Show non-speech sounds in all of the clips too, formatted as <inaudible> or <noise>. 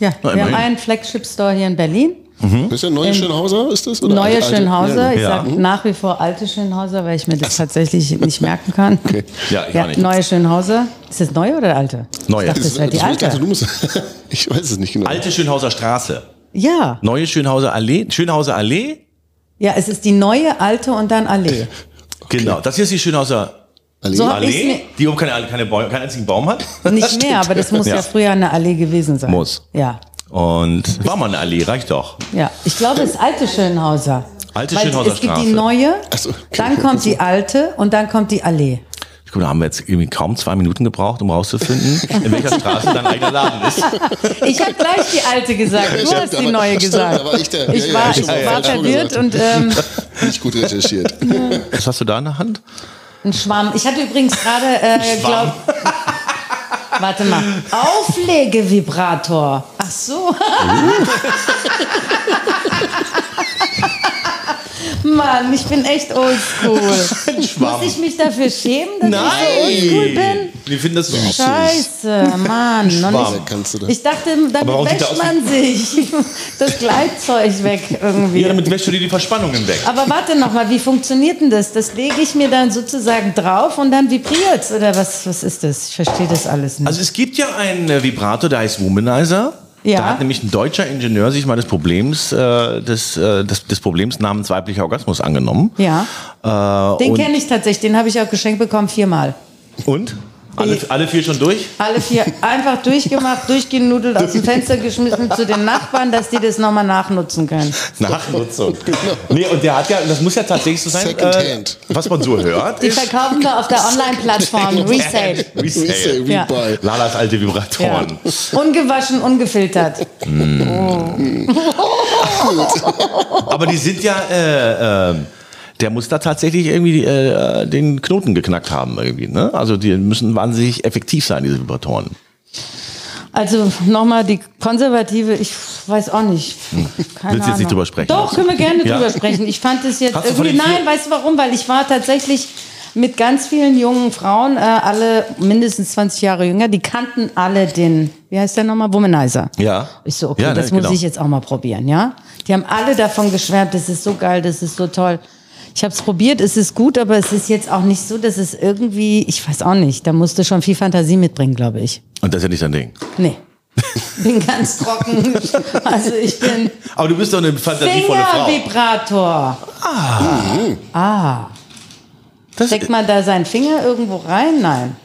Ja, Na, wir haben immerhin. einen Flagship-Store hier in Berlin. Das ist ja neue Schönhauser, ist das? Hm? Ähm, Oder Neue alte- alte- Schönhauser. Ich Ja. sage nach wie vor alte Schönhauser, weil ich mir das tatsächlich nicht merken kann. Okay. Ja, ich Ja, auch nicht. neue Schönhauser. Ist das neue oder alte? Neue. Ich dachte, das wäre die Das ist- also, alte. du musst, <laughs> ich weiß es nicht genau. Alte Schönhauser Straße. Ja. Neue Schönhauser Allee. Schönhauser Allee? ja, es ist die neue, alte und dann <laughs> Allee. Genau. Das hier ist die Schönhauser Allee. So- Ist mir- Allee, die oben keine, keine Bäume, keinen einzigen Baum hat. <laughs> Nicht mehr, aber das muss ja. Ja. früher eine Allee gewesen sein. Muss. Ja, <laughs> Und war mal eine Allee, reicht doch. ja. Ich glaube, es ist alte Schönhauser. Alte Weil Schönhauser Es gibt die Straße. neue, Ach so, okay. dann kommt die alte und dann kommt die Allee. Guck, da haben wir jetzt irgendwie kaum zwei Minuten gebraucht, <laughs> um rauszufinden, in welcher Straße dein eigener Laden ist. Ich habe gleich die alte gesagt. Du Ich hab- hast die aber- neue <laughs> stimmt, gesagt. da war ich der- ja, ja, war, ich ich hab war falsch verwirrt gesagt. und ähm, Nicht <laughs> gut recherchiert. Was hast du da in der Hand? ein Schwamm. Ich hatte übrigens gerade, äh, glaub, warte mal, Auflegevibrator. Ach so. <laughs> Mann, ich bin echt oldschool. <laughs> Muss ich mich dafür schämen, dass ich so oldschool bin? Wir finden das süß. Scheiße, Mann. noch Schwamm. nicht- Kannst du das? Ich dachte, warum damit sieht der wäscht aus man sich <laughs> das Gleitzeug weg irgendwie. Ja, damit wäschst du dir die Verspannungen weg. Aber warte noch mal, wie funktioniert denn das? Das lege ich mir dann sozusagen drauf und dann vibriert's oder was? Was ist das? Ich verstehe das alles nicht. Also es gibt ja einen äh, Vibrator, der heißt Womanizer. Ja. Da hat nämlich ein deutscher Ingenieur sich mal des Problems, äh, des, äh, des, des Problems namens weiblicher Orgasmus angenommen. ja, Äh, den und, kenne ich tatsächlich. Den habe ich auch geschenkt bekommen viermal. Und? Alle, alle vier schon durch? Alle <laughs> vier einfach durchgemacht, durchgenudelt, aus dem Fenster geschmissen zu den Nachbarn, dass die das nochmal nachnutzen können. Nachnutzung. <laughs> Nee, und der hat ja, und das muss ja tatsächlich so sein, äh, Secondhand. was man so hört, Die ist verkaufen wir <laughs> auf der Online-Plattform Resale. We say Resale. we Ja. buy. Lalas alte Ja. Vibratoren. Ungewaschen, ungefiltert. Aber die sind ja, äh, ähm, der muss da tatsächlich irgendwie äh, den Knoten geknackt haben irgendwie. Ne? Also die müssen wahnsinnig effektiv sein, diese Vibratoren. Also nochmal die konservative, ich weiß auch nicht. Keine Willst du jetzt nicht Ahnung. drüber sprechen? Doch, können wir gerne Ja. drüber sprechen. Ich fand es jetzt Hast du von irgendwie, den vier- nein, weißt du warum? Weil ich war tatsächlich mit ganz vielen jungen Frauen, äh, alle mindestens 20 Jahre jünger, die kannten alle den, wie heißt der nochmal, Womanizer. Ja. Ich so, okay, Ja, ne, das muss genau. ich jetzt auch mal probieren, ja? Die haben alle davon geschwärmt, das ist so geil, das ist so toll. Ich habe es probiert, es ist gut, aber es ist jetzt auch nicht so, dass es irgendwie, ich weiß auch nicht, da musst du schon viel Fantasie mitbringen, glaube ich. Und das ist ja nicht dein Ding. Nee. bin ganz trocken. Also ich bin Aber du bist doch eine fantasievolle Frau. Fingervibrator. Das, Steckt man da seinen Finger irgendwo rein? Nein.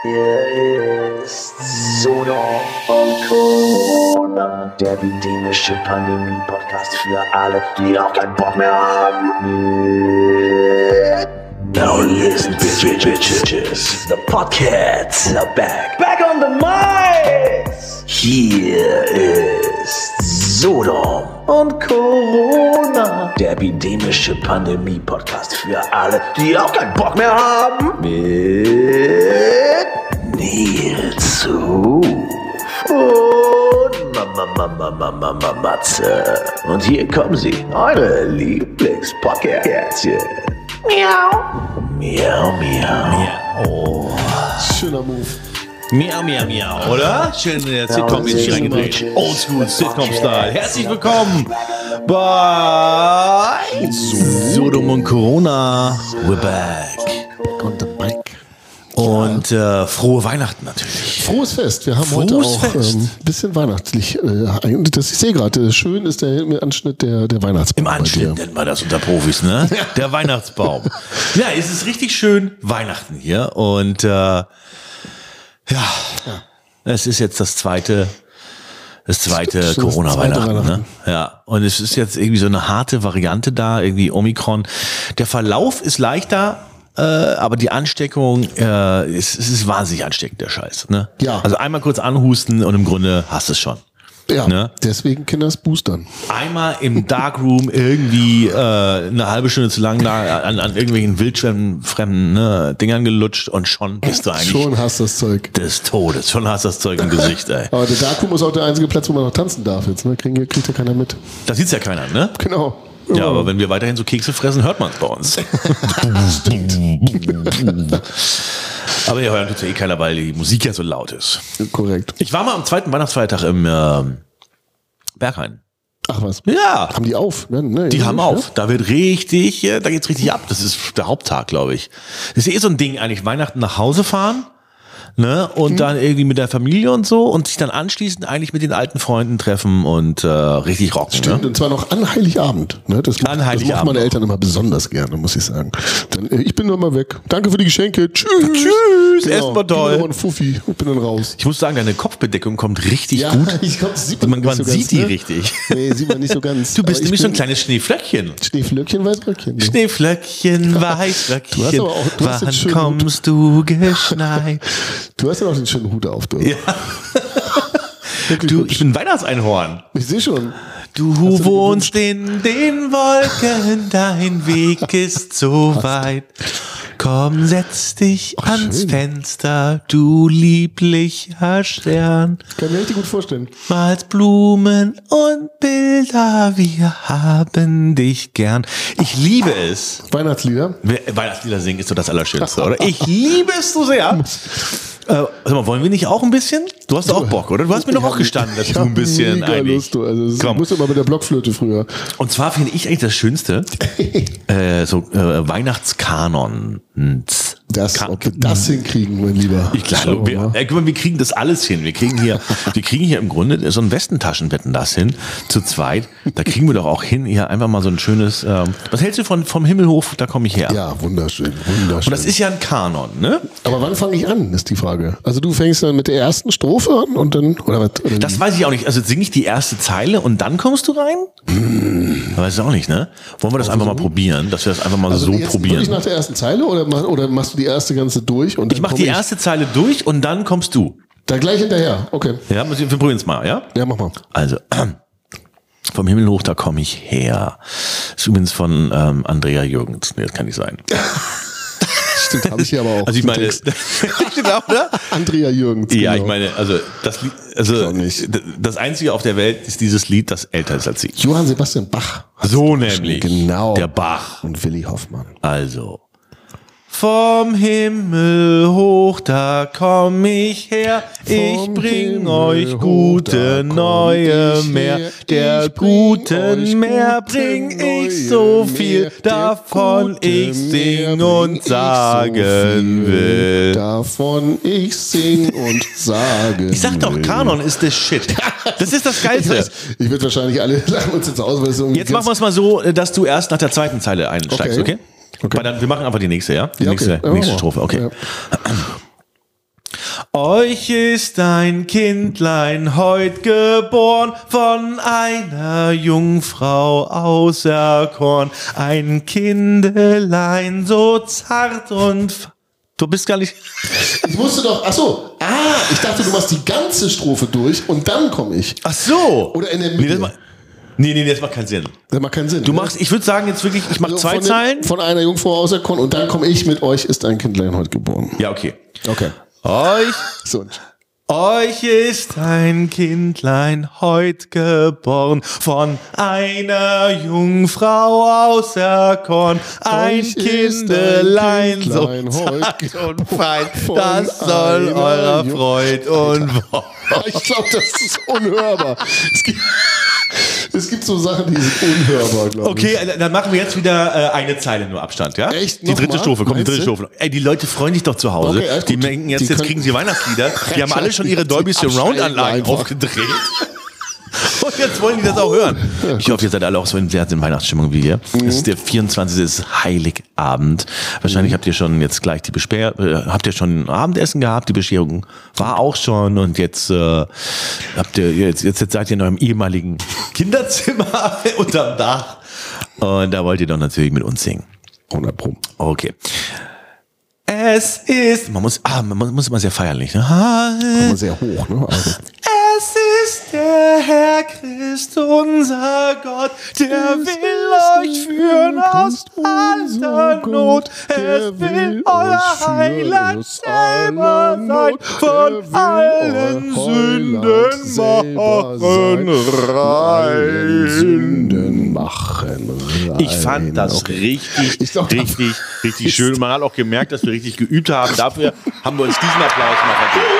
Hier ist Sono und Corona, der epidemische Pandemie-Podcast für alle, die auch keinen Bock mehr haben. Now listen, bitch, bitch, bitches. The Podcasts are back. Back on the mics! Hier ist Sodom und Corona. Der epidemische Pandemie-Podcast für alle, die auch keinen Bock mehr haben. Mit Nils Ruf und Mama, Mama, Mama, Mama, Matze. Und hier kommen sie, eure Lieblingspodcastchen. Miau. Miau, miau. Schöner Move. Miau, miau, miau, oder? Schön in der Sitcom das ist ist schon reingedreht. mal- Oldschool Sitcom-Style. Herzlich willkommen bei Sodom und Corona. We're back. Und äh, frohe Weihnachten natürlich. Frohes Fest. Wir haben heute Frohes auch Fest. ein ähm, bisschen weihnachtlich. Äh, ein- das ich sehe gerade. äh, Schön ist der Anschnitt der, der Weihnachtsbaum. Im Anschnitt nennt man das unter Profis, <laughs> ne? Der Weihnachtsbaum. Ja, es ist richtig schön Weihnachten hier. Und äh, ja, es ist jetzt das zweite, das zweite Das zweite Corona-Weihnachten. Ne? Weihnachten. Ja, und es ist jetzt irgendwie so eine harte Variante da, irgendwie Omikron. Der Verlauf ist leichter. Äh, aber die Ansteckung, äh, es, es ist wahnsinnig ansteckend, der Scheiß. Ne? Ja. Also einmal kurz anhusten und im Grunde hast du es schon. Ja, Ne? deswegen Kinders boostern. einmal im Darkroom irgendwie äh, eine halbe Stunde zu lang da an, an irgendwelchen wildfremden fremden, ne, Dingern gelutscht und schon bist du eigentlich Schon hast das Zeug. des Todes. Schon hast du das Zeug im Gesicht, ey. Aber der Darkroom ist auch der einzige Platz, wo man noch tanzen darf jetzt. Ne? Kriegen, kriegt ja keiner mit. Da sieht's ja keiner, ne? Genau. Ja, aber wenn wir weiterhin so Kekse fressen, hört man's bei uns. aber ihr hören tut's ja eh keiner, weil die Musik ja so laut ist. Korrekt. Ich war mal am zweiten Weihnachtsfeiertag im ähm, Berghain. Ach was. Ja. Haben die auf? Ne? Ne, Die ja, haben ne? auf. Da wird richtig, äh, da geht's richtig ab. Das ist der Haupttag, glaube ich. Das ist eh so ein Ding eigentlich. Weihnachten nach Hause fahren, ne? Mhm. Und dann irgendwie mit der Familie und so und sich dann anschließend eigentlich mit den alten Freunden treffen und äh, richtig rocken. Stimmt, Ne? und zwar noch an Heiligabend. Ne? Das, An an Heiligabend. das Heiligabend mochten meine noch. Eltern immer besonders gerne, muss ich sagen. Dann, äh, ich bin nur mal weg. Danke für die Geschenke. Tschüss. Genau. Tschüss, erst mal Gib mir toll. noch einen Fuffi. Ich bin dann raus. Ich muss sagen, deine Kopfbedeckung kommt richtig gut. <laughs> ich glaube, sieht Man, nicht man so sieht ganz, die ne? richtig. Nee, sieht <laughs> man nicht so ganz. Du bist Aber ich nämlich so ein bin kleines <laughs> Schneeflöckchen. Schneeflöckchen, Weißröckchen. ne? Schneeflöckchen, Weißflöckchen, Du hast aber auch- du hast einen wann schönen kommst du <laughs> geschneit? Du hast ja noch den schönen Hut auf. Du. ja. Du, ich bin Weihnachtseinhorn. Ich sehe schon. Du wohnst in den Wolken, dein Weg ist <laughs> so weit. Komm, setz dich ans schön. Fenster, du lieblicher Stern. Kann mir richtig gut vorstellen. Malst Blumen und Bilder, wir haben dich gern. Ich liebe es. Weihnachtslieder. We- Weihnachtslieder singen ist so das Allerschönste, oder? Ich liebe es so sehr. Äh, sag mal, wollen wir nicht auch ein bisschen? Du hast auch Bock, oder? Du hast mir doch auch gestanden, dass Ich du hab ein bisschen mega eigentlich. Lust, du. Also, das Komm. musst du mal mit der Blockflöte früher. Und zwar finde ich eigentlich das <laughs> Schönste, äh, so äh, Weihnachtskanon. Das, ob wir das hinkriegen, mein Lieber. Mhm. Ich glaube, Also, wir, ey, guck mal, wir kriegen das alles hin. Wir kriegen hier, <laughs> wir kriegen hier im Grunde so ein Westentaschenbetten das hin. Zu zweit. Da kriegen wir doch auch hin, hier einfach mal so ein schönes. Ähm, was hältst du von vom Himmelhof? Da komme ich her. Ja, wunderschön, wunderschön. Und das ist ja ein Kanon, ne? Aber wann fange ich an, ist die Frage. Also du fängst dann mit der ersten Strophe an und dann, oder was? Oder Das wie? weiß ich auch nicht. Also singe ich die erste Zeile und dann kommst du rein? Mhm. Weiß ich auch nicht, ne? Wollen wir das einfach mal probieren, dass wir das einfach mal also so jetzt probieren? Wirklich nach der ersten Zeile oder, mach, oder machst du die erste ganze durch? Und Ich mach die erste Zeile durch und dann kommst du. Da gleich hinterher, okay. Ja, wir wir probieren's mal, ja? Ja, mach mal. Also, <clears throat> vom Himmel hoch, da komme ich her. Ist übrigens von ähm, Andrea Jürgens. Nee, das kann nicht sein. Stimmt, habe ich hier aber auch. Also ich den meine, <laughs> Text. genau, oder? Andrea Jürgens. Ja, genau. ich meine, also das Lied, also auch nicht. d- das einzige auf der Welt ist dieses Lied, das älter ist als ich. Johann Sebastian Bach. So nämlich. Genau. Der Bach. Und Willi Hoffmann. Also. Vom Himmel hoch, da komm ich her, ich Vom bring Himmel euch hoch, da gute komm neue ich her. Meer, Ich der bring euch guten Meer gute bring ich neue so Meer. viel, Der davon gute ich Meer sing bring ich und so sagen viel, will. Davon ich sing <laughs> und sagen Ich sag doch, will. Kanon ist das Shit. Das <laughs> ist das Geilste. Ich, weiß, ich würde wahrscheinlich alle <laughs> lachen uns jetzt aus, weil es so ein Jetzt machen ganz- wir es mal so, dass du erst nach der zweiten Zeile einsteigst, okay? Okay. Okay. Weil dann, wir machen einfach die nächste, ja? Die Ja, okay. nächste, Ja, nächste machen wir. Strophe, okay. Ja. Euch ist ein Kindlein heut geboren, von einer Jungfrau auserkoren. Ein Kindelein so zart und... f- Du bist gar nicht... Ich musste doch, ach so, ah, ich dachte, du machst die ganze Strophe durch und dann komme ich. Ach so! Oder in der Nee, das Mitte. macht, nee, nee, das macht keinen Sinn. Das macht keinen Sinn. ne? Du machst, ich würde sagen jetzt wirklich, ich mach zwei Also von Zeilen. Von einer Jungfrau auserkoren und dann komme ich mit euch, ist ein Kindlein heute geboren. Ja, okay. Okay. Euch... So. Euch ist ein Kindlein heut geboren, von einer Jungfrau auserkoren. Ein Euch ist Kindelein, ein so Kindlein heut zart <laughs> und fein, von das soll einer eurer Ju- Freud und Wort. Ich glaube, das ist unhörbar. Es gibt, <laughs> es gibt so Sachen, die sind unhörbar, glaube Okay, äh, dann machen wir jetzt wieder äh, eine Zeile nur Abstand, ja? Echt? Die dritte Nochmal? Strophe, komm, die Meinst dritte du? Strophe. Ey, die Leute freuen sich doch zu Hause. Okay, alles die gut. denken jetzt, Die jetzt können- kriegen sie Weihnachtslieder. Die haben alle schon ihre Die Dolby Surround Anlagen abschalten einfach. aufgedreht. <laughs> Und jetzt wollen die das auch hören. Ich hoffe, ihr seid alle auch so in der in Weihnachtsstimmung wie wir. Es ist der 24. es ist Heiligabend. Wahrscheinlich habt ihr schon jetzt gleich die Besper äh, habt ihr schon Abendessen gehabt, die Bescherung war auch schon und jetzt äh, habt ihr jetzt, jetzt seid ihr in eurem ehemaligen Kinderzimmer <laughs> unterm Dach und da wollt ihr doch natürlich mit uns singen. 100 Pro. Okay. Es ist, man muss, ah, man muss immer sehr feierlich, ne? Immer sehr hoch, ne? Also, Es ist der Der Christ, unser Gott, der will euch führen aus aller Not. Es will euer Heiland selber sein, von allen Sünden machen rein. Sünden machen rein. Ich fand das richtig, Ich glaub, richtig, richtig schön. Man hat auch gemerkt, dass wir richtig geübt haben. Dafür haben wir uns diesen Applaus mal verdient.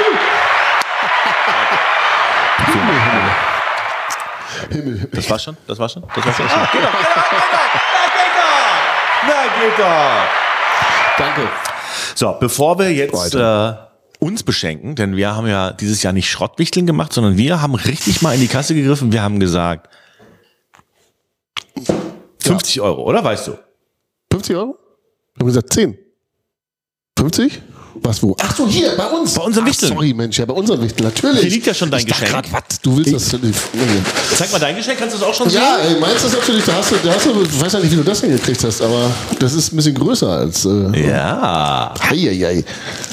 Himmel. Das war schon, das war schon, das war schon. Ah, genau, genau, genau, na geht doch, na geht doch. Danke. So, bevor wir jetzt äh, uns beschenken, denn wir haben ja dieses Jahr nicht Schrottwichteln gemacht, sondern wir haben richtig mal in die Kasse gegriffen. Wir haben gesagt, 50 Euro, oder weißt du? 50 Euro? Ich habe gesagt 10. 50? Was wo? Ach so, hier, bei uns. Bei unseren Ach, Wichteln. Sorry, Mensch, ja, bei unseren Wichteln, natürlich. Hier liegt ja schon dein ich dachte Geschenk. Grad, was? Du willst das. Nee. Zeig mal dein Geschenk, kannst du das auch schon Ja, sehen? ey, meins ist natürlich, da hast du, da hast du, ich weiß ja nicht, wie du das hingekriegt hast, aber das ist ein bisschen größer als. Äh, Ja. Eieiei.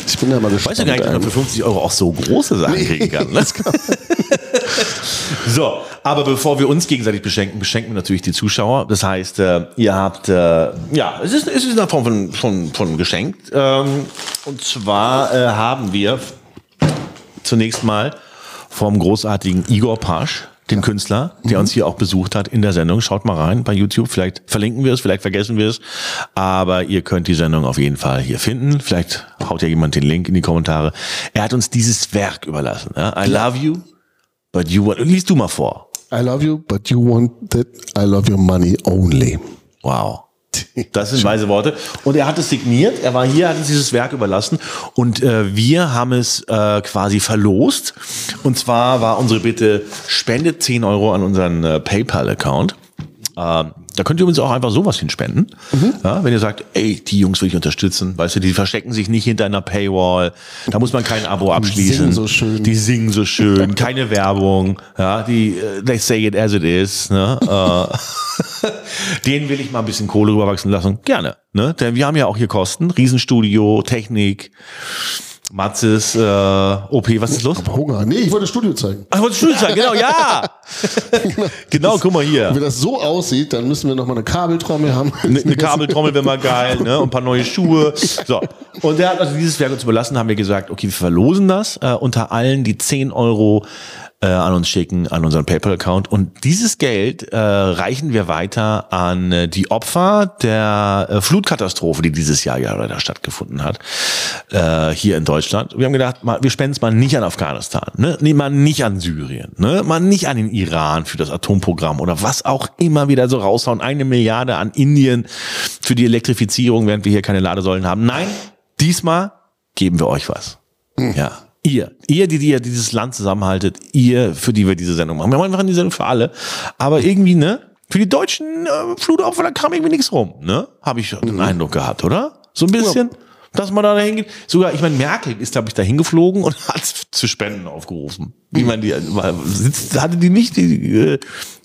Ich bin ja mal gespannt. Weißt du gar nicht, ob man für 50 Euro auch so große Sachen kriegen kann. Ne? <laughs> so, aber bevor wir uns gegenseitig beschenken, beschenken wir natürlich die Zuschauer. Das heißt, äh, ihr habt, äh, ja, es ist, es ist eine Form von, von, von Geschenk. Ähm, und zwar äh, haben wir zunächst mal vom großartigen Igor Pasch, dem Künstler, der uns hier auch besucht hat in der Sendung. Schaut mal rein bei YouTube. Vielleicht verlinken wir es, vielleicht vergessen wir es. Aber ihr könnt die Sendung auf jeden Fall hier finden. Vielleicht haut ja jemand den Link in die Kommentare. Er hat uns dieses Werk überlassen. Ja? I love you, but you want. Lies du mal vor. I love you, but you want that. I love your money only. Wow. Das sind weise Worte. Und er hat es signiert. Er war hier, hat uns dieses Werk überlassen. Und äh, wir haben es äh, quasi verlost. Und zwar war unsere Bitte, spendet 10 Euro an unseren äh, PayPal-Account. Ähm, da könnt ihr übrigens auch einfach sowas hinspenden. Ja, wenn ihr sagt, ey, die Jungs will ich unterstützen. Weißt du, die verstecken sich nicht hinter einer Paywall. Da muss man kein Abo abschließen. singen so schön. Die singen so schön. <laughs> Keine Werbung. Ja, die, äh, they say it as it is. Ne? Äh, <laughs> den will ich mal ein bisschen Kohle rüberwachsen lassen. Gerne. Ne? Denn wir haben ja auch hier Kosten. Riesenstudio, Technik, Matzes, äh, OP, was ist los? <laughs> Hunger. Nee, ich wollte das Studio zeigen. Ach, wolltest du sagen? Genau, <laughs> ja. genau, guck mal Wenn hier. das so aussieht, dann müssen wir nochmal eine Kabeltrommel haben. <laughs> Eine <laughs> ne Kabeltrommel wäre mal geil, ne? Und ein paar neue Schuhe. So. Und der hat also dieses Werk uns überlassen, haben wir gesagt, okay, wir verlosen das äh, unter allen, die 10 Euro äh, an uns schicken, an unseren PayPal-Account. Und dieses Geld äh, reichen wir weiter an äh, die Opfer der äh, Flutkatastrophe, die dieses Jahr ja leider stattgefunden hat, äh, hier in Deutschland. Wir haben gedacht, mal, wir spenden es mal nicht an Afghanistan, ne? nee, mal nicht an Syrien, ne? mal nicht an den Iran für das Atomprogramm oder was auch immer wieder so raushauen. Eine Milliarde an Indien für die Elektrifizierung, während wir hier keine Ladesäulen haben. Nein, diesmal geben wir euch was. Ja. Ihr, ihr, die, die ihr dieses Land zusammenhaltet, ihr, für die wir diese Sendung machen. Wir machen die Sendung für alle. Aber irgendwie, ne? Für die deutschen äh, Flutopfer, da kam irgendwie nichts rum, ne? Habe ich Mhm. den Eindruck gehabt, oder? So ein bisschen, dass man da dahin geht. Sogar, ich meine, Merkel ist, glaube ich, dahin geflogen und <laughs> hat zu Spenden aufgerufen. Mhm. Ich meine, die war, sitzt, hatte die nicht die, äh,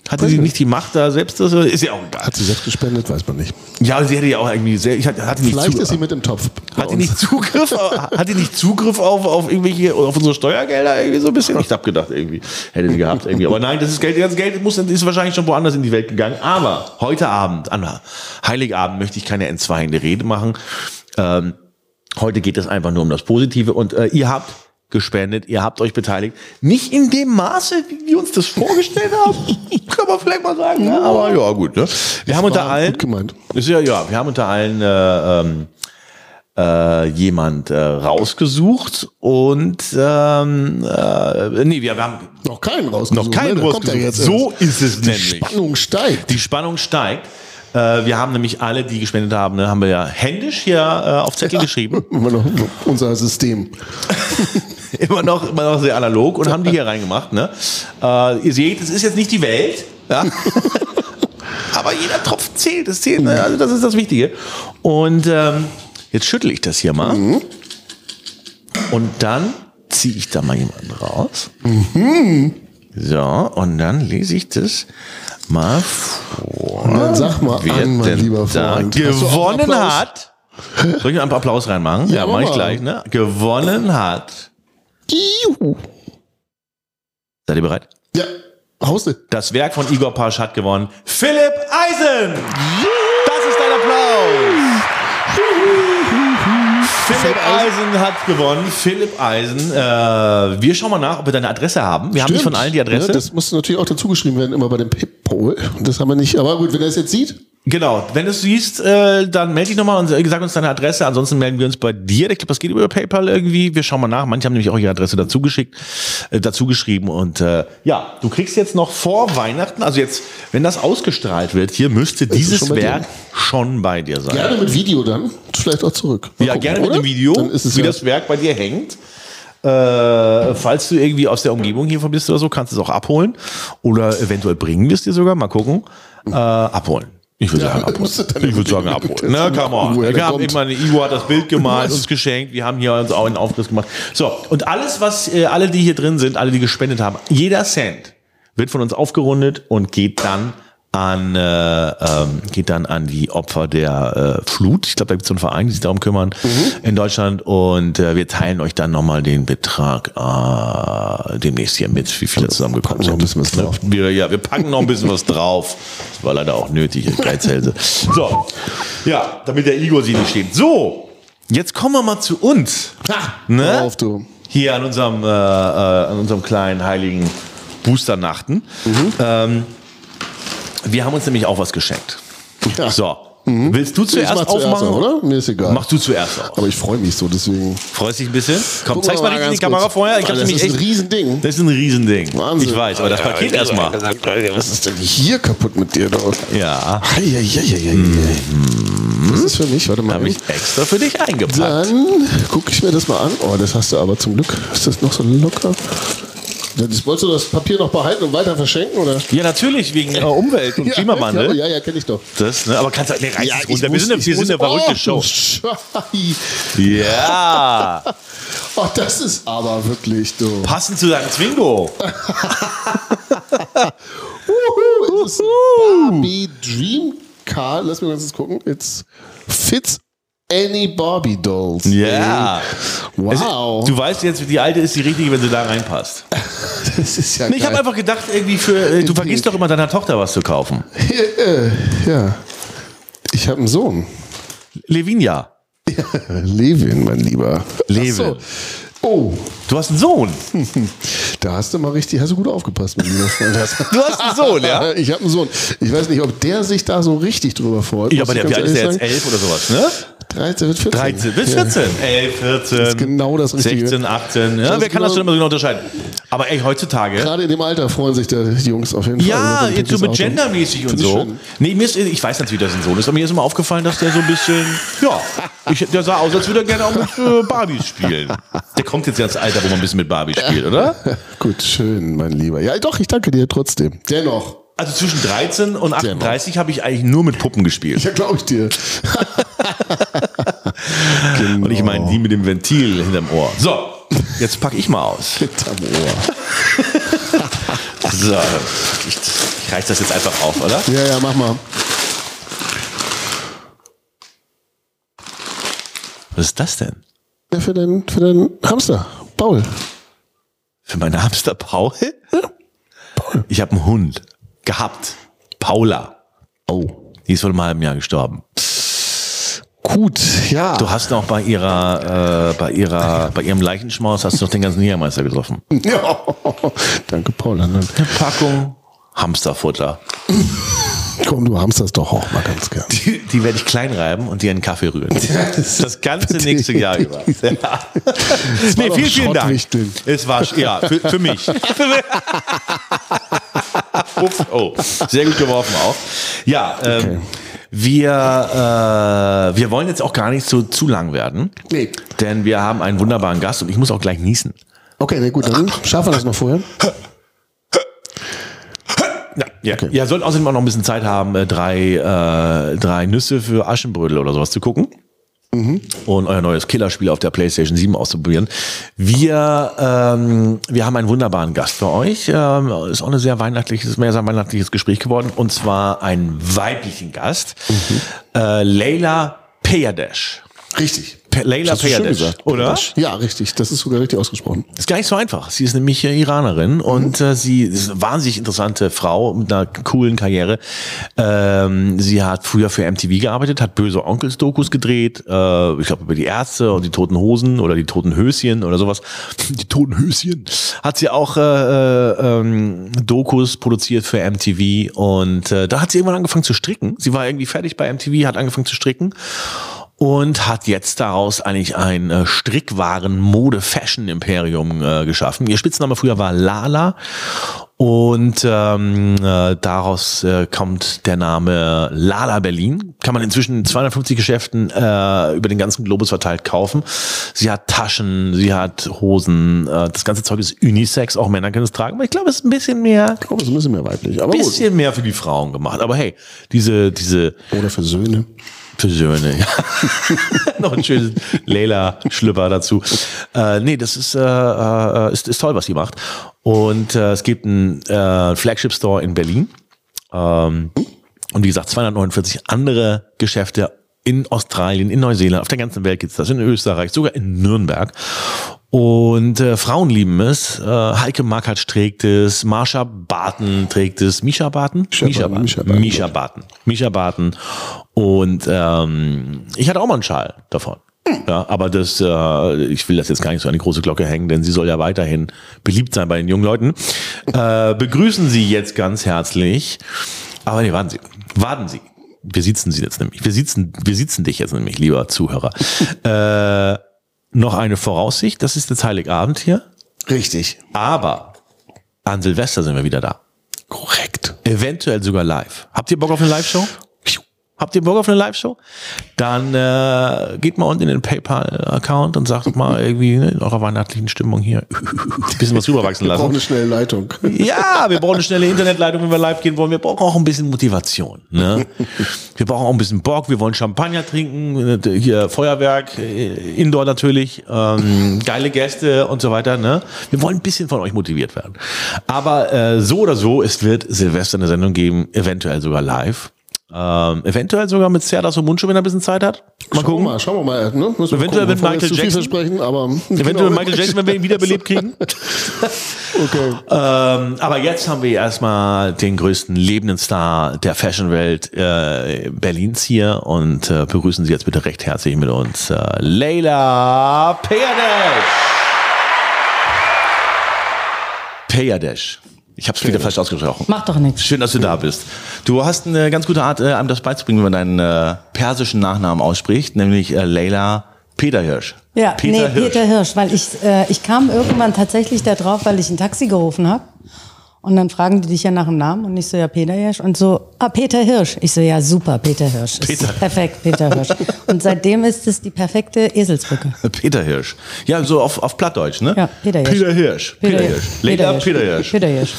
hatte die nicht die Macht da selbst, das ist ja auch egal. Hat sie selbst gespendet? Weiß man nicht. Ja, sie hätte ja auch irgendwie sehr, ich hatte, hatte nicht Vielleicht zu- ist sie mit im Topf. bei hat die uns. nicht Zugriff, hat die nicht Zugriff auf, auf irgendwelche, auf unsere Steuergelder irgendwie so ein bisschen? Ich hab gedacht, irgendwie hätte die gehabt irgendwie. Aber nein, das ist Geld, das ganze Geld muss, ist wahrscheinlich schon woanders in die Welt gegangen. Aber heute Abend, an Heiligabend möchte ich keine entzweiende Rede machen. Ähm, heute geht es einfach nur um das Positive und äh, ihr habt gespendet, ihr habt euch beteiligt. Nicht in dem Maße, wie wir uns das vorgestellt <laughs> haben. Kann man vielleicht mal sagen, ne? aber ja, gut. Ne? Wir haben unter war allen, gut gemeint. Ist ja, ja, wir haben unter allen äh, ähm, äh, jemand äh, rausgesucht und ähm, äh, nee, wir, wir haben Noch keinen rausgesucht. noch keinen ne? Da kommt er rausgesucht. jetzt So erst. ist es Die nämlich. Spannung steigt. Die Spannung steigt. Äh, wir haben nämlich alle, die gespendet haben, ne, haben wir ja händisch hier äh, auf Zettel geschrieben. Immer noch unser System. <laughs> Immer noch, immer noch sehr analog und haben die hier reingemacht. Ne? Äh, ihr seht, es ist jetzt nicht die Welt. <laughs> Ja? Aber jeder Tropfen zählt, es zählt. Ne? Also das ist das Wichtige. Und ähm, jetzt schüttel ich das hier mal. Mhm. Und dann ziehe ich da mal jemanden raus. Mhm. So, und dann lese ich das mal vor. Und dann sag mal an, mein denn lieber da Freund. Hast du auch einen gewonnen Applaus? hat. Soll ich noch ein paar Applaus reinmachen? Ja, Ja, mach ich mach mal. gleich, ne? Gewonnen hat. Iu. Seid ihr bereit? Ja. Hauste. Das Werk von Igor Pasch hat gewonnen. Philipp Eisen! Das ist ein Applaus! Philipp Eisen hat gewonnen. Philipp Eisen. Äh, wir schauen mal nach, ob wir deine Adresse haben. Wir haben nicht von allen die Adresse. Ja, Ne, das muss natürlich auch dazu geschrieben werden, immer bei dem Pip-Poll. Das haben wir nicht. Aber gut, wenn er es jetzt sieht, Genau, wenn du es siehst, äh, dann melde dich nochmal und sag uns deine Adresse. Ansonsten melden wir uns bei dir. Ich glaube, das geht über PayPal irgendwie. Wir schauen mal nach. Manche haben nämlich auch ihre Adresse dazu geschickt, äh, dazu geschrieben. Und äh, ja, du kriegst jetzt noch vor Weihnachten, also jetzt, wenn das ausgestrahlt wird, hier müsste dieses schon bei dir. Werk schon bei dir sein. gerne mit Video dann, vielleicht auch zurück. Mal Ja, gucken, gerne mit oder? dem Video, Dann ist es wie ja. das Werk bei dir hängt. Äh, falls du irgendwie aus der Umgebung hiervon bist oder so, kannst du es auch abholen. Oder eventuell bringen wir es dir sogar, mal gucken. Äh, abholen. Ich würde <laughs> sagen, abholen. musst du dann Ich würde sagen, irgendwie abholen. mit Na, dazu come gucken, on. woher Ich der hab kommt. eben meine Ivo hat das Bild gemalt, uns geschenkt. Wir haben hier uns auch einen Aufriss gemacht. So, und alles, was äh, alle, die hier drin sind, alle, die gespendet haben, jeder Cent wird von uns aufgerundet und geht dann an äh, ähm, geht dann an die Opfer der äh, Flut. Ich glaube, da gibt es so einen Verein, die sich darum kümmern Mhm. in Deutschland. Und äh, wir teilen euch dann nochmal den Betrag äh, demnächst hier mit, wie viele zusammengekommen sind. Ne? Also, noch ein bisschen was drauf. Wir, ja, wir packen noch ein bisschen was drauf. Das war leider auch nötig, ich Geizhälse. So, ja, damit der Igor sie nicht steht. So, jetzt kommen wir mal zu uns. Hör Ne? Auf, du. Hier an unserem, äh, äh, an unserem kleinen heiligen Boosternachten. Mhm. Ähm, wir haben uns nämlich auch was geschenkt. Ja. Mhm. So, willst du Ich zuerst mach aufmachen? zuerst auf, oder? Mir ist egal. Mach du zuerst auf. Aber ich freue mich so, deswegen. Freust dich ein bisschen? Komm, Guck zeig's mal, richtig in die ganz Kamera kurz. vorher. Ich Mann, hab's das nämlich ist echt. ein Riesending. Das ist ein Riesending. Wahnsinn. Ich weiß, aber das Paket erstmal. Was ist denn hier kaputt mit dir, dort? Ja. Das ist für mich, warte mal. Habe Hm. ich extra für dich eingepackt. Dann gucke ich mir das mal an. Oh, das hast du aber zum Glück. Ist das noch so locker? Das, wolltest du das Papier noch behalten und weiter verschenken, oder? Ja, natürlich, wegen äh, Umwelt und Ja, Klimawandel. Ja, ja, kenne ich doch. Das, ne? Aber kannst du. Nee, reiß es runter. wir muss- sind, eine- ich wir sind muss- eine verrückte Show. oh, Schei. Ja. Oh, das ist aber wirklich du. Passend zu deinem Twingo. Uhu, es ist ein Barbie Dream Car. Lass mich mal kurz gucken. It's fits any Barbie dolls. Ja. Es- Wow. Du weißt jetzt, die alte ist die richtige, wenn sie da reinpasst. das ist ja Nee, ich habe geil. einfach gedacht, irgendwie für. Äh, du Intrigue. vergisst doch immer deiner Tochter was zu kaufen. Hier, äh, ja. Ich habe einen Sohn. Levinia. Äh, Levin, mein Lieber. Levin. Ach So. Oh, Du hast einen Sohn. da hast du mal richtig, hast du gut aufgepasst, mein lieber Freund. <laughs> Du hast einen Sohn, ja? <laughs> Ich habe einen Sohn. Ich weiß nicht, ob der sich da so richtig drüber freut. Ja, muss aber ich der, wie ganz alt ist der jetzt? ehrlich Elf oder sowas, ne? sagen. 13 wird 14. 13 bis 14. 11, 14. ist genau das Richtige. 16, 18. Ja, Das wer kann das genau- schon immer so genau unterscheiden? Aber ey, heutzutage. Gerade in dem Alter freuen sich der, die Jungs auf jeden Ja, Fall. jetzt so mit gendermäßig und Finde ich so. schön. Nee, mir ist, ich weiß natürlich, dass er ein Sohn ist, aber mir ist immer aufgefallen, dass der so ein bisschen, ja, ich, der sah aus, als würde er gerne auch mit äh, Barbies spielen. Der kommt jetzt ins Alter, wo man ein bisschen mit Barbie spielt, oder? Gut, schön, mein Lieber. Ja, doch, ich danke dir trotzdem. Dennoch. Also zwischen 13 und 38 habe ich eigentlich nur mit Puppen gespielt. Ja, glaube <laughs> ich dir. Und ich meine die mit dem Ventil hinterm Ohr. So, jetzt packe ich mal <laughs> aus. Hinterm Ohr. So, ich, ich reiß das jetzt einfach auf, oder? Ja, ja, mach mal. Was ist das denn? Ja, für den, für den Hamster. Paul. Für meinen Hamster Paul? Ich habe einen Hund gehabt. Paula. Oh. Die ist vor einem halben Jahr gestorben. Gut, ja. Du hast noch bei ihrer, äh, bei ihrer, bei ihrem Leichenschmaus hast du noch den ganzen Jägermeister getroffen. Ja. <laughs> Danke, Paul. Dann Packung Hamsterfutter. komm, du Hamster ist doch auch mal ganz gern. Die, die werde ich klein reiben und dir in den Kaffee rühren. Das, Das ganze <laughs> nächste Jahr über. Ja. Nee, doch vielen, vielen Dank. Schrottwichteln. Es war, sch- ja, für, für <laughs> mich. Uff, oh, sehr gut geworfen auch. Ja, ähm, wir, äh, wir wollen jetzt auch gar nicht so zu lang werden. Nee. Denn wir haben einen wunderbaren Gast und ich muss auch gleich niesen. Okay, na gut, dann schaffen wir das noch vorher. Ja, ja. ja sollten außerdem auch noch ein bisschen Zeit haben, äh, drei, äh, drei Nüsse für Aschenbrödel oder sowas zu gucken. Und euer neues Killerspiel auf der PlayStation 7 auszuprobieren. Wir, ähm, wir haben einen wunderbaren Gast für euch. Ähm, ist auch ein sehr weihnachtliches, mehr sehr weihnachtliches Gespräch geworden. Und zwar einen weiblichen Gast. Äh, Leila Peyadesh. Richtig. Pe Leila Hast du schön Payadeh, gesagt. oder? Ja, richtig. Das ist sogar richtig ausgesprochen. Ist gar nicht so einfach. Sie ist nämlich äh, Iranerin und äh, sie ist eine wahnsinnig interessante Frau mit einer coolen Karriere. Ähm, sie hat früher für MTV gearbeitet, hat böse Onkels-Dokus gedreht, äh, ich glaube über die Ärzte und die toten Hosen oder die toten Höschen oder sowas. Die toten Höschen. Hat sie auch äh, äh, ähm, Dokus produziert für MTV und äh, da hat sie irgendwann angefangen zu stricken. Sie war irgendwie fertig bei MTV, hat angefangen zu stricken und hat jetzt daraus eigentlich ein äh, Strickwaren-Mode-Fashion-Imperium äh, geschaffen. Ihr Spitzname früher war Lala und ähm, äh, daraus äh, kommt der Name Lala Berlin. Kann man inzwischen in 250 Geschäften äh, über den ganzen Globus verteilt kaufen. Sie hat Taschen, sie hat Hosen, äh, das ganze Zeug ist Unisex, auch Männer können es tragen, aber ich glaube, es ist ein bisschen mehr, Ich glaube, es ist ein bisschen mehr weiblich. Aber gut. bisschen mehr für die Frauen gemacht. Aber hey, diese, diese Oder für Söhne. für Söhne, ja. <laughs> Noch ein schönes Leila-Schlüpper dazu. Äh, nee, das ist, äh, äh, ist, ist toll, was sie macht. Und äh, es gibt einen äh, Flagship-Store in Berlin. Ähm, und wie gesagt, 249 andere Geschäfte in Australien, in Neuseeland, auf der ganzen Welt gibt's das, in Österreich, sogar in Nürnberg. Und äh, Frauen lieben es. Äh, Heike Markert trägt es, Marsha Barton trägt es, Misha Barton? Misha Barton. Misha Barton. Misha Barton. Misha Barton. Und ähm, ich hatte auch mal einen Schal davon. Ja, aber das, äh, ich will das jetzt gar nicht so an die große Glocke hängen, denn sie soll ja weiterhin beliebt sein bei den jungen Leuten. Äh, begrüßen Sie jetzt ganz herzlich. Aber nee, warten Sie. Warten Sie. Wir sitzen Sie jetzt nämlich. Wir sitzen, wir sitzen dich jetzt nämlich, lieber Zuhörer. äh, noch eine Voraussicht. Das ist jetzt Heiligabend hier. Richtig. Aber an Silvester sind wir wieder da. Korrekt. Eventuell sogar live. Habt ihr Bock auf eine Live-Show? Habt ihr Bock auf eine Live-Show? Dann äh, geht mal unten in den PayPal-Account und sagt mal irgendwie ne, in eurer weihnachtlichen Stimmung hier ein bisschen was <laughs> rüberwachsen Braucht lassen. eine schnelle Leitung. Ja, wir brauchen eine schnelle Internetleitung, wenn wir live gehen wollen. Wir brauchen auch ein bisschen Motivation. Ne? Wir brauchen auch ein bisschen Bock. Wir wollen Champagner trinken, äh, hier Feuerwerk, äh, Indoor natürlich, ähm, geile Gäste und so weiter. Ne? Wir wollen ein bisschen von euch motiviert werden. Aber äh, so oder so, es wird Silvester eine Sendung geben, eventuell sogar live. Ähm, eventuell sogar mit Serdas und Mundschuh, wenn er ein bisschen Zeit hat. Mal Schauen wir gucken. mal, schauen wir mal. Ne? Müssen wir Eventuell gucken, mit bevor wir Michael jetzt zu viel Jackson. versprechen, aber Eventuell genau. Michael Jackson, wenn wir ihn <laughs> wiederbelebt kriegen. Okay. Ähm, aber jetzt haben wir erstmal den größten lebenden Star der Fashionwelt äh, Berlins hier und äh, begrüßen Sie jetzt bitte recht herzlich mit uns äh, Leila Peyadesh. Peyadesh. Ich habe es wieder falsch ausgesprochen. Macht doch nichts. Schön, dass du da bist. Du hast eine ganz gute Art, äh, einem das beizubringen, wenn man deinen äh, persischen Nachnamen ausspricht, nämlich äh, Leila Peterhirsch. Ja, Peter nee, Hirsch. Peter Hirsch, weil ich, äh, ich kam irgendwann tatsächlich da drauf, weil ich ein Taxi gerufen habe. Und dann fragen die dich ja nach dem Namen und ich so, ja, Peter Hirsch. Und so, ah, Peter Hirsch. Ich so, ja, super, Peter Hirsch. Peter. Ist perfekt, Peter Hirsch. Und seitdem ist es die perfekte Eselsbrücke. Äh, Peter Hirsch. Ja, so auf, auf Plattdeutsch, ne? Ja, Peter Hirsch. Peter Hirsch. Peter Hirsch. Leila Peter Hirsch. Peter Hirsch.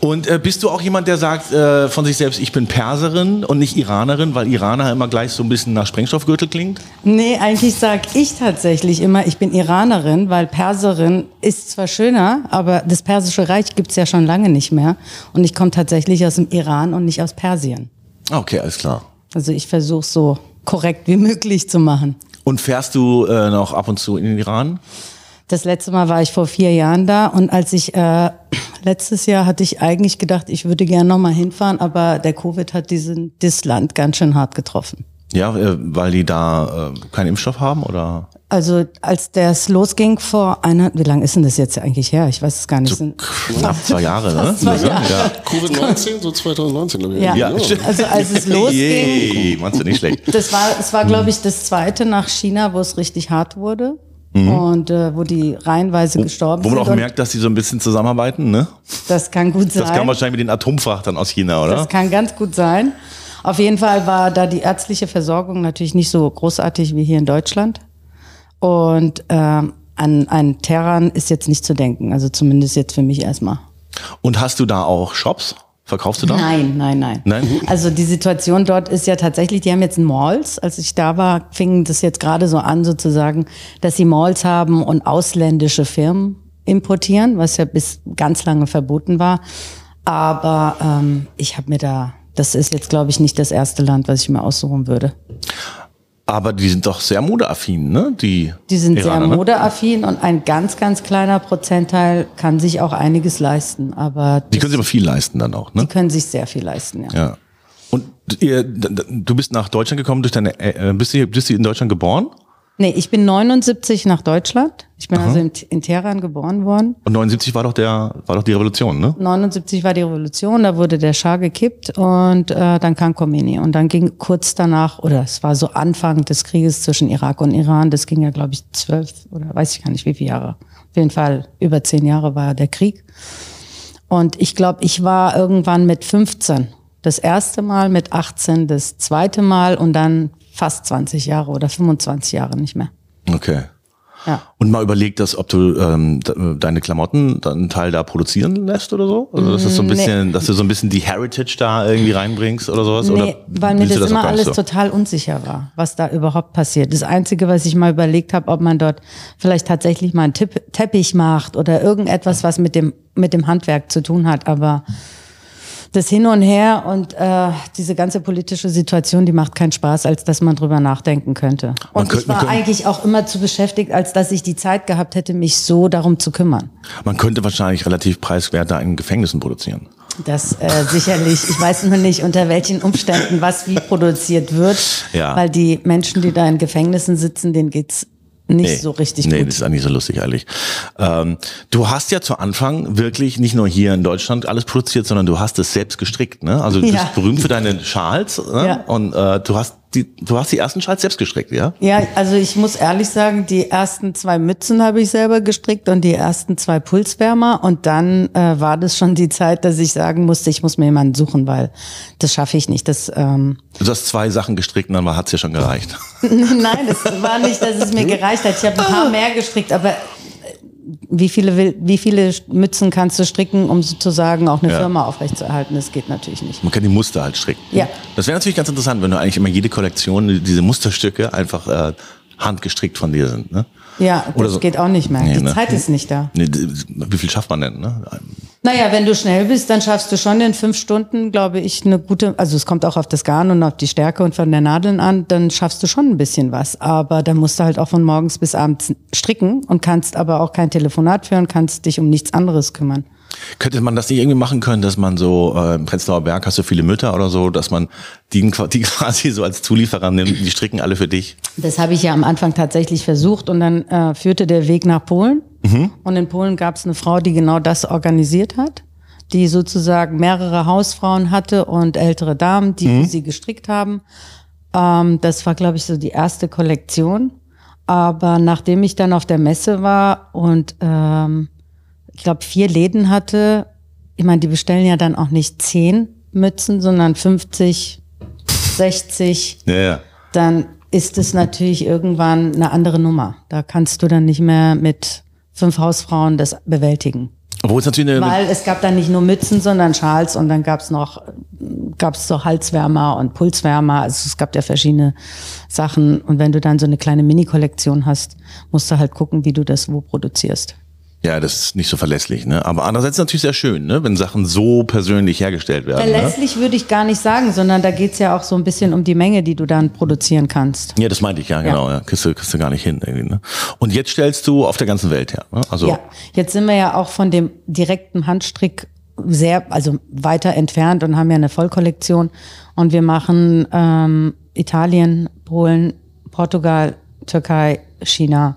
Und äh, bist du auch jemand, der sagt äh, von sich selbst, ich bin Perserin und nicht Iranerin, weil Iraner immer gleich so ein bisschen nach Sprengstoffgürtel klingt? Nee, eigentlich sag ich tatsächlich immer, ich bin Iranerin, weil Perserin ist zwar schöner, aber das Persische Reich gibt's ja schon lange nicht mehr. Und ich komme tatsächlich aus dem Iran und nicht aus Persien. Okay, alles klar. Also ich versuche so korrekt wie möglich zu machen. Und fährst du äh, noch ab und zu in den Iran? Das letzte Mal war ich vor vier Jahren da und als ich äh, <clears throat> letztes Jahr hatte ich eigentlich gedacht, ich würde gerne nochmal hinfahren, aber der Covid hat diesen das Land ganz schön hart getroffen. Ja, äh, weil die da äh, keinen Impfstoff haben oder? Also als das losging vor einer, wie lange ist denn das jetzt eigentlich her? Ich weiß es gar nicht. Sind- Knapp zwei Jahre, ne? Fast zwei Jahre. Ja. Covid-19, <laughs> so 2019, glaube ich. ne? Ja. Ja, <laughs> Also als es losging, Yay, meinst du nicht schlecht. das war, es war glaube ich das zweite nach China, wo es richtig hart wurde und äh, wo die reihenweise gestorben Mhm. Wo man sind. auch und merkt, dass die so ein bisschen zusammenarbeiten, ne? das kann gut sein. Das kam wahrscheinlich ne? mit den Atomfrachtern aus China, oder? Das kann ganz gut sein. Auf jeden Fall war da die ärztliche Versorgung natürlich nicht so großartig wie hier in Deutschland. Und ähm, an, an Terran ist jetzt nicht zu denken. Also zumindest jetzt für mich erstmal. Und hast du da auch Shops? Verkaufst du da? Nein, nein, nein. Nein? Also die Situation dort ist ja tatsächlich, die haben jetzt Malls. Als ich da war, fing das jetzt gerade so an sozusagen, dass sie Malls haben und ausländische Firmen importieren, was ja bis ganz lange verboten war. Aber ähm, ich habe mir da, das ist jetzt glaube ich nicht das erste Land, was ich mir aussuchen würde. Aber die sind doch sehr modeaffin, ne? Die, Die sind Iraner, sehr ne? modeaffin und ein ganz, ganz kleiner Prozentteil kann sich auch einiges leisten. Aber Die können sich aber viel leisten dann auch, ne? die können sich sehr viel leisten, ja. Ja. Und ihr, d- d- du bist nach Deutschland gekommen durch deine, äh, bist du, bist du in Deutschland geboren? Nee, ich bin 79 nach Deutschland. Ich bin also in, in Teheran geboren worden. Und 79 war doch der, war doch die Revolution, ne? 79 war die Revolution, da wurde der Schah gekippt und äh, dann kam Khomeini. Und dann ging kurz danach, oder es war so Anfang des Krieges zwischen Irak und Iran, das ging ja, glaube ich, zwölf oder weiß ich gar nicht wie viele Jahre. Auf jeden Fall über zehn Jahre war der Krieg. Und ich glaube, ich war irgendwann mit 15 das erste Mal, mit 18 das zweite Mal und dann fast 20 Jahre oder 25 Jahre nicht mehr. Okay. Ja. Und mal überlegt, dass, ob du ähm, de- deine Klamotten dann einen Teil da produzieren lässt oder so? Also, dass, das so ein bisschen, dass du so ein bisschen die Heritage da irgendwie reinbringst oder sowas? Nee, oder weil mir siehst du das, immer auch gar alles nicht so? total unsicher war, was da überhaupt passiert. Das Einzige, was ich mal überlegt habe, ob man dort vielleicht tatsächlich mal einen Tipp, Teppich macht oder irgendetwas, was mit dem, mit dem Handwerk zu tun hat. Aber das Hin und Her und äh, diese ganze politische Situation, die macht keinen Spaß, als dass man drüber nachdenken könnte. Man Und könnte- ich war man könnte- eigentlich auch immer zu beschäftigt, als dass ich die Zeit gehabt hätte, mich so darum zu kümmern. Man könnte wahrscheinlich relativ preiswert da in Gefängnissen produzieren. Das äh, sicherlich. Ich weiß nur nicht, unter welchen Umständen was wie produziert wird. Ja. Weil die Menschen, die da in Gefängnissen sitzen, denen geht's nicht so richtig nee, gut. das ist eigentlich so lustig, ehrlich. Ähm, du hast ja zu Anfang wirklich nicht nur hier in Deutschland alles produziert, sondern du hast es selbst gestrickt. Ne? Also du Ja. bist berühmt für deine Schals ne? Ja. und äh, du, hast die, du hast die ersten Schals selbst gestrickt, ja? Ja, also ich muss ehrlich sagen, die ersten zwei Mützen habe ich selber gestrickt und die ersten zwei Pulswärmer. Und dann äh, war das schon die Zeit, dass ich sagen musste, ich muss mir jemanden suchen, weil das schaffe ich nicht. Das ähm, Du hast zwei Sachen gestrickt und dann hat es ja schon gereicht. <laughs> Nein, das war nicht, dass es mir gereicht hat. Ich habe ein paar mehr gestrickt, aber äh, wie viele, will- wie viele Mützen kannst du stricken, um sozusagen auch eine Ja. Firma aufrechtzuerhalten? Das geht natürlich nicht. Man kann die Muster halt stricken. Ja. Das wäre natürlich ganz interessant, wenn du eigentlich immer jede Kollektion, diese Musterstücke einfach äh, handgestrickt von dir sind. Ne? Ja, Oder das so- geht auch nicht mehr. Nee, Die ne? Zeit ist nicht da. Nee, d- wie viel schafft man denn? Ne? Naja, wenn du schnell bist, dann schaffst du schon in fünf Stunden, glaube ich, eine gute, also es kommt auch auf das Garn und auf die Stärke und von der Nadeln an, dann schaffst du schon ein bisschen was. Aber dann musst du halt auch von morgens bis abends stricken und kannst aber auch kein Telefonat führen, kannst dich um nichts anderes kümmern. Könnte man das nicht irgendwie machen können, dass man so, äh, im Prenzlauer Berg hast du viele Mütter oder so, dass man die, qua- die <laughs> quasi so als Zulieferer nimmt, die stricken alle für dich? Das habe ich ja am Anfang tatsächlich versucht und dann äh, führte der Weg nach Polen. Und in Polen gab es eine Frau, die genau das organisiert hat, die sozusagen mehrere Hausfrauen hatte und ältere Damen, die für sie gestrickt haben. Ähm, das war, glaube ich, so die erste Kollektion. Aber nachdem ich dann auf der Messe war und ähm, ich glaube, vier Läden hatte, ich meine, die bestellen ja dann auch nicht zehn Mützen, sondern 50, 60 Ja, ja. dann ist es natürlich irgendwann eine andere Nummer. Da kannst du dann nicht mehr mit fünf Hausfrauen das bewältigen. Obwohl es natürlich eine, Weil es gab dann nicht nur Mützen, sondern Schals und dann gab's noch gab's so Halswärmer und Pulswärmer. Also es gab ja verschiedene Sachen. Und wenn du dann so eine kleine Mini-Kollektion hast, musst du halt gucken, wie du das wo produzierst. ja, das ist nicht so verlässlich, ne? Aber andererseits ist es natürlich sehr schön, ne? Wenn Sachen so persönlich hergestellt werden. Ne? Verlässlich würde ich gar nicht sagen, sondern da geht's ja auch so ein bisschen um die Menge, die du dann produzieren kannst. Ja, das meinte ich, ja, genau. Ja. Kriegst, du, kriegst du gar nicht hin. Irgendwie, ne? Und jetzt stellst du auf der ganzen Welt her. Ne? Also, Ja, jetzt sind wir ja auch von dem direkten Handstrick sehr, also weiter entfernt und haben ja eine Vollkollektion. Und wir machen ähm, Italien, Polen, Portugal, Türkei, China,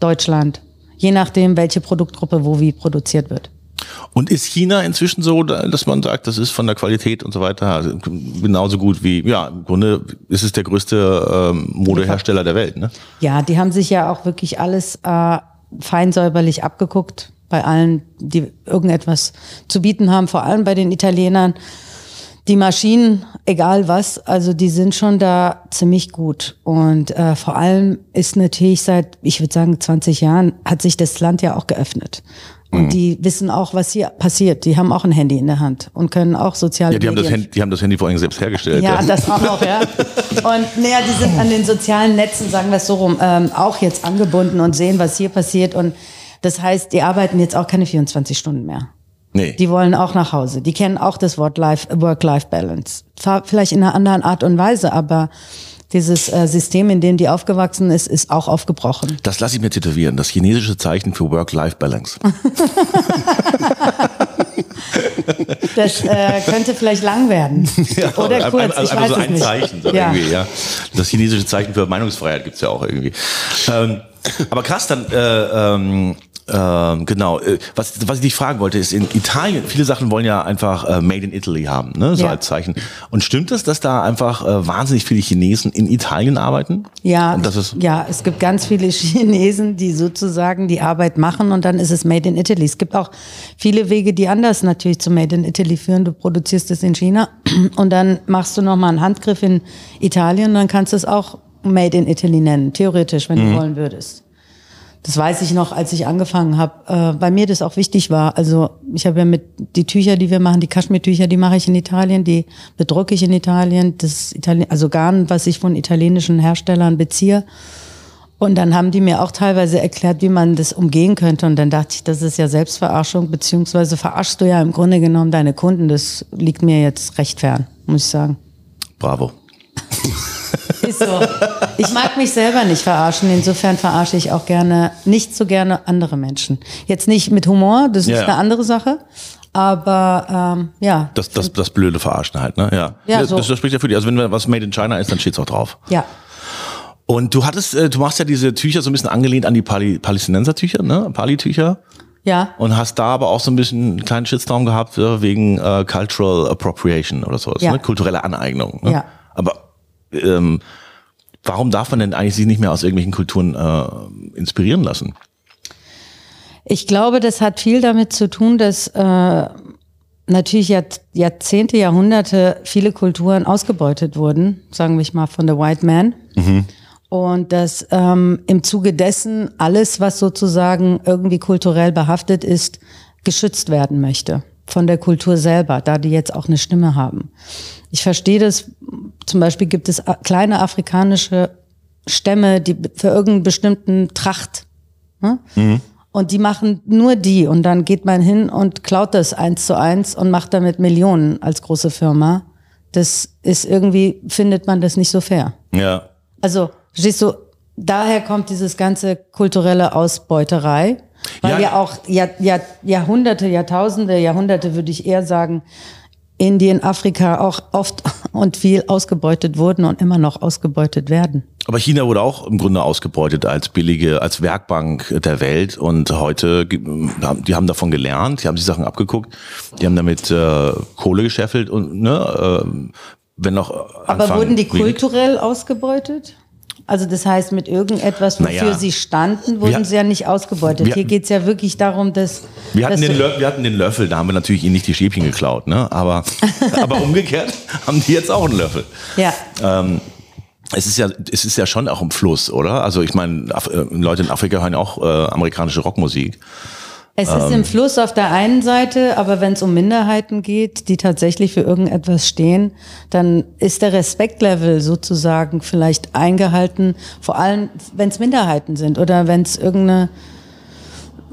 Deutschland. Je nachdem, welche Produktgruppe wo wie produziert wird. Und ist China inzwischen so, dass man sagt, das ist von der Qualität und so weiter also genauso gut wie, ja, im Grunde ist es der größte ähm, Modehersteller der Welt, ne? Ja, die haben sich ja auch wirklich alles äh, feinsäuberlich abgeguckt bei allen, die irgendetwas zu bieten haben, vor allem bei den Italienern. Die Maschinen, egal was, also die sind schon da ziemlich gut. Und äh, vor allem ist natürlich seit, ich würde sagen, 20 Jahren hat sich das Land ja auch geöffnet. Und Mhm. die wissen auch, was hier passiert. Die haben auch ein Handy in der Hand und können auch soziale Ja, die haben, das Medien Handy, die haben das Handy vor allem selbst hergestellt. ja, das auch noch, ja. Und naja, die sind an den sozialen Netzen, sagen wir es so rum, ähm, auch jetzt angebunden und sehen, was hier passiert. Und das heißt, die arbeiten jetzt auch keine 24 Stunden mehr. nee. Die wollen auch nach Hause. Die kennen auch das Wort Life- Work-Life-Balance. Zwar vielleicht in einer anderen Art und Weise, aber dieses äh, System, in dem die aufgewachsen ist, ist auch <laughs> aufgebrochen. Das lasse ich mir tätowieren. Das chinesische Zeichen für Work-Life-Balance. Das äh, könnte vielleicht lang werden. <laughs> Oder kurz, Einfach- ich einfach weiß so es ein nicht. Zeichen. So ja. irgendwie, ja. Das chinesische Zeichen für Meinungsfreiheit gibt's ja auch irgendwie. Ähm, aber krass, dann, äh, ähm, ähm, genau, äh, was, was ich dich fragen wollte, ist in Italien, viele Sachen wollen ja einfach äh, Made in Italy haben, ne? so Ja. als Zeichen. Und stimmt es, dass da einfach äh, wahnsinnig viele Chinesen in Italien arbeiten? Ja, Und das ist, ja, es gibt ganz viele <laughs> Chinesen, die sozusagen die Arbeit machen und dann ist es Made in Italy. Es gibt auch viele Wege, die anders natürlich zu Made in Italy führen. Du produzierst es in China <clears throat> und dann machst du nochmal einen Handgriff in Italien und dann kannst du es auch Made in Italy nennen, theoretisch, Mhm. wenn du wollen würdest. Das weiß ich noch, als ich angefangen habe, äh, bei mir das auch wichtig war. Also ich habe ja mit die Tücher, die wir machen, die Kaschmirtücher, die mache ich in Italien, die bedrucke ich in Italien, das Italien, also Garn, was ich von italienischen Herstellern beziehe. Und dann haben die mir auch teilweise erklärt, wie man das umgehen könnte. Und dann dachte ich, das ist ja Selbstverarschung, beziehungsweise verarschst du ja im Grunde genommen deine Kunden. Das liegt mir jetzt recht fern, muss ich sagen. bravo. Ist so. Ich mag mich selber nicht verarschen. Insofern verarsche ich auch gerne, nicht so gerne andere Menschen. Jetzt nicht mit Humor, das Ja, ist ja. eine andere Sache. Aber ähm, ja, Das, das, das blöde Verarschen halt, ne? Ja. Ja, das, so. das spricht ja für dich. Also wenn was Made in China ist, dann steht's auch drauf. ja. Und du hattest, äh, du machst ja diese Tücher so ein bisschen angelehnt an die Pali Palästinenser-Tücher, ne? Pali-Tücher. Ja, Und hast da aber auch so ein bisschen einen kleinen Shitstorm gehabt äh, wegen äh, Cultural Appropriation oder sowas, Ja. ne? kulturelle Aneignung. Ne? Ja. Aber ähm, warum darf man denn eigentlich sich nicht mehr aus irgendwelchen Kulturen äh, inspirieren lassen? ich glaube, das hat viel damit zu tun, dass äh, natürlich Jahr- Jahrzehnte, Jahrhunderte viele Kulturen ausgebeutet wurden, sagen wir mal von der White Man. Mhm. Und dass ähm, im Zuge dessen alles, was sozusagen irgendwie kulturell behaftet ist, geschützt werden möchte von der Kultur selber, da die jetzt auch eine Stimme haben. Ich verstehe das, zum Beispiel gibt es a- kleine afrikanische Stämme, die b- für irgendeinen bestimmten Tracht. Ne? Und die machen nur die und dann geht man hin und klaut das eins zu eins und macht damit Millionen als große Firma. Das ist irgendwie, findet man das nicht so fair. Ja. Also, verstehst du, daher kommt dieses ganze kulturelle Ausbeuterei, weil Ja. ja, auch Jahr, Jahr, Jahrhunderte, Jahrtausende, Jahrhunderte würde ich eher sagen, Indien, Afrika auch oft <laughs> und viel ausgebeutet wurden und immer noch ausgebeutet werden. Aber China wurde auch im Grunde ausgebeutet als billige, als Werkbank der Welt und heute, ge- haben- die haben davon gelernt, die haben sich Sachen abgeguckt, die haben damit äh, Kohle gescheffelt und, ne, ähm, wenn noch. Aber Anfang wurden die wenig- kulturell ausgebeutet? Also das heißt, mit irgendetwas, wofür Naja. sie standen, wurden Wir- sie ja nicht ausgebeutet. wir- Hier geht's ja wirklich darum, dass... Wir hatten, dass den du- Lö- wir hatten den Löffel, da haben wir natürlich ihnen nicht die Schäbchen geklaut, ne? <laughs> Aber, aber umgekehrt haben die jetzt auch einen Löffel. Ähm, Ja, Es ist ja, es ist ja schon auch im Fluss, oder? Also ich meine, Af äh, Leute in Afrika hören ja auch äh, amerikanische Rockmusik. Es ist Ähm. im Fluss auf der einen Seite, aber wenn es um Minderheiten geht, die tatsächlich für irgendetwas stehen, dann ist der Respektlevel sozusagen vielleicht eingehalten, vor allem wenn es Minderheiten sind oder wenn es irgendeine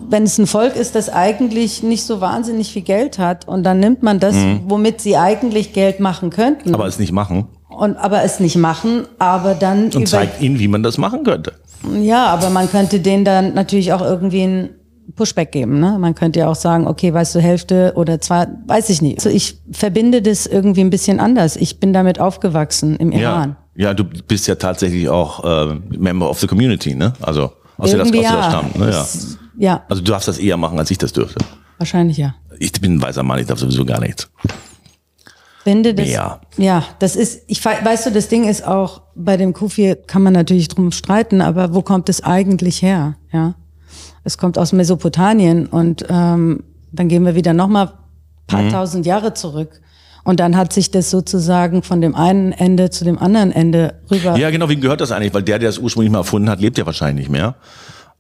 wenn es ein Volk ist, das eigentlich nicht so wahnsinnig viel Geld hat und dann nimmt man das, womit sie eigentlich Geld machen könnten, Mhm. Aber es nicht machen und aber es nicht machen, aber dann und über- zeigt ihnen, wie man das machen könnte. ja, aber man könnte denen dann natürlich auch irgendwie einen Pushback geben. Ne? Man könnte ja auch sagen, okay, weißt du, Hälfte oder zwei, weiß ich nicht. Also ich verbinde das irgendwie ein bisschen anders. Ich bin damit aufgewachsen im Iran. Ja, ja du bist ja tatsächlich auch äh, Member of the Community, ne? Also aus der das, aus Irgendwie der das ja. stammt. Ne? Ja. Es- ja, Also du darfst das eher machen, als ich das dürfte. wahrscheinlich ja. Ich bin ein weißer Mann, ich darf sowieso gar nichts. Binde das. Ja. Ja, das ist, ich we- weißt du, das Ding ist auch, bei dem Kufi kann man natürlich drum streiten, aber wo kommt es eigentlich her? Ja. Es kommt aus Mesopotamien und ähm, dann gehen wir wieder nochmal paar tausend Jahre zurück. Und dann hat sich das sozusagen von dem einen Ende zu dem anderen Ende rüber. Ja, genau, wem gehört das eigentlich? Weil der, der das ursprünglich mal erfunden hat, lebt ja wahrscheinlich nicht mehr.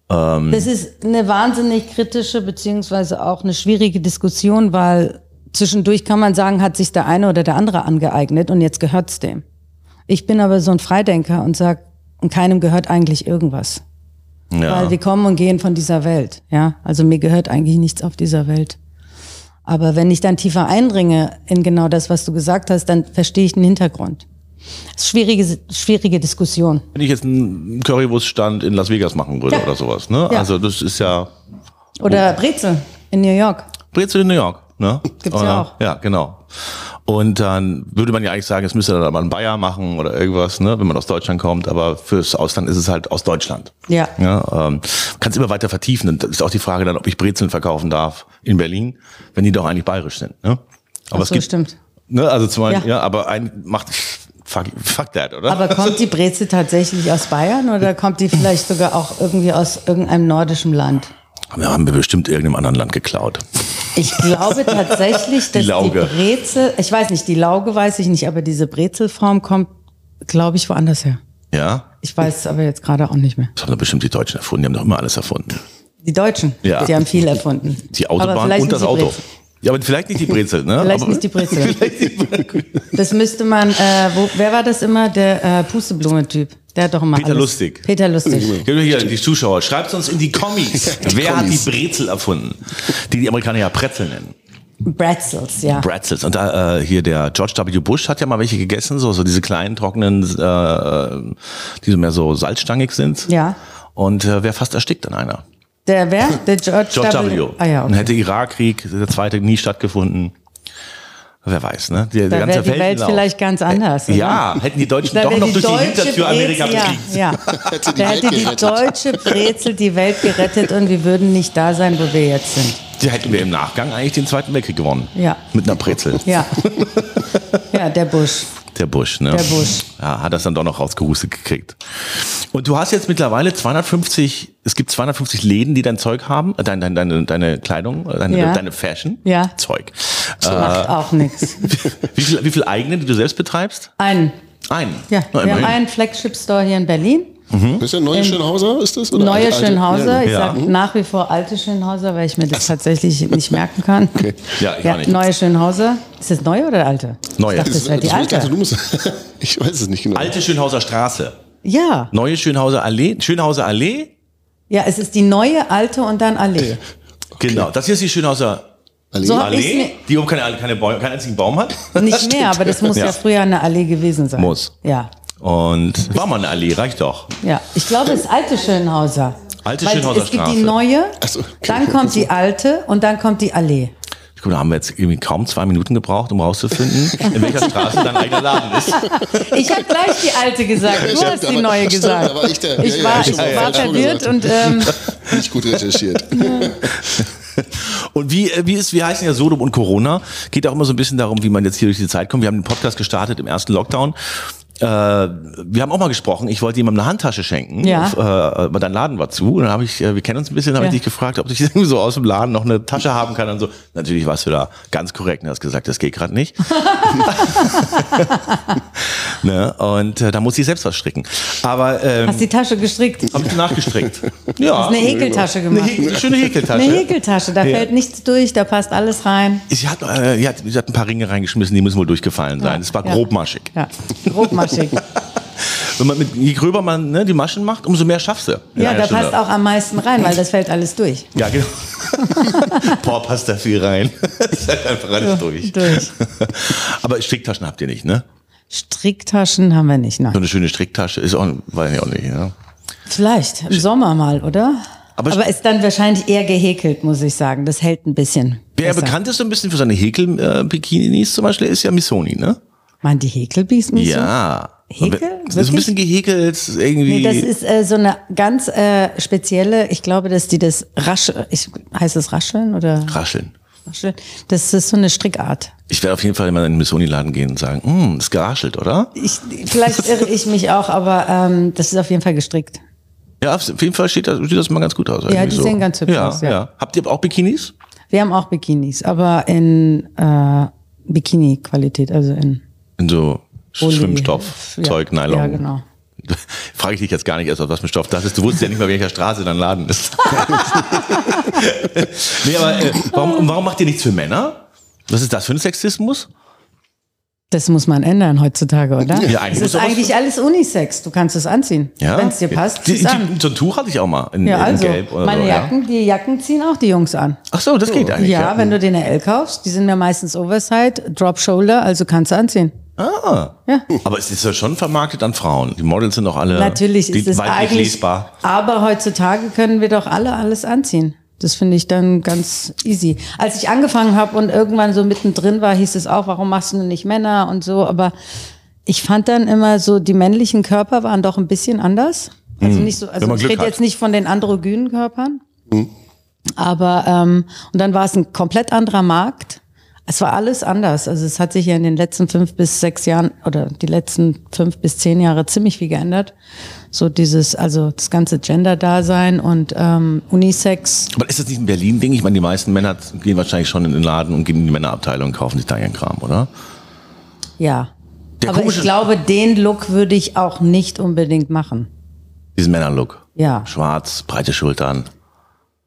Das ist eine wahnsinnig kritische beziehungsweise auch eine schwierige Diskussion, weil zwischendurch kann man sagen, hat sich der eine oder der andere angeeignet und jetzt gehört's dem. Ich bin aber so ein Freidenker und sag, und keinem gehört eigentlich irgendwas, Ja. weil wir kommen und gehen von dieser Welt. Ja, also mir gehört eigentlich nichts auf dieser Welt. Aber wenn ich dann tiefer eindringe in genau das, was du gesagt hast, dann verstehe ich den Hintergrund. Das ist Schwierige, schwierige Diskussion. Wenn ich jetzt einen Currywurststand in Las Vegas machen würde Ja. oder sowas. Ne? Ja. Also das ist ja Oder Brezel in New York. Brezel in New York. Ne? Gibt's ja Oder- auch. Ja, genau. Und dann würde man ja eigentlich sagen, es müsste dann aber ein Bayer machen oder irgendwas, ne, wenn man aus Deutschland kommt. Aber fürs Ausland ist es halt aus Deutschland. Ja. Ja, ähm, kannst immer weiter vertiefen. Und das ist auch die Frage dann, ob ich Brezeln verkaufen darf in Berlin, wenn die doch eigentlich bayerisch sind. Ne? Ach Aber es so, gibt, stimmt. Ne, also zum Beispiel, ja. Ja. aber ein macht fuck, fuck that, oder? Aber kommt die Brezel tatsächlich aus Bayern oder kommt die vielleicht sogar auch irgendwie aus irgendeinem nordischen Land? Wir haben wir bestimmt irgendeinem anderen Land geklaut. Ich glaube tatsächlich, dass die, Lauge. Brezel, ich weiß nicht, die Lauge weiß ich nicht, aber diese Brezelform kommt, glaube ich, woanders her. Ja? Ich weiß es aber jetzt gerade auch nicht mehr. Das haben doch bestimmt die Deutschen erfunden. Die haben doch immer alles erfunden. Die Deutschen, Ja. die haben viel erfunden. Die Aber Autobahn vielleicht und nicht das die Auto. Brezel. Ja, aber vielleicht nicht die Brezel, ne? Vielleicht aber nicht die <laughs> Brezel. Das müsste man, äh, wo, wer war das immer? Der äh, Pusteblume-Typ. Der hat doch immer Peter alles. Lustig. Peter <laughs> Lustig. Gib mir hier die Zuschauer. Schreibt uns in die Kommis. Wer Kommis. hat die Brezel erfunden? Die die Amerikaner ja Brezel nennen. Bratzels, ja. Bretzels. Und da äh, hier der George W. Bush hat ja mal welche gegessen, so, so diese kleinen trockenen, äh, die so mehr so salzstangig sind. Ja. Und äh, wäre fast erstickt an einer. Der wer? Der George, George W. Ah ja, Dann okay. hätte Irakkrieg, der zweite nie stattgefunden. Wer weiß, ne? Die, Da wäre die Welt Weltlauf. vielleicht ganz anders. oder? Ja, hätten die Deutschen Da doch wäre noch die durch die deutsche Hintertür Amerika Brezel, besiegt. ja, <laughs> Hätte ja. die Da Welt hätte die gerettet. deutsche Brezel die Welt gerettet und wir würden nicht da sein, wo wir jetzt sind. Die hätten wir im Nachgang eigentlich den Zweiten Weltkrieg gewonnen. Ja. Mit einer Brezel. Ja. Ja, der Busch. <laughs> Der Bush, ne? Der Bush. Ja, hat das dann doch noch rausgehustet gekriegt. Und du hast jetzt mittlerweile 250, es gibt 250 Läden, die dein Zeug haben, äh, dein, dein, deine, deine Kleidung, äh, deine, Ja. deine Fashion. Ja. Zeug. Äh. Macht auch nichts. <laughs> Wie viel, wie viel eigene, die du selbst betreibst? Einen. Einen. Ja, Na, wir haben immerhin. einen Flagship-Store hier in Berlin. Ist ja neue Schönhauser, ist das? Oder Neue alte- alte- Schönhauser. Ich Ja. sage nach wie vor alte Schönhauser, weil ich mir das tatsächlich nicht merken kann. Ja, ich auch Ja, nicht. neue Schönhauser. Ist das neue oder alte? Neue. Ich dachte, das Das, wäre das, die das, das, alte. das, <laughs> ich weiß es nicht genau. Alte Schönhauser Straße. Ja. Neue Schönhauser Allee. Schönhauser Allee? ja, es ist die neue, alte und dann <laughs> Allee. Genau. Das hier ist die Schönhauser Allee. So- Ist Allee, ne- die überhaupt keine, keine Bäume, keinen einzigen Baum hat. <laughs> Nicht mehr, aber das muss ja. Ja. früher eine Allee gewesen sein. Muss. Ja, Und war mal eine Allee, reicht doch. ja. Ich glaube, es ist alte Schönhauser. Alte Weil Schönhauser Es gibt die Straße. neue, Ach so, okay. dann kommt die alte und dann kommt die Allee. Ich glaube, da haben wir jetzt irgendwie kaum zwei Minuten gebraucht, um rauszufinden, in welcher Straße dein eigener Laden ist. Ich habe gleich die alte gesagt, du <laughs> Ich hab- hast die aber- neue stimmt, gesagt. da war ich der- ja, ja, war, ich ich hab war falsch verwirrt gesagt. und ähm, Nicht <laughs> gut recherchiert. <laughs> Und wie, äh, wie ist, wir heißen ja Sodom und Corona, geht auch immer so ein bisschen darum, wie man jetzt hier durch die Zeit kommt. Wir haben den Podcast gestartet im ersten Lockdown. Äh, wir haben auch mal gesprochen, ich wollte jemandem eine Handtasche schenken, Ja. auf, äh, aber dein Laden war zu. Und dann habe ich, äh, wir kennen uns ein bisschen, habe Ja. ich dich <laughs> gefragt, ob ich irgendwie so aus dem Laden noch eine Tasche haben kann und so. Natürlich warst du da ganz korrekt und hast gesagt, das geht <laughs> gerade nicht. <laughs> ne? Und äh, da muss ich selbst was stricken. Aber ähm, hast die Tasche gestrickt. habe ich nachgestrickt. Ja. Hast eine Häkeltasche Eine gemacht. Häkel- schöne Häkeltasche. Eine Häkeltasche, da fällt nichts durch, da passt alles rein. Sie hat, äh, sie, hat, sie hat ein paar Ringe reingeschmissen, die müssen wohl durchgefallen sein. Es war ja. grobmaschig. <laughs> Ja, grobmaschig. Wenn man mit, je gröber man ne, die Maschen macht, umso mehr schaffst du. in ja, einer da Stunde. passt auch am meisten rein, weil das fällt alles durch. Ja, genau. <laughs> Boah, passt da viel rein. <laughs> das ist halt einfach alles durch. durch. <laughs> Aber Stricktaschen habt ihr nicht, ne? Stricktaschen haben wir nicht, So nein. eine schöne Stricktasche ist auch, weiß ich auch nicht. Ne? Vielleicht im Sommer mal, oder? Aber- Aber, ist dann wahrscheinlich eher gehäkelt, muss ich sagen. Das hält ein bisschen. Wer besser. bekannt ist so ein bisschen für seine Häkel-Bikinis zum Beispiel, ist ja Missoni, ne? Meinen die Häkelbiesen? Ja. Häkel? So ein bisschen gehäkelt, irgendwie. Nee, das ist äh, so eine ganz äh, spezielle, ich glaube, dass die das rasch, ich, heißt es rascheln oder Rascheln. rascheln? Das ist so eine Strickart. Ich werde auf jeden Fall immer in den Missoni-Laden gehen und sagen, hm, ist geraschelt, oder? Ich, <laughs> vielleicht irre ich mich auch, aber ähm, das ist auf jeden Fall gestrickt. Ja, auf jeden Fall steht das, sieht das mal ganz gut aus. irgendwie die so. sehen ganz hübsch ja, aus, Ja. ja. Habt ihr auch Bikinis? Wir haben auch Bikinis, aber in äh, Bikini-Qualität, also in In so Poly- Schwimmstoff, Ja, Zeug, Nylon. Ja, <laughs> genau. Frage ich dich jetzt gar nicht erst, aus was für ein Stoff das ist. Du wusstest ja nicht mal, welcher Straße dein Laden ist. <laughs> nee, aber äh, warum, warum macht ihr nichts für Männer? Was ist das für ein Sexismus? Das muss man ändern heutzutage, oder? Ja, eigentlich muss es ist doch was- eigentlich alles Unisex. Du kannst es anziehen, Ja? wenn es dir passt. Die, zieh's an. die, so ein Tuch hatte ich auch mal in, Ja, in also Gelb oder meine so. Ja? Jacken, die Jacken ziehen auch die Jungs an. Ach so, das geht eigentlich. Ja, wenn du den L kaufst, die sind ja meistens Oversight, Drop Shoulder, also kannst du anziehen. Aber es ist ja schon vermarktet an Frauen. Die Models sind doch alle Natürlich die- ist es weiblich eigentlich. lesbar. Aber heutzutage können wir doch alle alles anziehen. Das finde ich dann ganz easy. Als ich angefangen habe und irgendwann so mittendrin war, hieß es auch, warum machst du denn nicht Männer und so. Aber ich fand dann immer so, die männlichen Körper waren doch ein bisschen anders. Also nicht so, also Hm. man ich Glück rede hat. jetzt nicht von den androgynen Körpern. Aber ähm, und dann war es ein komplett anderer Markt. Es war alles anders. Also es hat sich ja in den letzten fünf bis sechs Jahren oder die letzten fünf bis zehn Jahre ziemlich viel geändert. So dieses, also das ganze Gender-Dasein und ähm, Unisex. Aber ist das nicht ein Berlin-Ding? Ich meine, die meisten Männer gehen wahrscheinlich schon in den Laden und gehen in die Männerabteilung und kaufen sich da ihren Kram, oder? Ja. Der Aber ich komische- glaube, den Look würde ich auch nicht unbedingt machen. Diesen Männerlook. Ja. Schwarz, breite Schultern.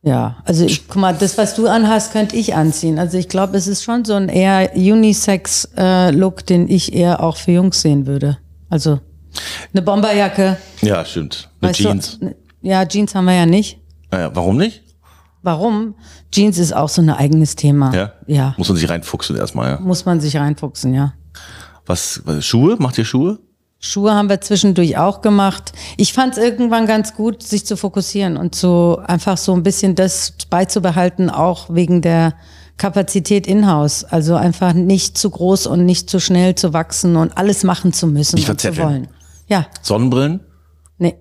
Ja, also ich, guck mal, das, was du anhast, könnte ich anziehen. Also ich glaube, es ist schon so ein eher Unisex-Look, äh, den ich eher auch für Jungs sehen würde. Also eine Bomberjacke. Ja, stimmt. Eine weißt Jeans. Du, ne- ja, Jeans haben wir ja nicht. Naja, warum nicht? Warum? Jeans ist auch so ein eigenes Thema. Ja. Ja. Muss, Muss man sich reinfuchsen erstmal, ja. man sich reinfuchsen, ja. Was, was, Schuhe? Macht ihr Schuhe? Schuhe haben wir zwischendurch auch gemacht. Ich fand es irgendwann ganz gut, sich zu fokussieren und so einfach so ein bisschen das beizubehalten, auch wegen der Kapazität in-house. Also einfach nicht zu groß und nicht zu schnell zu wachsen und alles machen zu müssen Nicht und zu verzetteln. wollen. Ja, Sonnenbrillen? nee.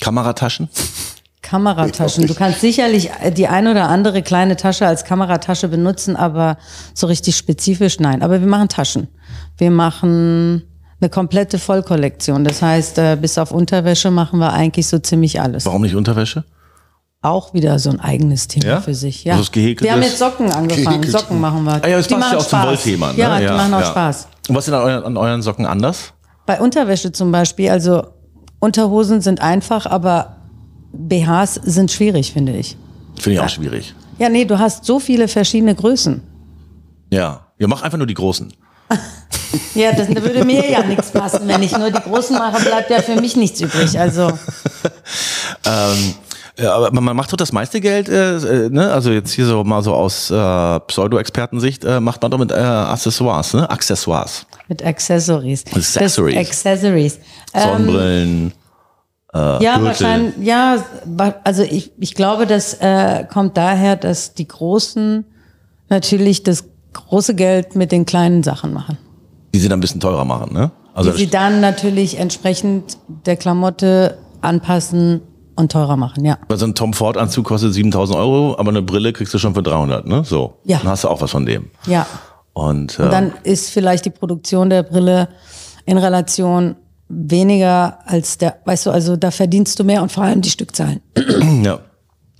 Kamerataschen? Kamerataschen. Du kannst sicherlich äh, die ein oder andere kleine Tasche als Kameratasche benutzen, aber so richtig spezifisch nein. Aber wir machen Taschen. Wir machen eine komplette Vollkollektion. Das heißt, äh, bis auf Unterwäsche machen wir eigentlich so ziemlich alles. Warum nicht Unterwäsche? Auch wieder so ein eigenes Thema Ja? für sich. Ja. Also das Gehäkelte wir haben ist- jetzt Socken angefangen. Gehäkelte. Socken machen wir. Ah, ja, das Die passt ja machen auch zum Spaß. Wollthema. Ne? Ja, die machen auch ja. Spaß. Und was ist denn an euren, an euren Socken anders? Bei Unterwäsche zum Beispiel, also Unterhosen sind einfach, aber BHs sind schwierig, finde ich. Finde ich auch schwierig. Ja, nee, du hast so viele verschiedene Größen. Ja. Ja, mach einfach nur die großen. Ja, das würde mir ja nichts passen. Wenn ich nur die Großen mache, bleibt ja für mich nichts übrig. Also, Ja, Ähm, äh, aber man- man macht doch das meiste Geld, äh, äh, ne? also jetzt hier so mal so aus äh, Pseudo-Expertensicht, äh, macht man doch mit äh, Accessoires, ne? Accessoires. mit Accessories. Accessories. Das- Accessories. Ähm, Sonnenbrillen. äh, ja, Gürtel. wahrscheinlich, ja, wa- also ich, ich glaube, das äh, kommt daher, dass die Großen natürlich das große Geld mit den kleinen Sachen machen. die sie dann ein bisschen teurer machen, ne? Also Die sie dann natürlich entsprechend der Klamotte anpassen und teurer machen, ja. weil so ein Tom Ford Anzug kostet 7000 Euro, aber eine Brille kriegst du schon für 300, ne? So. Ja. Dann hast du auch was von dem. Ja. Und, Und äh, dann ist vielleicht die Produktion der Brille in Relation weniger als der, weißt du, also da verdienst du mehr und vor allem die Stückzahlen, ähm, <clears throat> ja.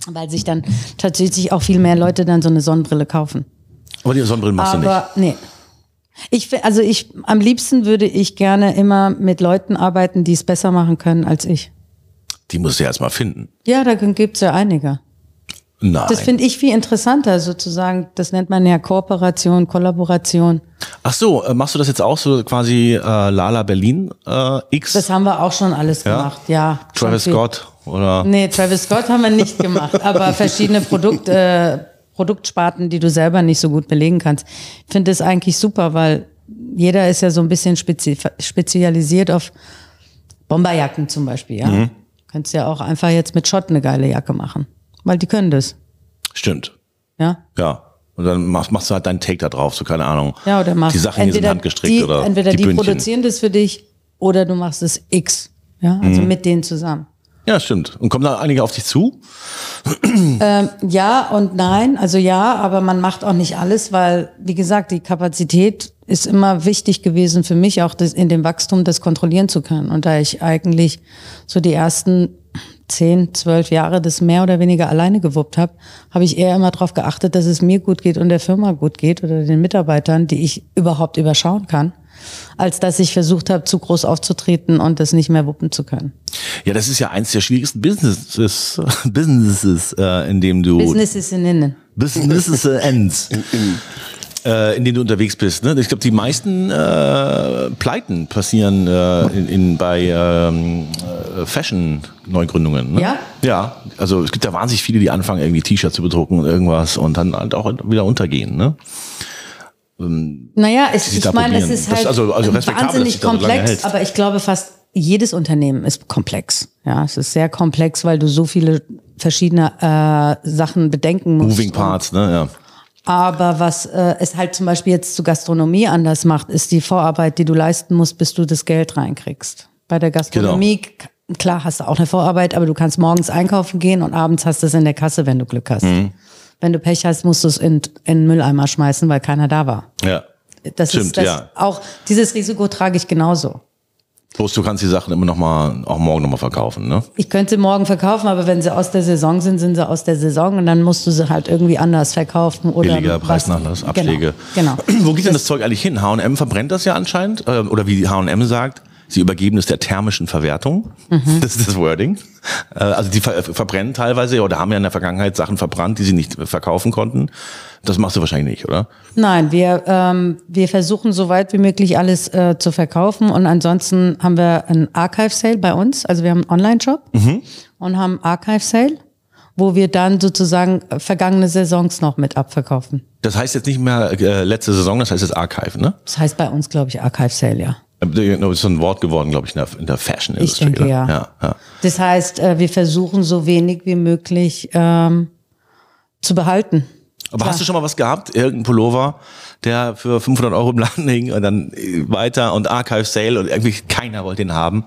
weil sich dann tatsächlich auch viel mehr Leute dann so eine Sonnenbrille kaufen. Aber die Sonnenbrillen machst du nicht. Aber nee. Ich, fi- also ich, am liebsten würde ich gerne immer mit Leuten arbeiten, die es besser machen können als ich. Die musst du ja erstmal finden. Ja, da gibt's ja einige. Nein. Das finde ich viel interessanter sozusagen. Das nennt man ja Kooperation, Kollaboration. Ach so, äh, machst du das jetzt auch so quasi äh, Lala Berlin äh, X? Das haben wir auch schon alles gemacht, ja. schon Travis viel. Scott oder Nee, Travis Scott haben wir nicht gemacht, <laughs> aber verschiedene Produkt, äh, Produktsparten, die du selber nicht so gut belegen kannst. Ich finde das eigentlich super, weil jeder ist ja so ein bisschen spezi spezialisiert auf Bomberjacken zum Beispiel, ja. Mhm. Könntest ja auch einfach jetzt mit Schott eine geile Jacke machen, weil die können das, stimmt. ja. Ja. Und dann machst, machst du halt deinen Take da drauf, so keine Ahnung. Ja, oder machst Die Sachen hier sind handgestrickt die, oder Entweder die, Bündchen. produzieren das für dich oder du machst es X, ja, also Mhm. mit denen zusammen. Ja, stimmt. Und kommen da einige auf dich zu? Ja und nein. Also ja, aber man macht auch nicht alles, weil, wie gesagt, die Kapazität ist immer wichtig gewesen für mich, auch das, in dem Wachstum das kontrollieren zu können. Und da ich eigentlich so die ersten zehn, zwölf Jahre das mehr oder weniger alleine gewuppt habe, habe ich eher immer darauf geachtet, dass es mir gut geht und der Firma gut geht oder den Mitarbeitern, die ich überhaupt überschauen kann, als dass ich versucht habe, zu groß aufzutreten und das nicht mehr wuppen zu können. Ja, das ist ja eins der schwierigsten Businesses, <laughs> Businesses äh, in dem du Business ist in innen. Businesses ends, äh, in denen du unterwegs bist. Ne? Ich glaube, die meisten äh, Pleiten passieren äh, in, in, bei ähm, äh, Fashion-Neugründungen. Ne? Ja? Ja, also es gibt ja wahnsinnig viele, die anfangen, irgendwie T-Shirts zu bedrucken und irgendwas und dann halt auch wieder untergehen. Ne? Naja, es, die ich da meine, es probieren. ist Das halt ist also- also respektabel, dass wahnsinnig sich da so lange komplex, hält. aber ich glaube fast jedes Unternehmen ist komplex. Ja, es ist sehr komplex, weil du so viele verschiedene äh, Sachen bedenken musst. Moving Parts, ne? Ja. Aber was äh, es halt zum Beispiel jetzt zu Gastronomie anders macht, ist die Vorarbeit, die du leisten musst, bis du das Geld reinkriegst. Bei der Gastronomie, Genau. k- klar, hast du auch eine Vorarbeit, aber du kannst morgens einkaufen gehen und abends hast du es in der Kasse, wenn du Glück hast. Mhm. Wenn du Pech hast, musst du es in, in den Mülleimer schmeißen, weil keiner da war. ja. Das Stimmt, ist das, ja. auch dieses Risiko trage ich genauso. Bloß du kannst die Sachen immer noch mal, auch morgen noch mal verkaufen, ne? Ich könnte sie morgen verkaufen, aber wenn sie aus der Saison sind, sind sie aus der Saison und dann musst du sie halt irgendwie anders verkaufen oder Billiger was- Preisnachlass, Abschläge. Genau. <clears throat> genau. <clears throat> Wo geht denn das Zeug eigentlich hin? H&M verbrennt das ja anscheinend. ähm, Oder wie H&M sagt, sie übergeben es der thermischen Verwertung. Mhm. <laughs> Das ist das Wording. Äh, Also die ver verbrennen teilweise oder haben ja in der Vergangenheit Sachen verbrannt, die sie nicht verkaufen konnten. Das machst du wahrscheinlich nicht, oder? Nein, wir, ähm, wir versuchen so weit wie möglich alles äh, zu verkaufen und ansonsten haben wir einen Archive-Sale bei uns, also wir haben einen Online-Shop Mhm. und haben einen Archive-Sale, wo wir dann sozusagen äh, vergangene Saisons noch mit abverkaufen. Das heißt jetzt nicht mehr äh, letzte Saison, das heißt jetzt Archive, ne? Das heißt bei uns, glaube ich, Archive-Sale, ja. Äh, Das ist so ein Wort geworden, glaube ich, in der, in der Fashion Ich Industry. denke oder? ja. ja, ja. Das heißt, äh, wir versuchen so wenig wie möglich ähm, zu behalten. Aber hast du schon mal was gehabt? Irgendein Pullover, der für 500 Euro im Laden hing und dann äh, weiter und Archive Sale und irgendwie keiner wollte ihn haben.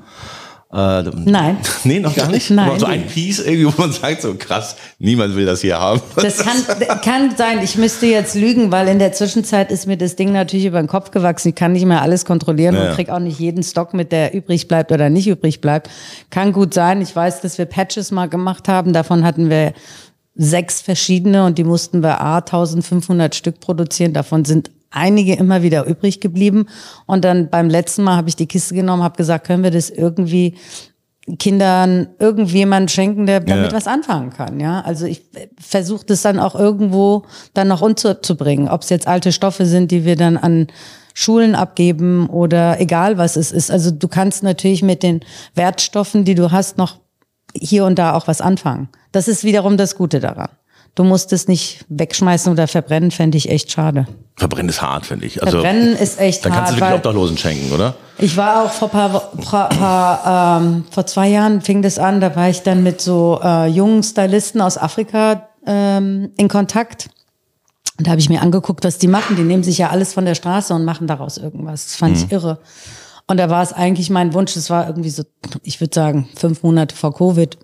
Äh, Nein. nee, noch gar nicht. Nein. Aber so ein Piece irgendwie, wo man sagt so krass, niemand will das hier haben. Das kann, kann sein, ich müsste jetzt lügen, weil in der Zwischenzeit ist mir das Ding natürlich über den Kopf gewachsen. Ich kann nicht mehr alles kontrollieren Ja, ja. und krieg auch nicht jeden Stock mit, der übrig bleibt oder nicht übrig bleibt. Kann gut sein. Ich weiß, dass wir Patches mal gemacht haben. Davon hatten wir sechs verschiedene und die mussten wir A 1500 Stück produzieren. Davon sind einige immer wieder übrig geblieben. Und dann beim letzten Mal habe ich die Kiste genommen, habe gesagt, können wir das irgendwie Kindern irgendjemand schenken, der damit Ja. was anfangen kann. Ja, also ich äh, versuche das dann auch irgendwo dann noch unterzubringen. Ob es jetzt alte Stoffe sind, die wir dann an Schulen abgeben oder egal was es ist. Also du kannst natürlich mit den Wertstoffen, die du hast, noch hier und da auch was anfangen. Das ist wiederum das Gute daran. Du musst es nicht wegschmeißen oder verbrennen, fände ich echt schade. Verbrennen ist hart, finde ich. Also, Verbrennen ist echt dann hart. kannst du wirklich weil- Obdachlosen schenken, oder? ich war auch vor paar, Wo- pra- paar ähm, vor zwei Jahren fing das an. Da war ich dann mit so äh, jungen Stylisten aus Afrika ähm, in Kontakt. Und da habe ich mir angeguckt, was die machen. Die nehmen sich ja alles von der Straße und machen daraus irgendwas. Das fand ich irre. Und da war es eigentlich mein Wunsch. Es war irgendwie so, ich würde sagen, fünf Monate vor Covid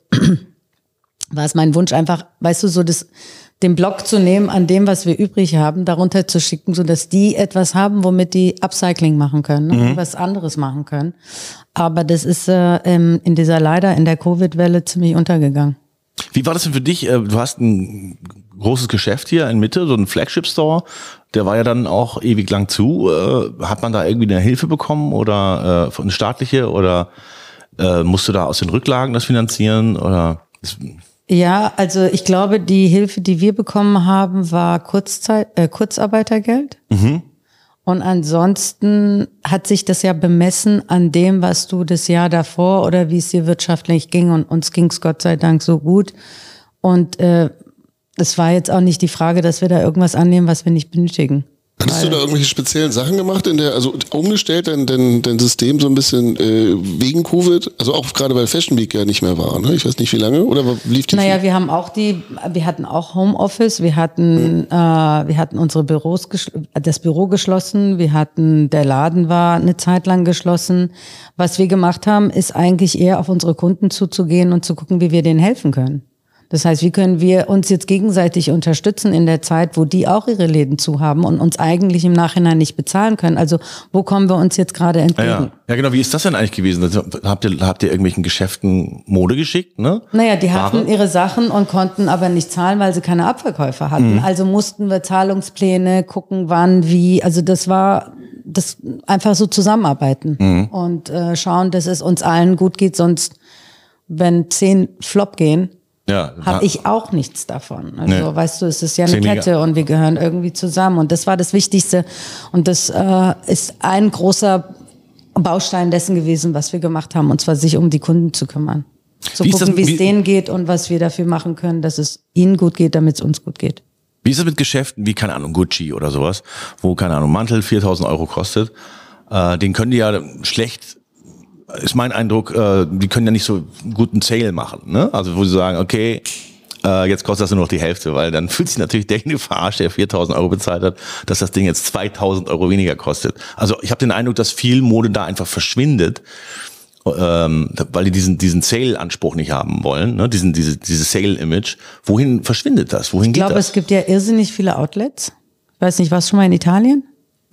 war es mein Wunsch einfach, weißt du, so das, den Block zu nehmen an dem, was wir übrig haben, darunter zu schicken, so dass die etwas haben, womit die Upcycling machen können, ne? was anderes machen können. Aber das ist äh, ähm, in dieser leider in der Covid-Welle ziemlich untergegangen. Wie war das denn für dich? Äh, Du hast ein großes Geschäft hier in Mitte, so ein Flagship-Store. Der war ja dann auch ewig lang zu. Äh, Hat man da irgendwie eine Hilfe bekommen oder äh, von staatliche oder äh, musst du da aus den Rücklagen das finanzieren oder ist- Ja, also ich glaube, die Hilfe, die wir bekommen haben, war Kurzzeit, äh, Kurzarbeitergeld. Und ansonsten hat sich das ja bemessen an dem, was du das Jahr davor oder wie es dir wirtschaftlich ging. Und uns ging's Gott sei Dank so gut. Und äh, es war jetzt auch nicht die Frage, dass wir da irgendwas annehmen, was wir nicht benötigen. Hattest du da irgendwelche speziellen Sachen gemacht in der, also umgestellt dein, dein, dein System so ein bisschen äh, wegen Covid? Also auch gerade weil Fashion Week ja nicht mehr war, ne? Ich weiß nicht wie lange, oder lief die Naja, wir haben auch die, wir hatten auch Homeoffice, wir hatten, äh, wir hatten unsere Büros, geschl- das Büro geschlossen, wir hatten, der Laden war eine Zeit lang geschlossen. Was wir gemacht haben, ist eigentlich eher auf unsere Kunden zuzugehen und zu gucken, wie wir denen helfen können. Das heißt, wie können wir uns jetzt gegenseitig unterstützen in der Zeit, wo die auch ihre Läden zu haben und uns eigentlich im Nachhinein nicht bezahlen können? Also, wo kommen wir uns jetzt gerade entgegen? ja. ja genau, wie ist das denn eigentlich gewesen? Also, habt ihr habt ihr irgendwelchen Geschäften Mode geschickt, ne? Naja, die hatten Ware? ihre Sachen und konnten aber nicht zahlen, weil sie keine Abverkäufe hatten. Mhm. Also mussten wir Zahlungspläne gucken, wann, wie. Also das war das einfach so zusammenarbeiten Mhm. und äh, schauen, dass es uns allen gut geht. Sonst, wenn zehn Flop gehen, Ja, habe ich auch nichts davon. Also Nee. weißt du, es ist ja eine Zehn weniger. Kette und wir gehören irgendwie zusammen. Und das war das Wichtigste. Und das äh, ist ein großer Baustein dessen gewesen, was wir gemacht haben, und zwar sich um die Kunden zu kümmern. Zu Wie ist das- gucken, wie wie- es denen geht und was wir dafür machen können, dass es ihnen gut geht, damit es uns gut geht. Wie ist es mit Geschäften wie, keine Ahnung, Gucci oder sowas, wo, keine Ahnung, Mantel 4000 Euro kostet? Äh, den können die ja schlecht, ist mein Eindruck, äh, die können ja nicht so guten Sale machen. Ne? Also wo sie sagen, okay, äh, jetzt kostet das nur noch die Hälfte, weil dann <laughs> fühlt sich natürlich derjenige verarscht, der 4000 Euro bezahlt hat, dass das Ding jetzt 2000 Euro weniger kostet. Also ich habe den Eindruck, dass viel Mode da einfach verschwindet ähm, weil die diesen, diesen Sale-Anspruch nicht haben wollen, ne? diesen, diese, dieses Sale-Image. Wohin verschwindet das? Wohin Ich geht glaube, das? es gibt ja irrsinnig viele Outlets. Ich weiß nicht, warst du schon mal in Italien?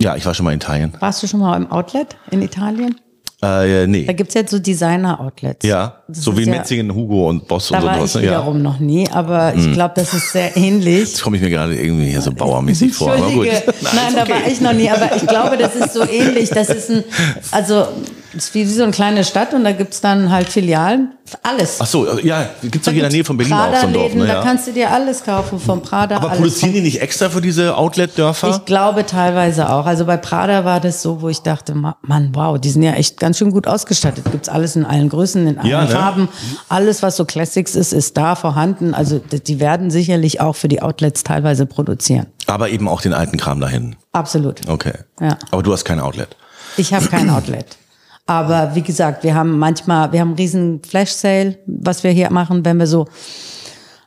ja, ich war schon mal in Italien. Warst du schon mal im Outlet in Italien? Äh, Da nee. gibt's jetzt so Designer-Outlets. Ja, Das so ist wie ja- Metzingen, Hugo und Boss und Da war sowas. ich Ne? Ja. Hm. wiederum noch nie, aber ich glaube, das ist sehr ähnlich. Jetzt komme ich mir gerade irgendwie hier so <laughs> bauermäßig <laughs> vor. Aber gut. Entschuldige. <laughs> Nein, ist da war okay. ich noch nie, aber ich glaube, das ist so ähnlich. Das ist ein, also es ist wie so eine kleine Stadt und da gibt's dann halt Filialen. Alles. Ach so, ja, gibt's doch hier in der Nähe von Berlin auch so ein Dorf. Prada-Läden, Ne? da Ja. kannst du dir alles kaufen, vom Prada Aber alles. produzieren die nicht extra für diese Outlet-Dörfer? Ich glaube teilweise auch. Also bei Prada war das so, wo ich dachte, ma- Mann, wow, die sind ja echt ganz schön gut ausgestattet. Gibt's alles in allen Größen, in allen Ja, ne? Farben. Alles, was so Classics ist, ist da vorhanden. Also d- die werden sicherlich auch für die Outlets teilweise produzieren. Aber eben auch den alten Kram dahin. Absolut. Okay. Ja. Aber du hast kein Outlet. Ich habe kein Outlet. Aber wie gesagt, wir haben manchmal, wir haben einen riesen Flash-Sale, was wir hier machen, wenn wir so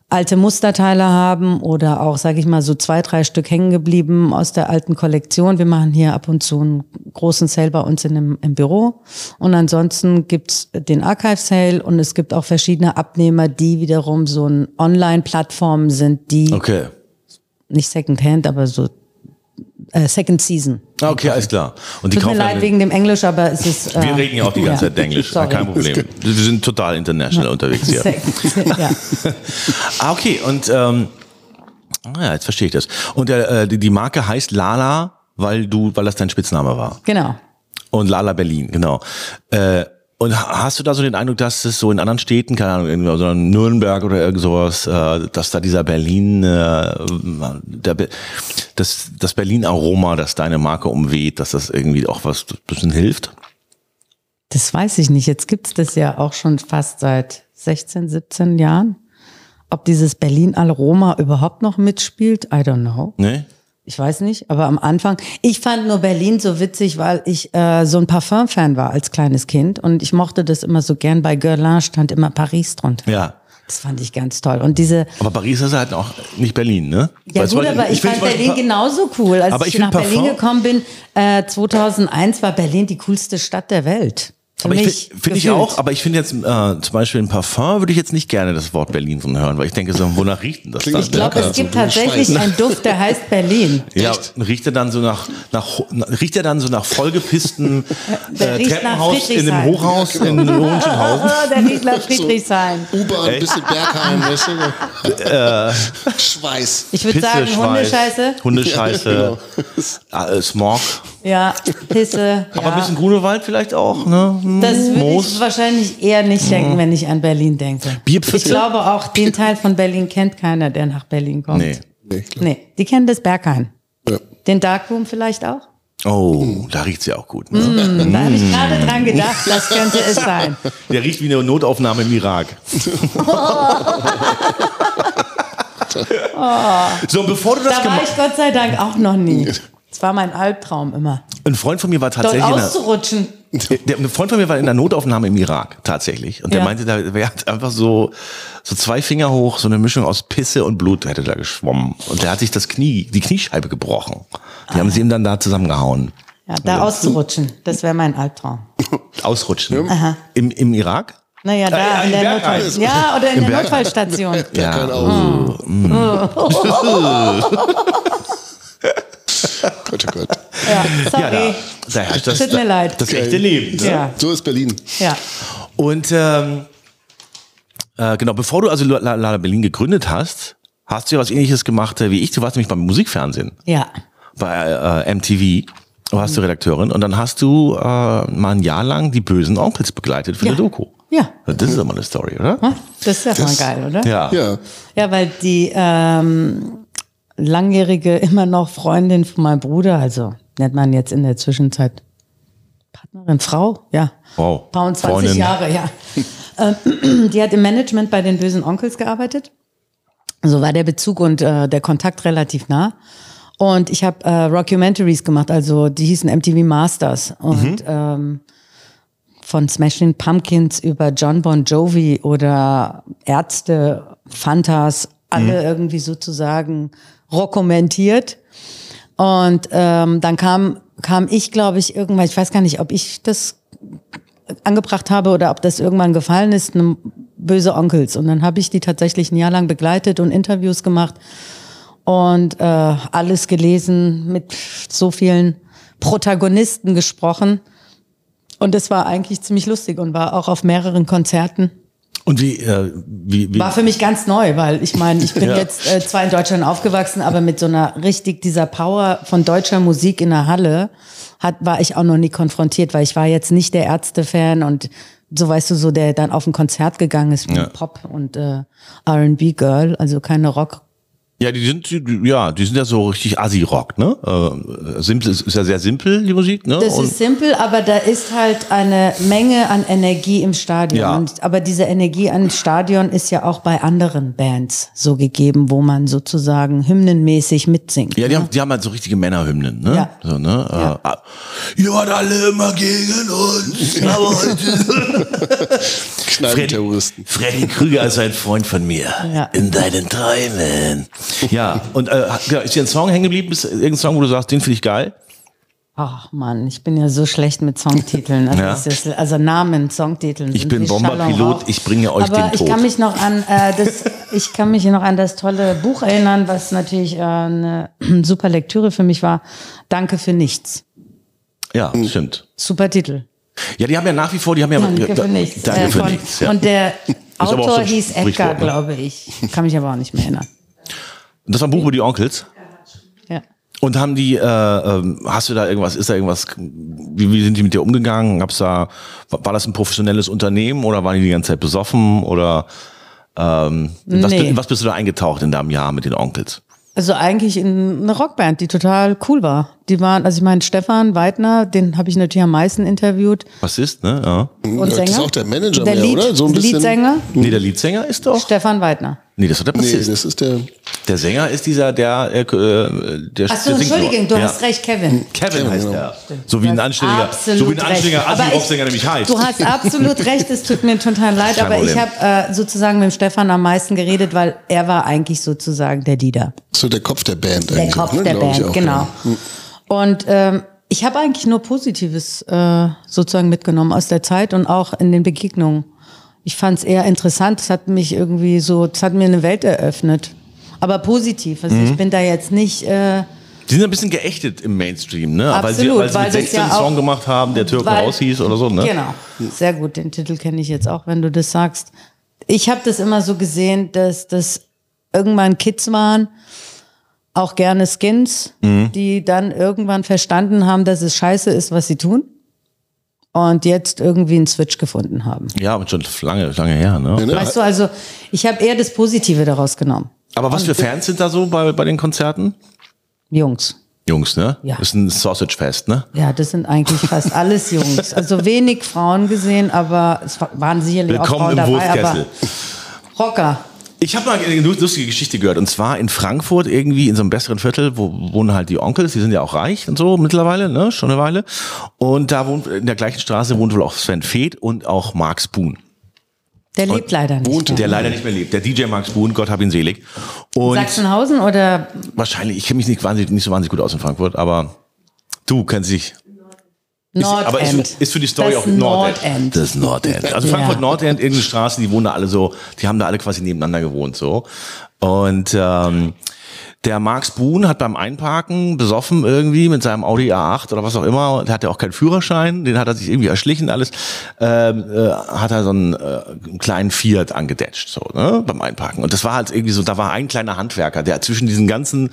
alte Musterteile haben oder auch, sage ich mal, so zwei, drei Stück hängen geblieben aus der alten Kollektion. Wir machen hier ab und zu einen großen Sale bei uns in dem, im Büro. Und ansonsten gibt's den Archive-Sale und es gibt auch verschiedene Abnehmer, die wiederum so ein Online-Plattformen sind, die Okay. nicht Second-Hand, aber so äh, Second Season. Ah, Okay, alles klar. Und die Tut mir kaufen leid dann- wegen dem Englisch, aber es ist. äh, Wir reden ja auch die ganze ja. Zeit Englisch, <laughs> also Sorry. kein Problem. Wir sind total international unterwegs hier. <laughs> ja. Ah, okay, und ähm, ah, ja, jetzt verstehe ich das. Und der, äh, die die Marke heißt Lala, weil du, weil das dein Spitzname war. Genau. Und Lala Berlin, genau. Äh, und ha- hast du da so den Eindruck, dass es so in anderen Städten, keine Ahnung, in also in Nürnberg oder irgend sowas, äh, dass da dieser Berlin, äh, der, Be- das, das Berlin-Aroma, das deine Marke umweht, dass das irgendwie auch was ein bisschen hilft? Das weiß ich nicht. Jetzt gibt's das ja auch schon fast seit 16, 17 Jahren. Ob dieses Berlin al Roma überhaupt noch mitspielt, I don't know. Ne? Ich weiß nicht, aber am Anfang, ich fand nur Berlin so witzig, weil ich äh, so ein Parfum-Fan war als kleines Kind und ich mochte das immer so gern. Bei Guerlain stand immer Paris drunter. Ja. Das fand ich ganz toll. Und diese, Aber Paris ist halt auch nicht Berlin, ne? Ja Weil es gut, war- aber ich, find fand zum Beispiel Berlin genauso cool. Als Aber ich, ich nach find Berlin Parfum- gekommen bin, äh, 2001 war Berlin die coolste Stadt der Welt. Für Aber ich mich finde find ich gefühlt. auch, aber ich finde jetzt äh, zum Beispiel ein Parfum würde ich jetzt nicht gerne das Wort Berlin von hören, weil ich denke so, wonach riecht denn das Klingt dann? Ich glaube, Ja, es gibt so ein tatsächlich Schwein. einen Duft, der heißt Berlin. ja, riecht er dann so nach, nach riecht er dann so <laughs> nach vollgepissten Der äh, riecht nach Treppenhaus in einem Friedrichshain. Hochhaus in genau. Hohenschönhausen? der riecht nach Friedrichshain. U-Bahn, ein bisschen <laughs> Bergheim, weißt du? Äh. <laughs> Schweiß. Ich würde Pisse, sagen, Schweiß, Hundescheiße. <laughs> <laughs> Hundescheiße, genau. äh, Smog. Ja, Pisse. <laughs> Aber ein ja. bisschen Grunewald vielleicht auch, ne? Hm, Das würde ich Moos. Mhm. wahrscheinlich eher nicht denken, wenn ich an Berlin denke. Bierpfütze? Ich glaube auch, den Teil von Berlin kennt keiner, der nach Berlin kommt. Nee. Nee, klar. Nee, die kennen das Berghain. Ja. Den Darkroom vielleicht auch? Oh, da riecht's ja auch gut. Ne? Da habe ich gerade dran <laughs> gedacht, Mm. das könnte es sein. Der riecht wie eine Notaufnahme <laughs> im Irak. so, und bevor du das Da war gemacht ich Gott sei Dank auch noch nie. Das war mein Albtraum immer. Ein Freund von mir war Dort tatsächlich. in der- auszurutschen. Der, ein Freund von mir war in der Notaufnahme im Irak, tatsächlich. Und der Ja. meinte, da er hat einfach so, so zwei Finger hoch, so eine Mischung aus Pisse und Blut hätte da geschwommen. Und der hat sich das Knie, die Kniescheibe gebrochen. Die haben sie ihm dann da zusammengehauen. Ja, da auszurutschen, das wäre mein Albtraum. Ausrutschen. Im, Im Irak? Naja, Ja, ja, da in im der Bergheim. Notfall. Ja, oder in der <laughs> Notfallstation. Ja. Gott, oh Gott. Ja, Ja, da, sorry. da herrscht das, Tut mir leid. das echte Leben. Ne? Ja, So ist Berlin. ja. Und ähm, äh, genau, bevor du also La- Lala Berlin gegründet hast, hast du ja was ähnliches gemacht äh, wie ich. Du warst nämlich beim Musikfernsehen, Ja, bei äh, MTV. Da Mhm. warst du Redakteurin und dann hast du äh, mal ein Jahr lang die bösen Onkels begleitet für Ja. eine Doku. Also Ja. Hm? Das ist doch mal eine Story, oder? das ist ja mal geil, oder? Ja. Ja. Ja, weil die ähm, langjährige, immer noch Freundin von meinem Bruder, also nennt man jetzt in der Zwischenzeit Partnerin, Frau, ja. Wow. Paar und 20 Freundin. Jahre, ja. Ähm, die hat im Management bei den bösen Onkels gearbeitet. So war der Bezug und äh, der Kontakt relativ nah. Und ich habe äh, Rockumentaries gemacht, also die hießen MTV Masters. Und ähm, von Smashing Pumpkins über John Bon Jovi oder Ärzte, Fantas, alle irgendwie sozusagen rockumentiert. Und ähm, dann kam, kam ich, glaube ich, irgendwann, ich weiß gar nicht, ob ich das angebracht habe oder ob das irgendwann gefallen ist, ne böse Onkels. Und dann habe ich die tatsächlich ein Jahr lang begleitet und Interviews gemacht und äh, alles gelesen, mit so vielen Protagonisten gesprochen. Und das war eigentlich ziemlich lustig und war auch auf mehreren Konzerten. Und wie, äh, wie, wie War für mich ganz neu, weil ich meine, ich bin jetzt äh, zwar in Deutschland aufgewachsen, aber mit so einer richtig dieser Power von deutscher Musik in der Halle hat, war ich auch noch nie konfrontiert, weil ich war jetzt nicht der Ärzte-Fan und so weißt du so, der dann auf ein Konzert gegangen ist wie ein Pop und äh, R&B-Girl, also keine Rock. Ja, die sind, die- ja, die sind ja so richtig Assi-Rock, ne? Äh, simpel, ist ist ja sehr simpel, die Musik, ne? Das Und- ist simpel, aber da ist halt eine Menge an Energie im Stadion. Ja. Und, aber diese Energie an Stadion ist ja auch bei anderen Bands so gegeben, wo man sozusagen hymnenmäßig mitsingt. ja, die haben, die haben halt so richtige Männerhymnen, ne? Ja. So, ne? Ja. Äh, ah, ihr wart alle immer gegen uns, aber <laughs> heute. Kneipenterroristen. Freddy Krüger ist ein Freund von mir. Ja. In deinen Träumen. Ja, und äh, ja, ist dir ein Song hängen geblieben? Ist irgendein Song, wo du sagst, den finde ich geil? Ach Mann, ich bin ja so schlecht mit Songtiteln. Also, Ja. das ist, also Namen, Songtiteln. Ich sind bin wie Bomberpilot, Schallung auch. ich bringe euch Aber den Tod. Ich kann mich noch an äh, das, ich kann mich noch an das tolle Buch erinnern, was natürlich äh, eine <clears throat> super Lektüre für mich war. Danke für nichts. Ja, stimmt. Super Titel. Hm. Ja, die haben ja nach wie vor, die haben ja. Danke für nichts. Danke äh, für von, nichts. Ja. Und der aber auch Autor so ein hieß Edgar, Sprichwort, ne? glaube ich. Kann mich aber auch nicht mehr erinnern. das war ein Buch über die Onkels. Ja. Und haben die, äh, ähm, hast du da irgendwas, ist da irgendwas, wie, wie sind die mit dir umgegangen? Gab's da, war war das ein professionelles Unternehmen oder waren die die ganze Zeit besoffen oder ähm, in was, Nee. bi- in was bist du da eingetaucht in deinem Jahr mit den Onkels? Also eigentlich in eine Rockband, die total cool war. Die waren, also ich meine, Stefan Weidner, den habe ich natürlich am meisten interviewt. Bassist, ne? Ja. Und Ja, Sänger. das ist auch der Manager der mehr, Lied, oder? So ein bisschen- Leadsänger, Nee, der Leadsänger ist doch. Stefan Weidner. Nee, das ist doch der Nee, Bassist. das ist der. der Sänger ist dieser, der, äh, äh, der Achso, der singt nur. Entschuldigung, du Ja. hast recht, Kevin. Kevin heißt genau. er. So wie ein anständiger, Absolut so wie ein anständiger recht. Aber Assi-Rocksänger nämlich heißt. Du hast absolut recht, es tut mir total leid, Kein aber ich Problem. habe äh, sozusagen mit dem Stefan am meisten geredet, weil er war eigentlich sozusagen der Leader. So der Kopf der Band der eigentlich. Kopf ne, der glaub ich Band, auch, genau. ja. Hm. Und ähm, ich habe eigentlich nur Positives äh, sozusagen mitgenommen aus der Zeit und auch in den Begegnungen. Ich fand es eher interessant, es hat mich irgendwie so, es hat mir eine Welt eröffnet. Aber positiv, also Mhm. ich bin da jetzt nicht, äh, Die sind ein bisschen geächtet im Mainstream, ne? weil sie, Absolut, weil sie weil mit das 16 ja einen auch- Song gemacht haben, der Türken Weil- aushieß oder so, ne? Genau. Sehr gut, den Titel kenne ich jetzt auch, wenn du das sagst. Ich habe das immer so gesehen, dass das irgendwann Kids waren, auch gerne Skins, Mhm. die dann irgendwann verstanden haben, dass es scheiße ist, was sie tun. Und jetzt irgendwie einen Switch gefunden haben. Ja, aber schon lange, lange her, ne? ne? Weißt du, also ich habe eher das Positive daraus genommen. Aber was für Fans sind da so bei, bei den Konzerten? Jungs. Jungs, ne? Ja. Ist ein Sausage-Fest, ne? Ja, das sind eigentlich <laughs> fast alles Jungs. Also wenig Frauen gesehen, aber es wa- waren sicherlich auch Willkommen Frauen im dabei, aber Wurfkessel. Rocker. Ich habe mal eine lustige Geschichte gehört. Und zwar in Frankfurt, irgendwie in so einem besseren Viertel, wo wohnen halt die Onkels, die sind ja auch reich und so mittlerweile, ne? Schon eine Weile. Und da wohnt, in der gleichen Straße wohnt wohl auch Sven Feth und auch Mark Spoon. Der lebt leider nicht. wohnt mehr. Der leider nicht mehr lebt. Der DJ Mark Spoon, Gott hab ihn selig. Und Sachsenhausen oder wahrscheinlich, ich kenne mich nicht, wahnsinnig, nicht so wahnsinnig gut aus in Frankfurt, aber du kennst dich. Ist, Nordend? aber ist, ist für die Story das auch Nordend. Nordend. Das ist Nordend. Also Frankfurt Ja. Nordend, irgendeine Straße, die wohnen da alle so, die haben da alle quasi nebeneinander gewohnt so. Und ähm, der Max Buhn hat beim Einparken besoffen irgendwie mit seinem Audi A8 oder was auch immer. Der hatte auch keinen Führerschein, den hat er sich irgendwie erschlichen alles. Ähm, äh, hat er so einen, äh, einen kleinen Fiat angedetscht so ne, beim Einparken. Und das war halt irgendwie so, da war ein kleiner Handwerker, der zwischen diesen ganzen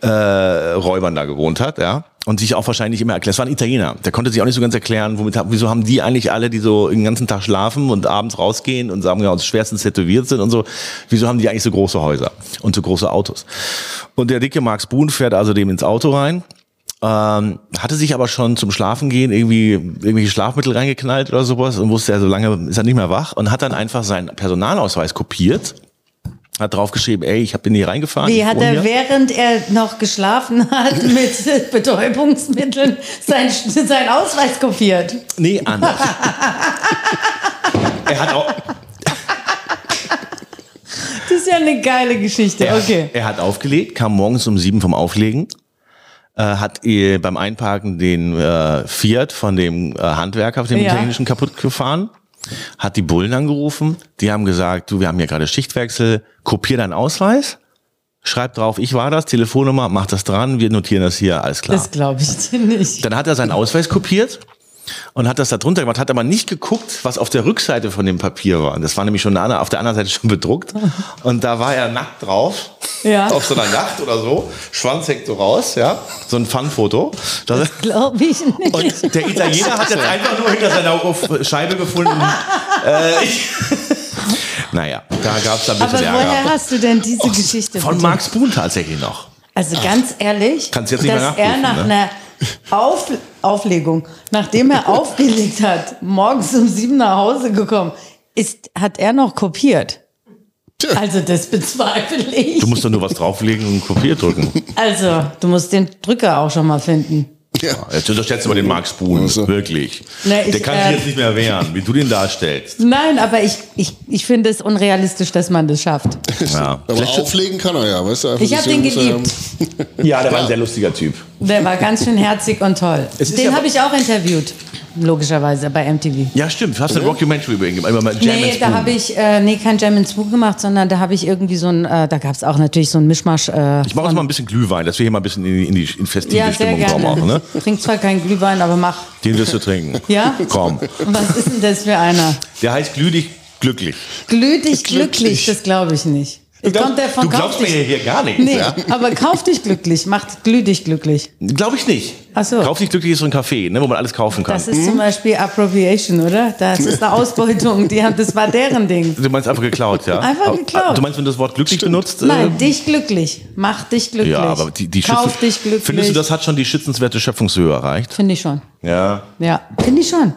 äh, Räubern da gewohnt hat, ja. Und sich auch wahrscheinlich immer erklärt. Es war ein Italiener. Der konnte sich auch nicht so ganz erklären, womit, wieso haben die eigentlich alle, die so den ganzen Tag schlafen und abends rausgehen und sagen ja uns schwerstens tätowiert sind und so, wieso haben die eigentlich so große Häuser und so große Autos? Und der dicke Max Buhn fährt also dem ins Auto rein. Ähm, hatte sich aber schon zum Schlafen gehen irgendwie irgendwelche Schlafmittel reingeknallt oder sowas und wusste er, so lange ist er nicht mehr wach und hat dann einfach seinen Personalausweis kopiert hat draufgeschrieben, ey, ich hab, bin hier reingefahren. Wie ich hat wohne er, hier. während er noch geschlafen <laughs> hat, mit Betäubungsmitteln sein, sein Ausweis kopiert? Nee, anders. er hat auch, Das ist ja eine geile Geschichte. Er, Okay. er hat aufgelegt, kam morgens um sieben vom Auflegen, äh, hat ihr beim Einparken den äh, Fiat von dem äh, Handwerker, von dem Ja. italienischen, kaputt gefahren, hat die Bullen angerufen, die haben gesagt, du, wir haben hier gerade Schichtwechsel, kopier deinen Ausweis, schreib drauf, ich war das, Telefonnummer, mach das dran, wir notieren das hier, alles klar. Das glaube ich dir nicht. Dann hat er seinen Ausweis kopiert und hat das da drunter gemacht, hat aber nicht geguckt, was auf der Rückseite von dem Papier war. Das war nämlich schon eine- auf der anderen Seite schon bedruckt. Und da war er nackt drauf. Ja. <laughs> Auf so einer Yacht oder so. Schwanz hängt so raus, ja. So ein Fun-Foto. <laughs> Das- Glaube ich nicht. Und der Italiener hat jetzt einfach nur hinter seiner Auf- Scheibe gefunden. äh, ich, <laughs> naja, da gab es ein Aber bisschen woher Ärger. hast du denn diese Geschichte? Von bitte? Max Boon tatsächlich noch. Also ganz ehrlich, Kannst jetzt nicht mehr ne? dass er nach nachprüfen, einer Auf Auflegung, nachdem <laughs> er aufgelegt hat, morgens um sieben nach Hause gekommen, ist, hat er noch kopiert. Also das bezweifle ich. Du musst doch nur was drauflegen und Kopier drücken. Also, du musst den Drücker auch schon mal finden. Ja. Jetzt unterstellst du mal den Max Buhn, Also. wirklich. Na, ich, der kann äh, sich jetzt nicht mehr wehren, wie du den darstellst. Nein, aber ich, ich, ich finde es unrealistisch, dass man das schafft. Ja, Aber auflegen kann er ja, weißt du? einfach Ich hab deswegen den muss er- geliebt. ja der war ein sehr lustiger Typ. Der war ganz schön herzig und toll. Es ist Den aber- habe ich auch interviewt, logischerweise bei MTV. Ja, stimmt. Du hast eine Documentary über ihn gemacht. Über Jam Nee, da habe ich äh, nee, kein Jam and Spoon gemacht, sondern da habe ich irgendwie so ein, äh, da gab es auch natürlich so ein Mischmasch. Äh, ich mache jetzt mal ein bisschen Glühwein, dass wir hier mal ein bisschen in die, in die in festive ja, sehr Stimmung drauf gerne. machen. Ne? Trink zwar keinen Glühwein, aber mach. Den wirst du trinken. <laughs> Ja? Komm. Und was ist denn das für einer? Der heißt glühdig glücklich. Glüh dich glücklich, Glücklich. das glaube ich nicht. Kommt der von du Kauf glaubst mir dich? hier gar nicht. Nee, aber kauf dich glücklich, macht glüh dich glücklich. Glaube ich nicht. Ach so. Kauf dich glücklich ist so ein Café, ne, wo man alles kaufen kann. Das ist zum Beispiel Appropriation, oder? Das ist eine Ausbeutung, die haben, das war deren Ding. Du meinst einfach geklaut, ja? Einfach Aber- geklaut. Du meinst, wenn du das Wort glücklich benutzt? äh, Nein, dich glücklich, mach dich glücklich. ja, aber die, die kauf schützen- dich glücklich. Findest du, das hat schon die schützenswerte Schöpfungshöhe erreicht? Finde ich schon. Ja. Ja, finde ich schon.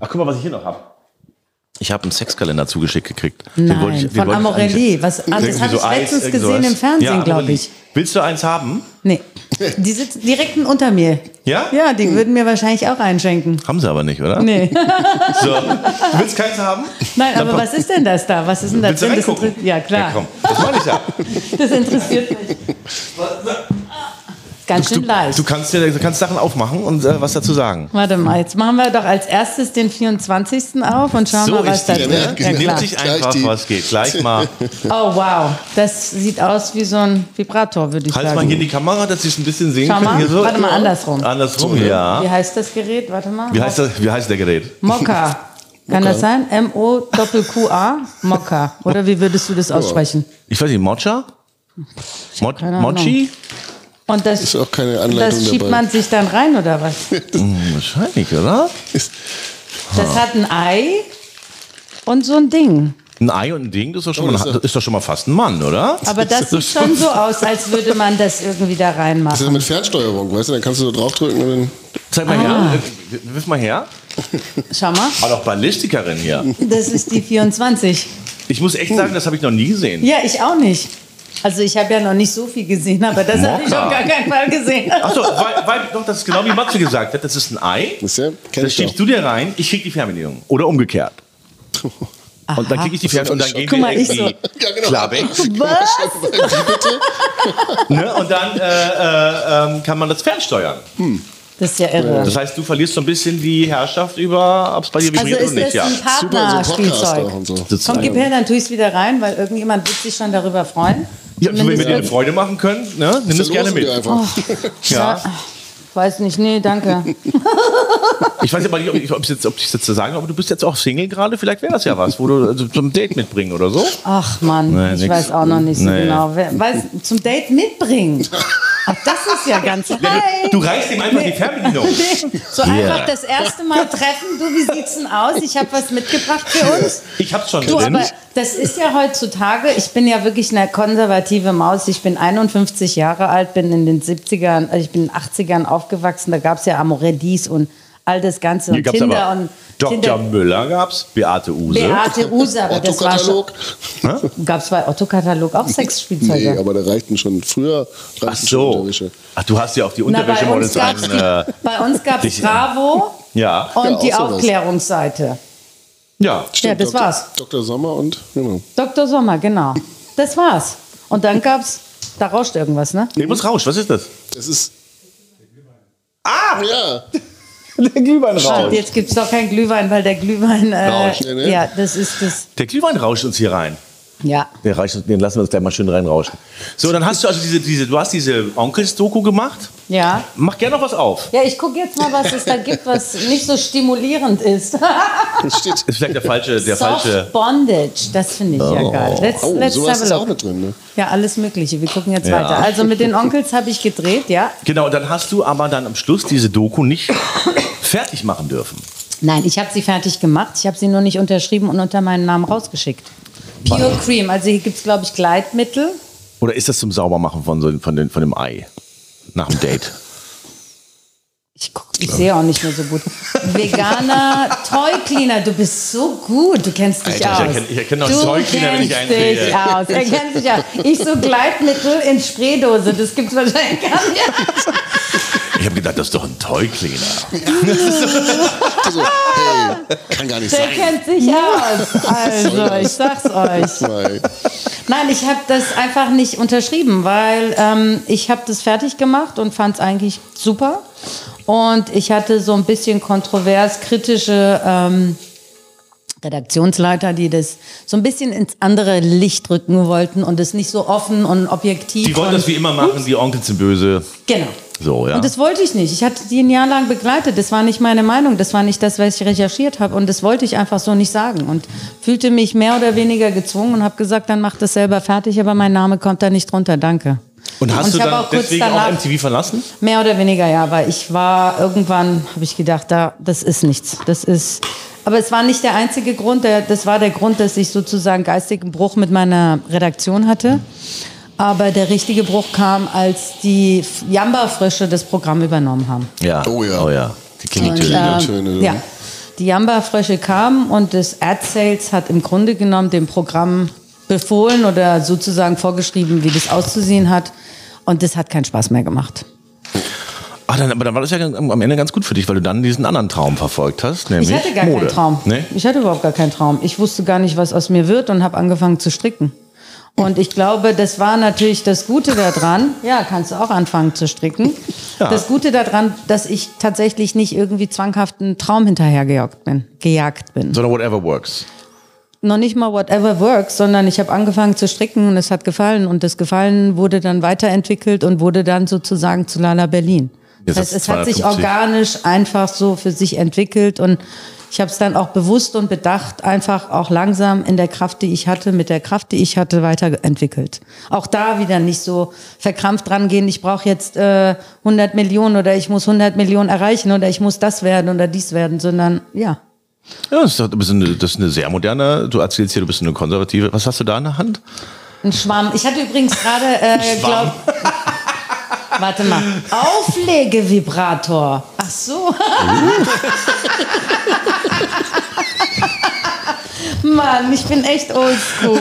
Ach, guck mal, was ich hier noch hab. Ich habe einen Sexkalender zugeschickt gekriegt. Nein, von Amorelli. Was, ah, das habe ich letztens gesehen im Fernsehen, glaube ich. Willst du eins haben? Nee, <laughs> die sitzen direkt unter mir. Ja? Hm. Ja, die würden mir wahrscheinlich auch einschenken. Haben sie aber nicht, oder? Nee. <laughs> So. Du willst keins haben? Nein, Dann aber komm. was ist denn das da? Was ist denn da Willst du drin? Das reingucken? interessiert- ja, Ja, klar. komm, das <laughs> meine ich ja. das interessiert mich. Ganz schön leicht. Du kannst, dir- du kannst Sachen aufmachen und äh, was dazu sagen. Warte mal, jetzt machen wir doch als erstes den 24. auf und schauen mal, was da die, drin ne? ist. Ja, Nimmt klar. sich Gleich einfach, die- was geht. Gleich mal. Oh, wow. Das sieht aus wie so ein Vibrator, würde ich Halt mal sagen. hier in die Kamera, dass sie es ein bisschen sehen Schau können. mal. Hier so. Warte mal, andersrum. Andersrum, ja. Wie heißt das Gerät? Warte mal. Wie heißt, das, wie heißt der Gerät? <laughs> Mokka. Kann das sein? M-O-Doppel-Q-A? Mokka. Oder wie würdest du das aussprechen? Ich weiß nicht, Mocha? Mo keine Ahnung. Mochi? Und das, Ist auch keine Anleitung das schiebt dabei. <laughs> man sich dann rein, oder was? Wahrscheinlich, oder? Das hat ein Ei und so ein Ding. Ein Ei und ein Ding, das ist doch schon, Oh, mal, das ist das ist doch schon mal fast ein Mann, oder? Aber das sieht schon so aus, als würde man das irgendwie da Das ist reinmachen. ja mit Fernsteuerung, weißt du? Dann kannst du so draufdrücken und dann. Zeig mal Ah. her. Äh, Wirf mal her. Schau mal, War doch Ballistikerin hier. das ist die 24. Ich muss echt sagen, das habe ich noch nie gesehen. Ja, ich auch nicht. Also ich habe ja noch nicht so viel gesehen, aber das habe ich auf Mokka. gar keinen Fall gesehen. Achso, weil, weil doch, das ist genau wie Matze gesagt hat. Das ist ein Ei. Ist ja, kenn Das ich doch. schiebst du dir rein, ich krieg die Fernbedienung. Oder umgekehrt. Und dann Aha. krieg ich die Fernbedienung und dann gehen Guck mal, wir ich irgendwie Ja, genau. klar weg. <laughs> Was? Ne? Und dann äh, äh, ähm, kann man das fernsteuern. Das ist ja irre. Das heißt, du verlierst so ein ein bisschen die Herrschaft über, ob es bei dir Also vibriert ist oder nicht. das Ja. ein Super, so Podcast Partnerspielzeug. auch und so. Komm, gib her, dann tue ich es wieder rein, weil irgendjemand wird sich schon darüber freuen. Ja, wenn wir Zumindest dir eine wird- Freude machen können, ne? nimm das gerne Verlosen mit. wir Einfach. Ja. Weiß nicht, nee, danke. Ich weiß aber nicht, ob ich es jetzt, ob ich's jetzt sagen, aber du bist jetzt auch Single gerade, vielleicht wäre das ja was, wo du also, zum Date mitbringen oder so. Ach Mann, Nee, ich nix. weiß auch noch nicht so Nee. genau. Wer, weiß, zum Date mitbringen. Ach, das ist ja ganz Hi. Du reichst ihm einfach die Fernbedienung. So einfach das erste Mal treffen. Du, wie sieht's denn aus? Ich habe was mitgebracht für uns. Ich hab's schon Du, drin. aber das ist ja heutzutage, ich bin ja wirklich eine konservative Maus. Ich bin 51 Jahre alt, bin in den 70ern, äh, ich bin in den 80ern aufgewachsen. Da gab es ja Amoredis und all das Ganze und gab's Tinder aber und Dr. Tinder. Müller gab's, Beate Use. Beate Use, aber Oh, das war schon. Otto-Katalog? Gab es bei Otto-Katalog auch Sexspielzeuge? Nee, aber da reichten schon früher reichten Ach schon so. Unterwäsche. Ach, du hast ja auch die Na, bei uns Unterwäschemodels gab's an. Äh, die- bei uns gab es dich- Bravo ja. und Ja, auch die sowas. Aufklärungsseite. ja. Ja, das Dr. war's. Dr. Sommer und genau. Dr. Sommer, genau. Das war's. Und dann gab's, da rauscht irgendwas, ne? Nee, muss raus. Was ist <laughs> das? Das ist. Ah! Ja, Der Glühwein Und jetzt gibt's doch keinen Glühwein, weil der Glühwein. Äh, Rauscht, ne, ne? Ja, das ist das. Der Glühwein rauscht uns hier rein. Ja. Den, reicht uns, den lassen wir uns gleich mal schön reinrauschen. So, dann hast du also diese, diese du hast diese Onkels-Doku gemacht. Ja. Mach gerne noch was auf. Ja, ich gucke jetzt mal, was es da gibt, was nicht so stimulierend <laughs> ist. das steht. Ist vielleicht der falsche, der Soft falsche. Bondage, das finde ich ja geil. Let's, Oh, let's sowas have ist a auch look. mit drin, ne? Ja, alles Mögliche. Wir gucken jetzt Ja. weiter. Also mit den Onkels habe ich gedreht, ja. Genau, dann hast du aber dann am Schluss diese Doku nicht fertig machen dürfen. Nein, ich habe sie fertig gemacht. Ich habe sie nur nicht unterschrieben und unter meinem Namen rausgeschickt. Pure Cream. Also hier gibt es, glaube ich, Gleitmittel. Oder ist das zum Saubermachen von, so, von, den, von dem Ei nach dem Date? Ich, guck, ich sehe auch nicht mehr so gut. <laughs> Veganer Toy Cleaner, du bist so gut. Du kennst dich Alter, ich aus. erkenne- ich erkenne auch du einen Toy Cleaner, wenn ich kennst einen sehe. dich aus. Er kennt sich aus. Ich so Gleitmittel in Spraydose. Das gibt's wahrscheinlich gar nicht. Ich habe gedacht, das ist doch ein Toy Cleaner. Also, hey, kann gar nicht Der sein. kennt sich aus. Also, ich sag's euch. Weil, Nein, ich habe das einfach nicht unterschrieben, weil ähm, ich habe das fertig gemacht und fand es eigentlich super. Und ich hatte so ein bisschen kontrovers kritische ähm, Redaktionsleiter, die das so ein bisschen ins andere Licht rücken wollten und es nicht so offen und objektiv. Die wollen und, das wie immer machen, die Onkels sind böse. Genau. So, ja. Und das wollte ich nicht. Ich hatte die ein Jahr lang begleitet. Das war nicht meine Meinung. Das war nicht das, was ich recherchiert habe. Und das wollte ich einfach so nicht sagen. Und fühlte mich mehr oder weniger gezwungen und habe gesagt, dann mach das selber fertig. Aber mein Name kommt da nicht drunter. Danke. Und hast ich du habe dann auch kurz deswegen danach, auch MTV verlassen? mehr oder weniger ja, weil ich war irgendwann, habe ich gedacht, da, das ist nichts. Das ist, aber es war nicht der einzige Grund. Der, das war der Grund, dass ich sozusagen geistigen Bruch mit meiner Redaktion hatte. Aber der richtige Bruch kam, als die Jamba-Frische das Programm übernommen haben. Ja. Oh ja. Oh ja. Die Und, Kliniktöne. ähm, Schöne, du. ja. Die Jamba-Frösche kamen und das Ad-Sales hat im Grunde genommen dem Programm befohlen oder sozusagen vorgeschrieben, wie das auszusehen hat. Und das hat keinen Spaß mehr gemacht. Ah, dann, aber dann war das ja am Ende ganz gut für dich, weil du dann diesen anderen Traum verfolgt hast, nämlich Ich hatte gar Mode. keinen Traum. Nee? Ich hatte überhaupt gar keinen Traum. Ich wusste gar nicht, was aus mir wird und habe angefangen zu stricken. Und ich glaube, das war natürlich das Gute daran. Ja, kannst du auch anfangen zu stricken. Ja. Das Gute daran, dass ich tatsächlich nicht irgendwie zwanghaft einen Traum hinterhergejagt bin. Gejagt bin. Sondern whatever works. noch nicht mal whatever works, sondern ich habe angefangen zu stricken und es hat gefallen und das Gefallen wurde dann weiterentwickelt und wurde dann sozusagen zu Lala Berlin. Jetzt Das heißt, hast es du hat sich 250. organisch einfach so für sich entwickelt und ich habe es dann auch bewusst und bedacht einfach auch langsam in der Kraft, die ich hatte, mit der Kraft, die ich hatte, weiterentwickelt. Auch da wieder nicht so verkrampft rangehen, ich brauche jetzt äh, 100 Millionen oder ich muss 100 Millionen erreichen oder ich muss das werden oder dies werden, sondern ja, Ja, das ist, doch- du bist eine, das ist eine sehr moderne, du erzählst hier, du bist eine konservative. Was hast du da in der Hand? Ein Schwamm. Ich hatte übrigens gerade, äh, Schwamm. <laughs> glaub, warte mal, Auflegevibrator. Ach <laughs> so. Mann, ich bin echt oldschool.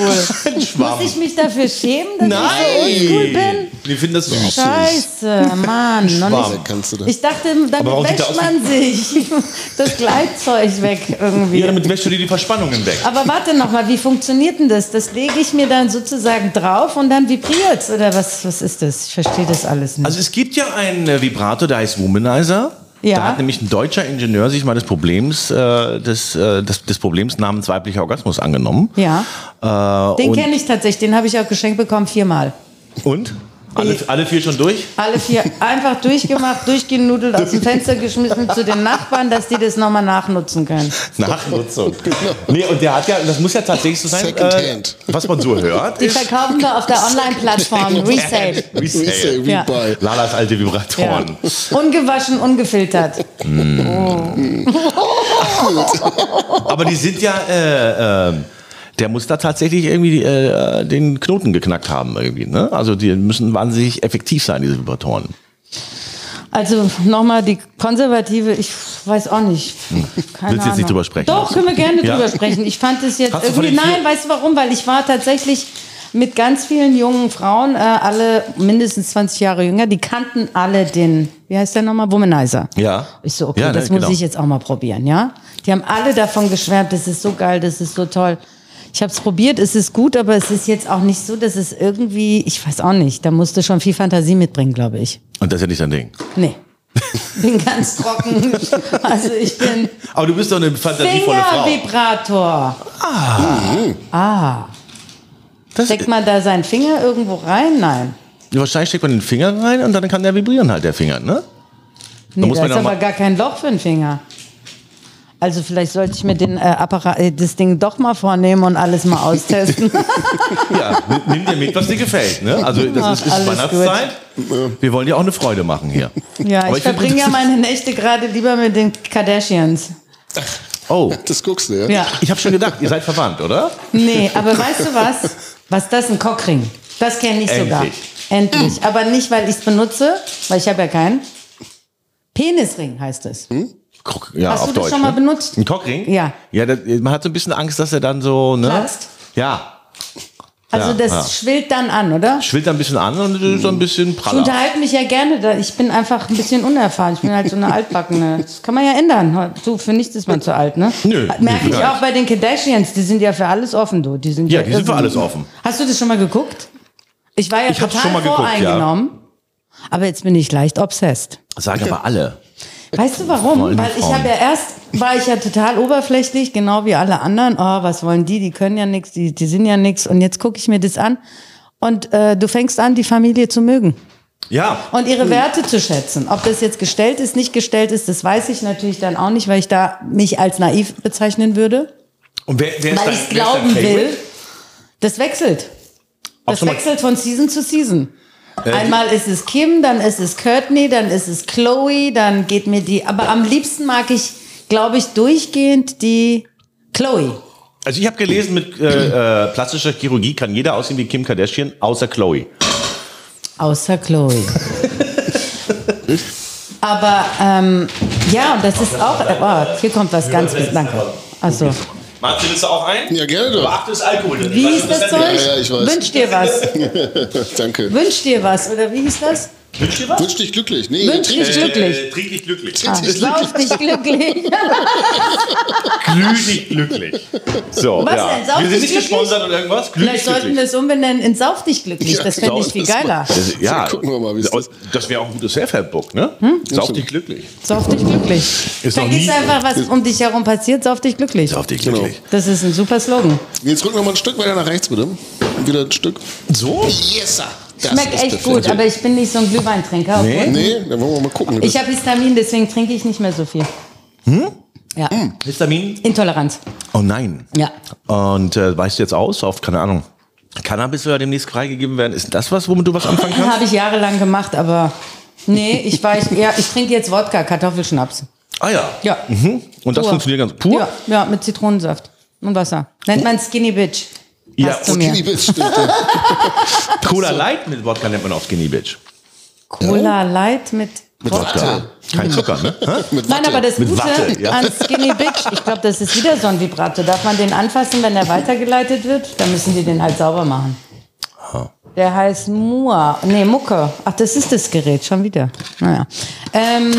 Schwamm. Muss ich mich dafür schämen, dass ich so oldschool bin? Wir finden das süß. Scheiße, Mann. Noch Schwamm. nicht. da kannst du das. Ich dachte, Aber damit warum sieht der wäscht aus man sich <laughs> das Gleitzeug weg irgendwie. Ja, damit wäschst du dir die Verspannungen weg. Aber warte noch mal, wie funktioniert denn das? Das lege ich mir dann sozusagen drauf und dann vibriert's oder was? Was ist das? Ich verstehe das alles nicht. Also es gibt ja einen äh, Vibrator, der heißt Womanizer. Ja. Da hat nämlich ein deutscher Ingenieur sich mal des Problems, äh, des, äh, des, des Problems namens weiblicher Orgasmus angenommen. ja, Äh, den und, kenne ich tatsächlich. Den habe ich auch geschenkt bekommen viermal. Und? Alle, alle vier schon durch? Alle <laughs> vier einfach durchgemacht, durchgenudelt, aus dem Fenster geschmissen zu den Nachbarn, dass die das nochmal nachnutzen können. Nachnutzung. <laughs> Nee, und der hat ja, das muss ja tatsächlich so sein, äh, Secondhand. was man so hört. Die verkaufen wir auf <laughs> der Online-Plattform Resale. Resale. Resale, Ja. Rebuy. Lalas alte Ja. Vibratoren. Ungewaschen, ungefiltert. Aber die sind ja, äh, ähm, der muss da tatsächlich irgendwie äh, den Knoten geknackt haben irgendwie. Ne? Also die müssen wahnsinnig effektiv sein, diese Vibratoren. Also nochmal die konservative, ich weiß auch nicht. Keine Hm. Willst jetzt nicht Ahnung. drüber sprechen? Doch, können wir gerne Ja. drüber sprechen. Ich fand es jetzt Hast du von irgendwie, den vier- nein, weißt du warum? Weil ich war tatsächlich mit ganz vielen jungen Frauen, äh, alle mindestens 20 Jahre jünger, die kannten alle den, wie heißt der nochmal, Womanizer. Ja. Ich so, okay, Ja, ne, das muss genau. ich jetzt auch mal probieren, ja? Die haben alle davon geschwärmt, das ist so geil, das ist so toll. Ich habe es probiert, es ist gut, aber es ist jetzt auch nicht so, dass es irgendwie, ich weiß auch nicht, da musst du schon viel Fantasie mitbringen, glaube ich. Und das ist ja nicht dein Ding. Nee. bin <laughs> ganz trocken. Also ich bin Aber du bist doch eine fantasievolle Frau. Fingervibrator. Das, Steckt man da seinen Finger irgendwo rein? Nein. wahrscheinlich steckt man den Finger rein und dann kann der vibrieren halt, der Finger, ne? Nee, muss da man ist ja aber mal- gar kein Loch für den Finger. Also vielleicht sollte ich mir den äh, Apparat, äh, das Ding doch mal vornehmen und alles mal <laughs> austesten. Ja, <laughs> nimm- nimm dir mit, was dir gefällt, ne? Also Ach, das ist, alles ist Weihnachtszeit. Wir wollen dir auch eine Freude machen hier. ja, Aber ich, find, verbringe ja meine Nächte gerade lieber mit den Kardashians. Oh, Das guckst du, ja? Ja. ich habe schon gedacht, ihr seid verwandt, oder? Nee, aber weißt du was? Was das ein Cockring? Das kenne ich sogar. Endlich. Endlich. Aber nicht, weil ich es benutze, weil ich habe ja keinen. Penisring heißt es. Hm? Guck, Ja, Hast du auf das Deutsch, schon mal ne? benutzt? Ein Cockring? Ja. Ja, das, man hat so ein bisschen Angst, dass er dann so, ne? Platzt. Ja, Also Ja, das Hm. ja. schwillt dann an, oder? schwillt ein bisschen an und ist so ein bisschen Ich praller. unterhalte mich ja gerne. Da. Ich bin einfach ein bisschen unerfahren. Ich bin halt so eine Altbackene. Das kann man ja ändern. Du, für nichts ist man zu alt, ne? Nö, Merke nö, ich gar auch bei den Kardashians. Die sind ja für alles offen, du. Die sind Ja, die sind für irrsinnig. alles offen. Hast du das schon mal geguckt? Ich war ja Ich hab's total schon mal geguckt, ja. voreingenommen. Aber jetzt bin ich leicht obsessed. Sagen aber alle. Weißt du warum? Wollen Weil ich Frauen. habe ja erst, war ich ja total oberflächlich, genau wie alle anderen. Oh, was wollen die? Die können ja nichts, die, die sind ja nichts. Und jetzt gucke ich mir das an. Und äh, du fängst an, die Familie zu mögen Ja. und ihre Werte zu schätzen. Ob das jetzt gestellt ist, nicht gestellt ist, das weiß ich natürlich dann auch nicht, weil ich da mich als naiv bezeichnen würde, Und wer, wer weil dein- ich es wer ist dein glauben Favorite? will. Das wechselt. Auch Das schon mal- wechselt von Season zu Season. Einmal ist es Kim, dann ist es Courtney, dann ist es Chloe, dann geht mir die. Aber am liebsten mag ich, glaube ich, durchgehend die Chloe. Also ich habe gelesen, mit äh, äh, plastischer Chirurgie kann jeder aussehen wie Kim Kardashian, außer Chloe. Außer Chloe. Aber ähm, ja, und das ist auch. Oh, hier kommt was ganz. Danke. Also, Martin, willst du auch ein? Ja, gerne doch. Beachte das Alkohol. drin. wie Weißt hieß du, das denn- Zeug? Ja, ja, ich weiß. Wünsch dir was. <laughs> Danke. Wünsch dir was. Oder wie hieß das? Wünsch dir Äh, was? Wünsch dich glücklich. Nee, Wünsch trink dich glücklich. Ah. Äh, trink dich glücklich. Trink dich Lauf dich glücklich. Glüh dich glücklich. So, Was ja. denn? Sauf wir dich sind nicht glücklich? gesponsert oder irgendwas. Glüh dich Vielleicht sollten wir glücklich. es umbenennen in Sauf dich glücklich. Das fände ich viel geiler. Das, ja, <laughs> Gucken wir mal, wie es das, ist. Hm? wäre auch ein gutes Self-Help-Book, ne? Sauf dich glücklich. Sauf dich glücklich. Ist noch Vergiss nie- einfach, was um dich herum passiert. Sauf dich glücklich. Sauf dich glücklich. Das ist ein super Slogan. Jetzt rück noch mal ein Stück weiter nach rechts, bitte. Wieder ein Stück. So? Yes, sir. Das Schmeckt ist echt perfekt. gut, aber ich bin nicht so ein Glühweintrinker. obwohl- Nee, dann wollen wir mal gucken. Ich habe Histamin, deswegen trinke ich nicht mehr so viel. Hm? Ja. Histamin? Intoleranz. Oh nein. Ja. Und äh, weißt du jetzt aus? Auf, keine Ahnung. Cannabis soll ja demnächst freigegeben werden. Ist das was, womit du was anfangen kannst? Habe ich jahrelang gemacht, aber nee, ich war ich, ja, ich trinke jetzt Wodka, Kartoffelschnaps. Ah ja. Ja. Mhm. Und das Pur. funktioniert ganz pur. Ja, ja, mit Zitronensaft und Wasser. Nennt man Skinny Bitch. Passt Ja, zu Skinny mir. Bitch, stimmt. ja. Cola Light mit Wodka nennt man auch Skinny Bitch. Cola Light mit Wodka. Mhm. Kein Zucker, <laughs> ne? Hä? Mit Nein, Watte. aber das Gute Watte, ja. an Skinny Bitch, ich glaube, das ist wieder so ein Vibrato. Darf man den anfassen, wenn er weitergeleitet wird? Dann müssen die den halt sauber machen. Ah. Der heißt Mua. Nee, Mucke. Ach, das ist das Gerät, schon wieder. Naja. Ähm,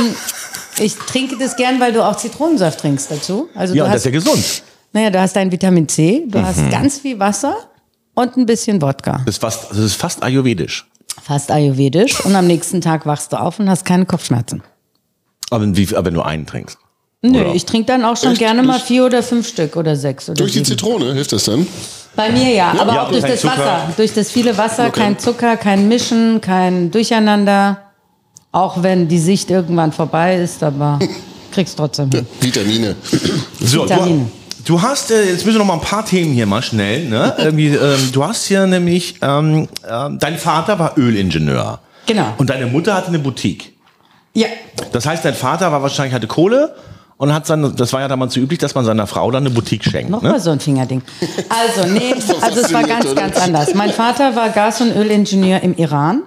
ich trinke das gern, weil du auch Zitronensaft trinkst dazu. Also Ja, du und das ist hast, ja gesund. Mhm. naja, du hast dein Vitamin C, du hast ganz viel Wasser und ein bisschen Wodka. Das ist fast, das ist fast ayurvedisch. Fast ayurvedisch. Und am nächsten Tag wachst du auf und hast keine Kopfschmerzen. Aber, wie, aber wenn du einen trinkst. Nö, Oder? ich trinke dann auch schon Echt? gerne mal Durch- vier oder fünf Stück oder sechs oder Durch die sieben. Zitrone hilft das dann? Bei mir ja, aber Ja, auch durch kein das Zucker. Wasser. Durch das viele Wasser, kein Zucker, kein Mischen, kein Durcheinander. Auch wenn die Sicht irgendwann vorbei ist, aber kriegst trotzdem hin. Vitamine. So, du, Vitamine. du hast, äh, jetzt müssen wir noch mal ein paar Themen hier mal schnell. <laughs> Ne? Irgendwie, ähm, du hast hier nämlich, ähm, ähm, dein Vater war Ölingenieur. Genau. Und deine Mutter hatte eine Boutique. Ja, Das heißt, dein Vater war wahrscheinlich, hatte Kohle und hat dann, das war ja damals so üblich, dass man seiner Frau dann eine Boutique schenkt. nochmal Ne? so ein Fingerding. Also, nee, also es war Fasziniert, ganz, oder? ganz anders. Mein Vater war Gas- und Ölingenieur im Iran.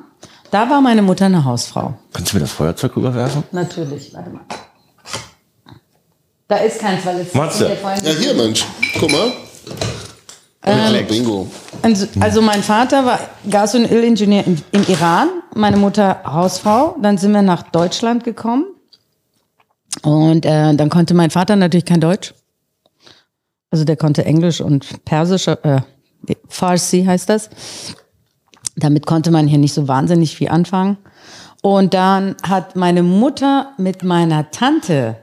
Da war meine Mutter eine Hausfrau. Kannst du mir das Feuerzeug rüberwerfen? Natürlich, warte mal. Da ist keins, weil es Matze. Ja, hier, Mensch. Guck mal. Ähm. Ja, Bingo. Also, also mein Vater war Gas- und Ölingenieur im, im Iran, meine Mutter Hausfrau. Dann sind wir nach Deutschland gekommen und äh, dann konnte mein Vater natürlich kein Deutsch. Also der konnte Englisch und Persisch, äh, Farsi heißt das. Damit konnte man hier nicht so wahnsinnig viel anfangen. Und dann hat meine Mutter mit meiner Tante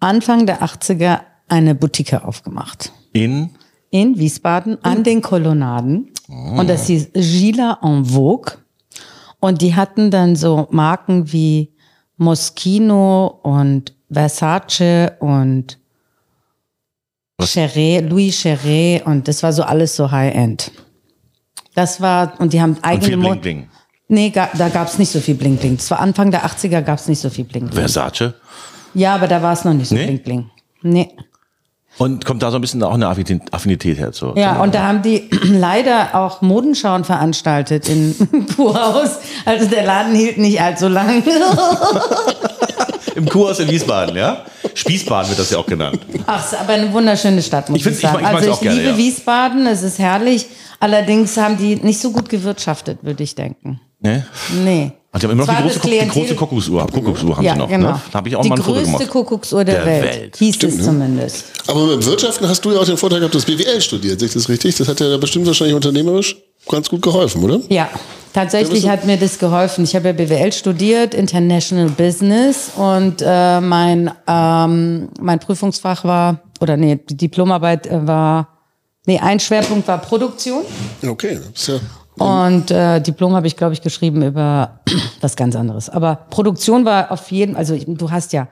Anfang der 80er eine Boutique aufgemacht In in Wiesbaden an den Kolonnaden. Oh. Und das hieß Gila en Vogue. Und die hatten dann so Marken wie Moschino und Versace und Cheret, Louis Cheret. Und das war so alles so High-End. Das war, und die haben und eigene... viel Mo- Bling Bling. Nee, ga, da gab's nicht so viel Bling Bling. Das war Anfang der 80er, gab's nicht so viel Bling Bling. Versace. Ja, aber da war's noch nicht so Nee? Bling Bling. Nee. Und kommt da so ein bisschen auch eine Affinität Affinität her zu. Ja, und da haben die <clears throat> leider auch Modenschauen veranstaltet in <laughs> Kurhaus. Also der Laden hielt nicht allzu <laughs> lang. Im Kurhaus in Wiesbaden, ja? Spießbaden wird das ja auch genannt. Ach, ist aber eine wunderschöne Stadt, muss Ich ich, find's- ich sagen. mag- ich also mag's ich auch gerne, liebe ja. Wiesbaden, es ist herrlich. Allerdings haben die nicht so gut gewirtschaftet, würde ich denken. Ne? Nee. Und die haben immer noch Zwar die große, das Kuck- die Klientel- große Kuckucksuhr. Kuckucksuhr haben ja, sie noch. genau. Ne? Da habe ich auch die mal ein Foto größte gemacht. Kuckucksuhr der, Der Welt, Welt. hieß es zumindest. Aber mit Wirtschaften hast du ja auch den Vorteil gehabt, dass BWL studiert. Sehe ich das richtig? Das hat ja da bestimmt wahrscheinlich unternehmerisch ganz gut geholfen, oder? Ja, tatsächlich hat mir das geholfen. Ich habe ja BWL studiert, International Business und äh, mein, ähm, mein Prüfungsfach war, oder nee, die Diplomarbeit äh, war, nee, ein Schwerpunkt war Produktion Okay. das Ist ja und äh, Diplom habe ich, glaube ich, geschrieben über <clears throat> was ganz anderes. Aber Produktion war auf jeden, also ich- du hast ja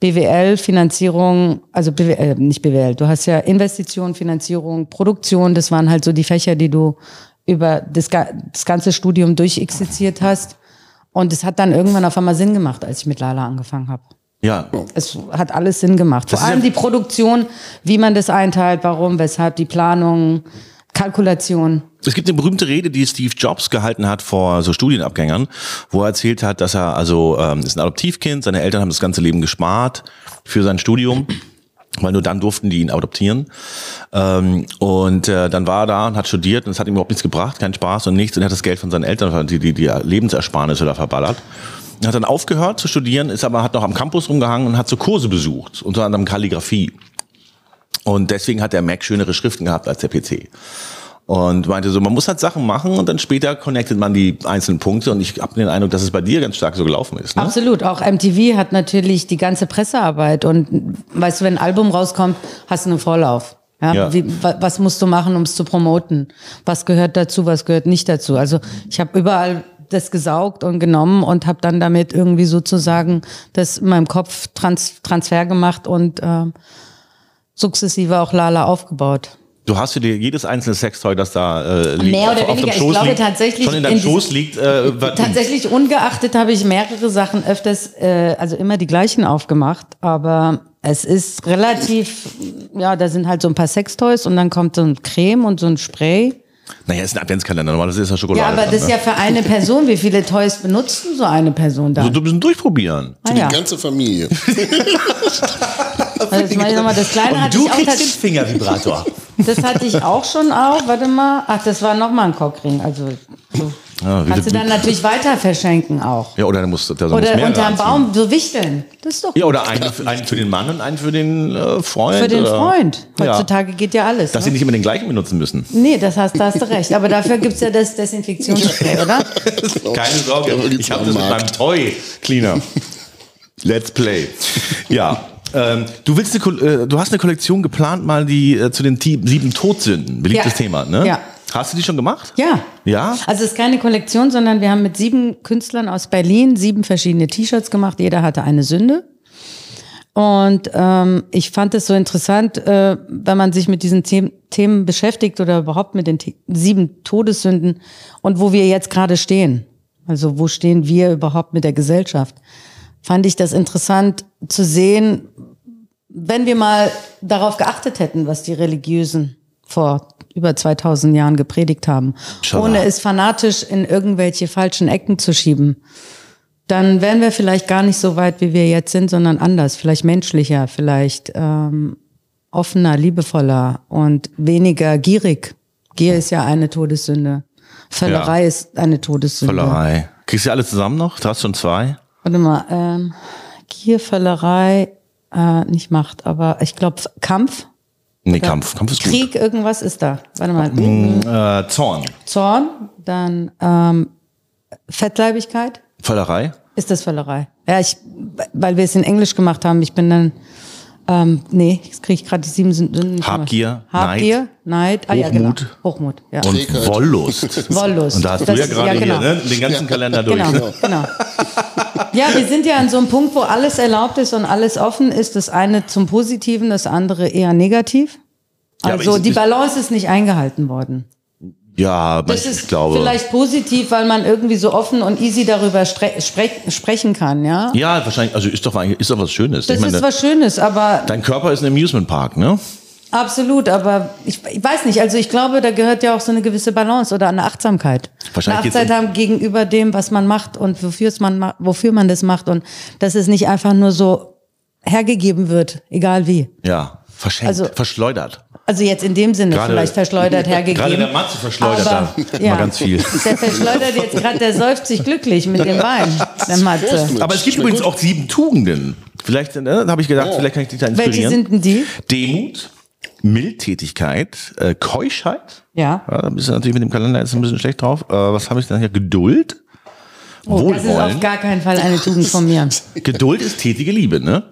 BWL, Finanzierung, also BWL, äh, nicht BWL, du hast ja Investition, Finanzierung, Produktion, das waren halt so die Fächer, die du über das, ga- das ganze Studium durchexerziert hast. Und es hat dann irgendwann auf einmal Sinn gemacht, als ich mit Lala angefangen habe. Ja. Es hat alles Sinn gemacht. Vor Das ist allem ja- die Produktion, wie man das einteilt, warum, weshalb, die Planung, Kalkulation. Es gibt eine berühmte Rede, die Steve Jobs gehalten hat vor so Studienabgängern, wo er erzählt hat, dass er also ähm, ist ein Adoptivkind, seine Eltern haben das ganze Leben gespart für sein Studium, weil nur dann durften die ihn adoptieren. Ähm, und äh, dann war er da und hat studiert und es hat ihm überhaupt nichts gebracht, keinen Spaß und nichts und er hat das Geld von seinen Eltern, die die, die Lebensersparnisse da verballert. Er Hat dann aufgehört zu studieren, ist aber hat noch am Campus rumgehangen und hat so Kurse besucht, unter anderem Kalligrafie. Und deswegen hat der Mac schönere Schriften gehabt als der PC. Und meinte so, man muss halt Sachen machen und dann später connectet man die einzelnen Punkte. Und ich habe den Eindruck, dass es bei dir ganz stark so gelaufen ist. Ne? Absolut. Auch MTV hat natürlich die ganze Pressearbeit. Und weißt du, wenn ein Album rauskommt, hast du einen Vorlauf. Ja, Ja. Wie, wa, was musst du machen, um es zu promoten? Was gehört dazu, was gehört nicht dazu? Also ich habe überall das gesaugt und genommen und habe dann damit irgendwie sozusagen das in meinem Kopf trans, Transfer gemacht und ähm, sukzessive auch Lala aufgebaut. Du hast dir jedes einzelne Sextoy, das da äh, liegt, Mehr oder auf, auf weniger. dem Ich Schoß glaube liegt, tatsächlich schon in deinem in diesem- Schoß liegt, äh, <laughs> wird- Tatsächlich ungeachtet habe ich mehrere Sachen öfters, äh, also immer die gleichen aufgemacht, aber es ist relativ, ja, da sind halt so ein paar Sextoys und dann kommt so ein Creme und so ein Spray. naja, ist ein Adventskalender, normal, das ist ja Ja, Schokolade. ne? aber das ist ja für <laughs> eine Person. Wie viele Toys benutzt denn so eine Person da? so, Also du bist <laughs> ein durchprobieren. Ah, die ja. ganze Familie. Also das, meine ich noch mal, das kleine hatte ich auch tats- <laughs> Fingervibrator. das hatte ich auch schon auch. Warte mal. Ach, das war nochmal ein Cockring. Also so. Ja, Ah, wie kannst du viel- dann natürlich weiter verschenken auch. ja, oder dann musst du da Oder mehr unterm ranziehen. Baum so wichteln. Das ist doch Ja, oder einen, für- einen für den Mann und einen für den äh, Freund. Für den oder, Freund. Ja, Heutzutage geht ja alles. dass sie ne? nicht immer den gleichen benutzen müssen. Nee, das hast, da hast du recht. Aber dafür gibt's ja das Desinfektionsspray, oder? <laughs> Keine Sorge, Darüber gibt's ich habe am das mit Markt. meinem Toy Cleaner. <laughs> Let's play. Ja. Ähm, du willst eine, Kol- äh, du hast eine Kollektion geplant, mal die äh, zu den T sieben Todsünden, beliebtes Ja. Thema, ne? Ja. Hast du die schon gemacht? Ja. Ja? Also es ist keine Kollektion, sondern wir haben mit sieben Künstlern aus Berlin sieben verschiedene T-Shirts gemacht. Jeder hatte eine Sünde. Und ähm, ich fand es so interessant, äh, wenn man sich mit diesen The Themen beschäftigt oder überhaupt mit den The sieben Todessünden und wo wir jetzt gerade stehen. Also wo stehen wir überhaupt mit der Gesellschaft? Fand ich das interessant zu sehen, wenn wir mal darauf geachtet hätten, was die Religiösen vor über 2000 Jahren gepredigt haben, Schabbat. ohne es fanatisch in irgendwelche falschen Ecken zu schieben. dann wären wir vielleicht gar nicht so weit, wie wir jetzt sind, sondern anders, vielleicht menschlicher, vielleicht ähm, offener, liebevoller und weniger gierig. Gier ist ja eine Todessünde. Völlerei Ja. ist eine Todessünde. Völlerei. Kriegst du alle zusammen noch? Du hast schon zwei. Warte mal, ähm, Gier, Völlerei, äh, nicht Macht, aber ich glaube Kampf, Nee, Kampf. Kampf ist gut. Krieg, irgendwas ist da. Warte mal, Äh, Zorn. Zorn, dann ähm, Fettleibigkeit. Völlerei. Ist das Völlerei? Ja, ich, weil wir es in Englisch gemacht haben, ich bin dann, ähm, nee, jetzt kriege ich gerade die sieben Sünden. nicht Habgier, mehr. Habgier, Neid, ah, Hochmut. ja, genau. Hochmut, ja. Und <laughs> Trägheit. Wollust. Wollust. Und da hast Das du ja ist- gerade ja, genau. hier ne? den ganzen Kalender durch. ne? Genau, genau. Ja, wir sind ja an so einem Punkt, wo alles erlaubt ist und alles offen ist. Das eine zum Positiven, das andere eher negativ. aber Also ich- die ich- Balance ist nicht eingehalten worden. Ja, aber ich, Das ich ist glaube. vielleicht positiv, weil man irgendwie so offen und easy darüber stre- sprech- sprechen kann, ja? Ja, wahrscheinlich. Also ist doch, eigentlich- ist doch was Schönes. Das ich meine, ist was Schönes, aber dein Körper ist ein Amusement Park, ne? absolut, aber ich, ich weiß nicht, also ich glaube, da gehört ja auch so eine gewisse Balance oder eine Achtsamkeit. Wahrscheinlich eine geht's um Achtsamkeit haben gegenüber dem, was man macht und wofür es man ma- wofür man das macht und dass es nicht einfach nur so hergegeben wird, egal wie. Ja. Verschenkt, Also- verschleudert. Also jetzt in dem Sinne <laughs> Gerade- vielleicht verschleudert hergegeben. Gerade der Matze verschleudert aber, da ja, mal <laughs> ganz viel. Der verschleudert jetzt gerade, der säuft sich glücklich mit dem Wein, der Matze. Prost, Mensch. Aber es gibt Schmeckt übrigens auch sieben Tugenden. Vielleicht, ne, da habe ich gedacht, vielleicht kann ich dich da inspirieren. Welche sind denn die? Demut, Mildtätigkeit, äh, Keuschheit. Ja. da bist du natürlich mit dem Kalender jetzt ein bisschen schlecht drauf. Äh, was habe ich denn hier? Geduld. Oh, das ist auf Wohlwollen. gar keinen Fall eine Tugend von <laughs> mir. Geduld ist tätige Liebe, ne?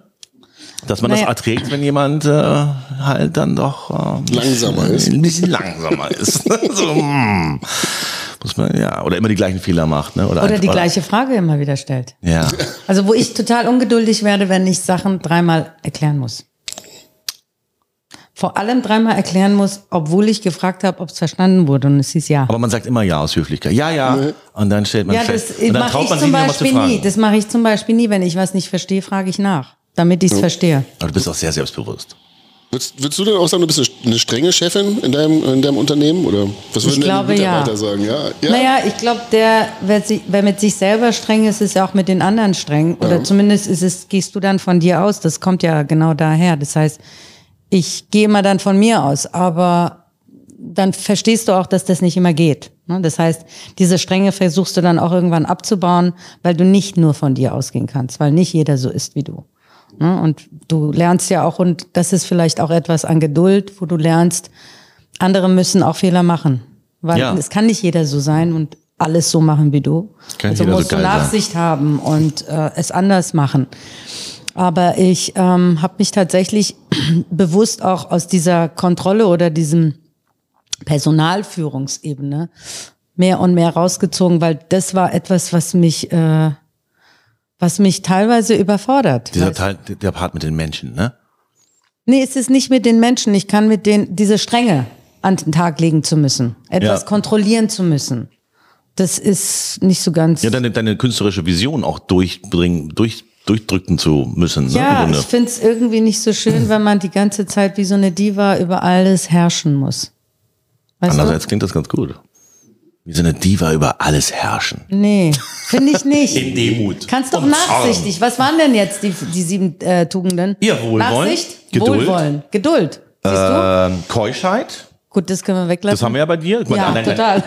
Dass man Naja. das erträgt, wenn jemand äh, halt dann doch äh, Langsamer ist. Ein bisschen langsamer ist. <laughs> so, mm. Muss man, ja. Oder immer die gleichen Fehler macht, ne? Oder die gleiche Frage immer wieder stellt. Ja. Also wo ich total ungeduldig werde, wenn ich Sachen dreimal erklären muss. Vor allem dreimal erklären muss, obwohl ich gefragt habe, ob es verstanden wurde und es hieß ja. Aber man sagt immer ja aus Höflichkeit. Ja, ja. Und dann stellt man ja, fest. das und dann mache traut ich man zum sich nicht, noch mal zu Beispiel fragen. nie. Das mache ich zum Beispiel nie, wenn ich was nicht verstehe, frage ich nach, damit ich es verstehe. Aber du bist auch sehr selbstbewusst. Würdest, würdest du denn auch sagen, du bist eine- eine strenge Chefin in deinem, in deinem Unternehmen? Oder was würden denn glaube, die ja. Mitarbeiter sagen? Ja, ja. Naja, ich glaube, der, wer, sich, wer mit sich selber streng ist, ist ja auch mit den anderen streng. Oder zumindest ist es, gehst du dann von dir aus. Das kommt ja genau daher. Das heißt, ich gehe immer dann von mir aus, aber dann verstehst du auch, dass das nicht immer geht. ne? Das heißt, diese Strenge versuchst du dann auch irgendwann abzubauen, weil du nicht nur von dir ausgehen kannst, weil nicht jeder so ist wie du. ne? Und du lernst ja auch, und das ist vielleicht auch etwas an Geduld, wo du lernst, andere müssen auch Fehler machen. Weil Ja. es kann nicht jeder so sein und alles so machen wie du. Kann nicht also jeder so musst geil du sein. Nachsicht haben und äh, es anders machen. Aber ich ähm, habe mich tatsächlich <clears throat> bewusst auch aus dieser Kontrolle oder diesem Personalführungsebene mehr und mehr rausgezogen, weil das war etwas, was mich, äh, was mich teilweise überfordert. Dieser Weil- Teil, der Part mit den Menschen, ne? Nee, es ist nicht mit den Menschen. Ich kann mit den, diese Strenge an den Tag legen zu müssen. Etwas Ja. kontrollieren zu müssen. Das ist nicht so ganz. Ja, deine, deine künstlerische Vision auch durchbringen, durch, durchdrücken zu müssen, ne? Im Ja, Grunde. ich finde es irgendwie nicht so schön, wenn man die ganze Zeit wie so eine Diva über alles herrschen muss. Weißt Andererseits klingt das ganz gut. Wie so eine Diva über alles herrschen. du? Nee, finde ich <laughs> nicht. Demut. Kannst doch Und nachsichtig. Was waren denn jetzt die, die sieben äh, Tugenden? Ja, Wohlwollen, Nachsicht, Geduld. Wohlwollen, Geduld. Siehst du? Zorn. Ähm, Keuschheit, Gut, das können wir weglassen. das haben wir ja bei dir. Ich meine, Ja, total.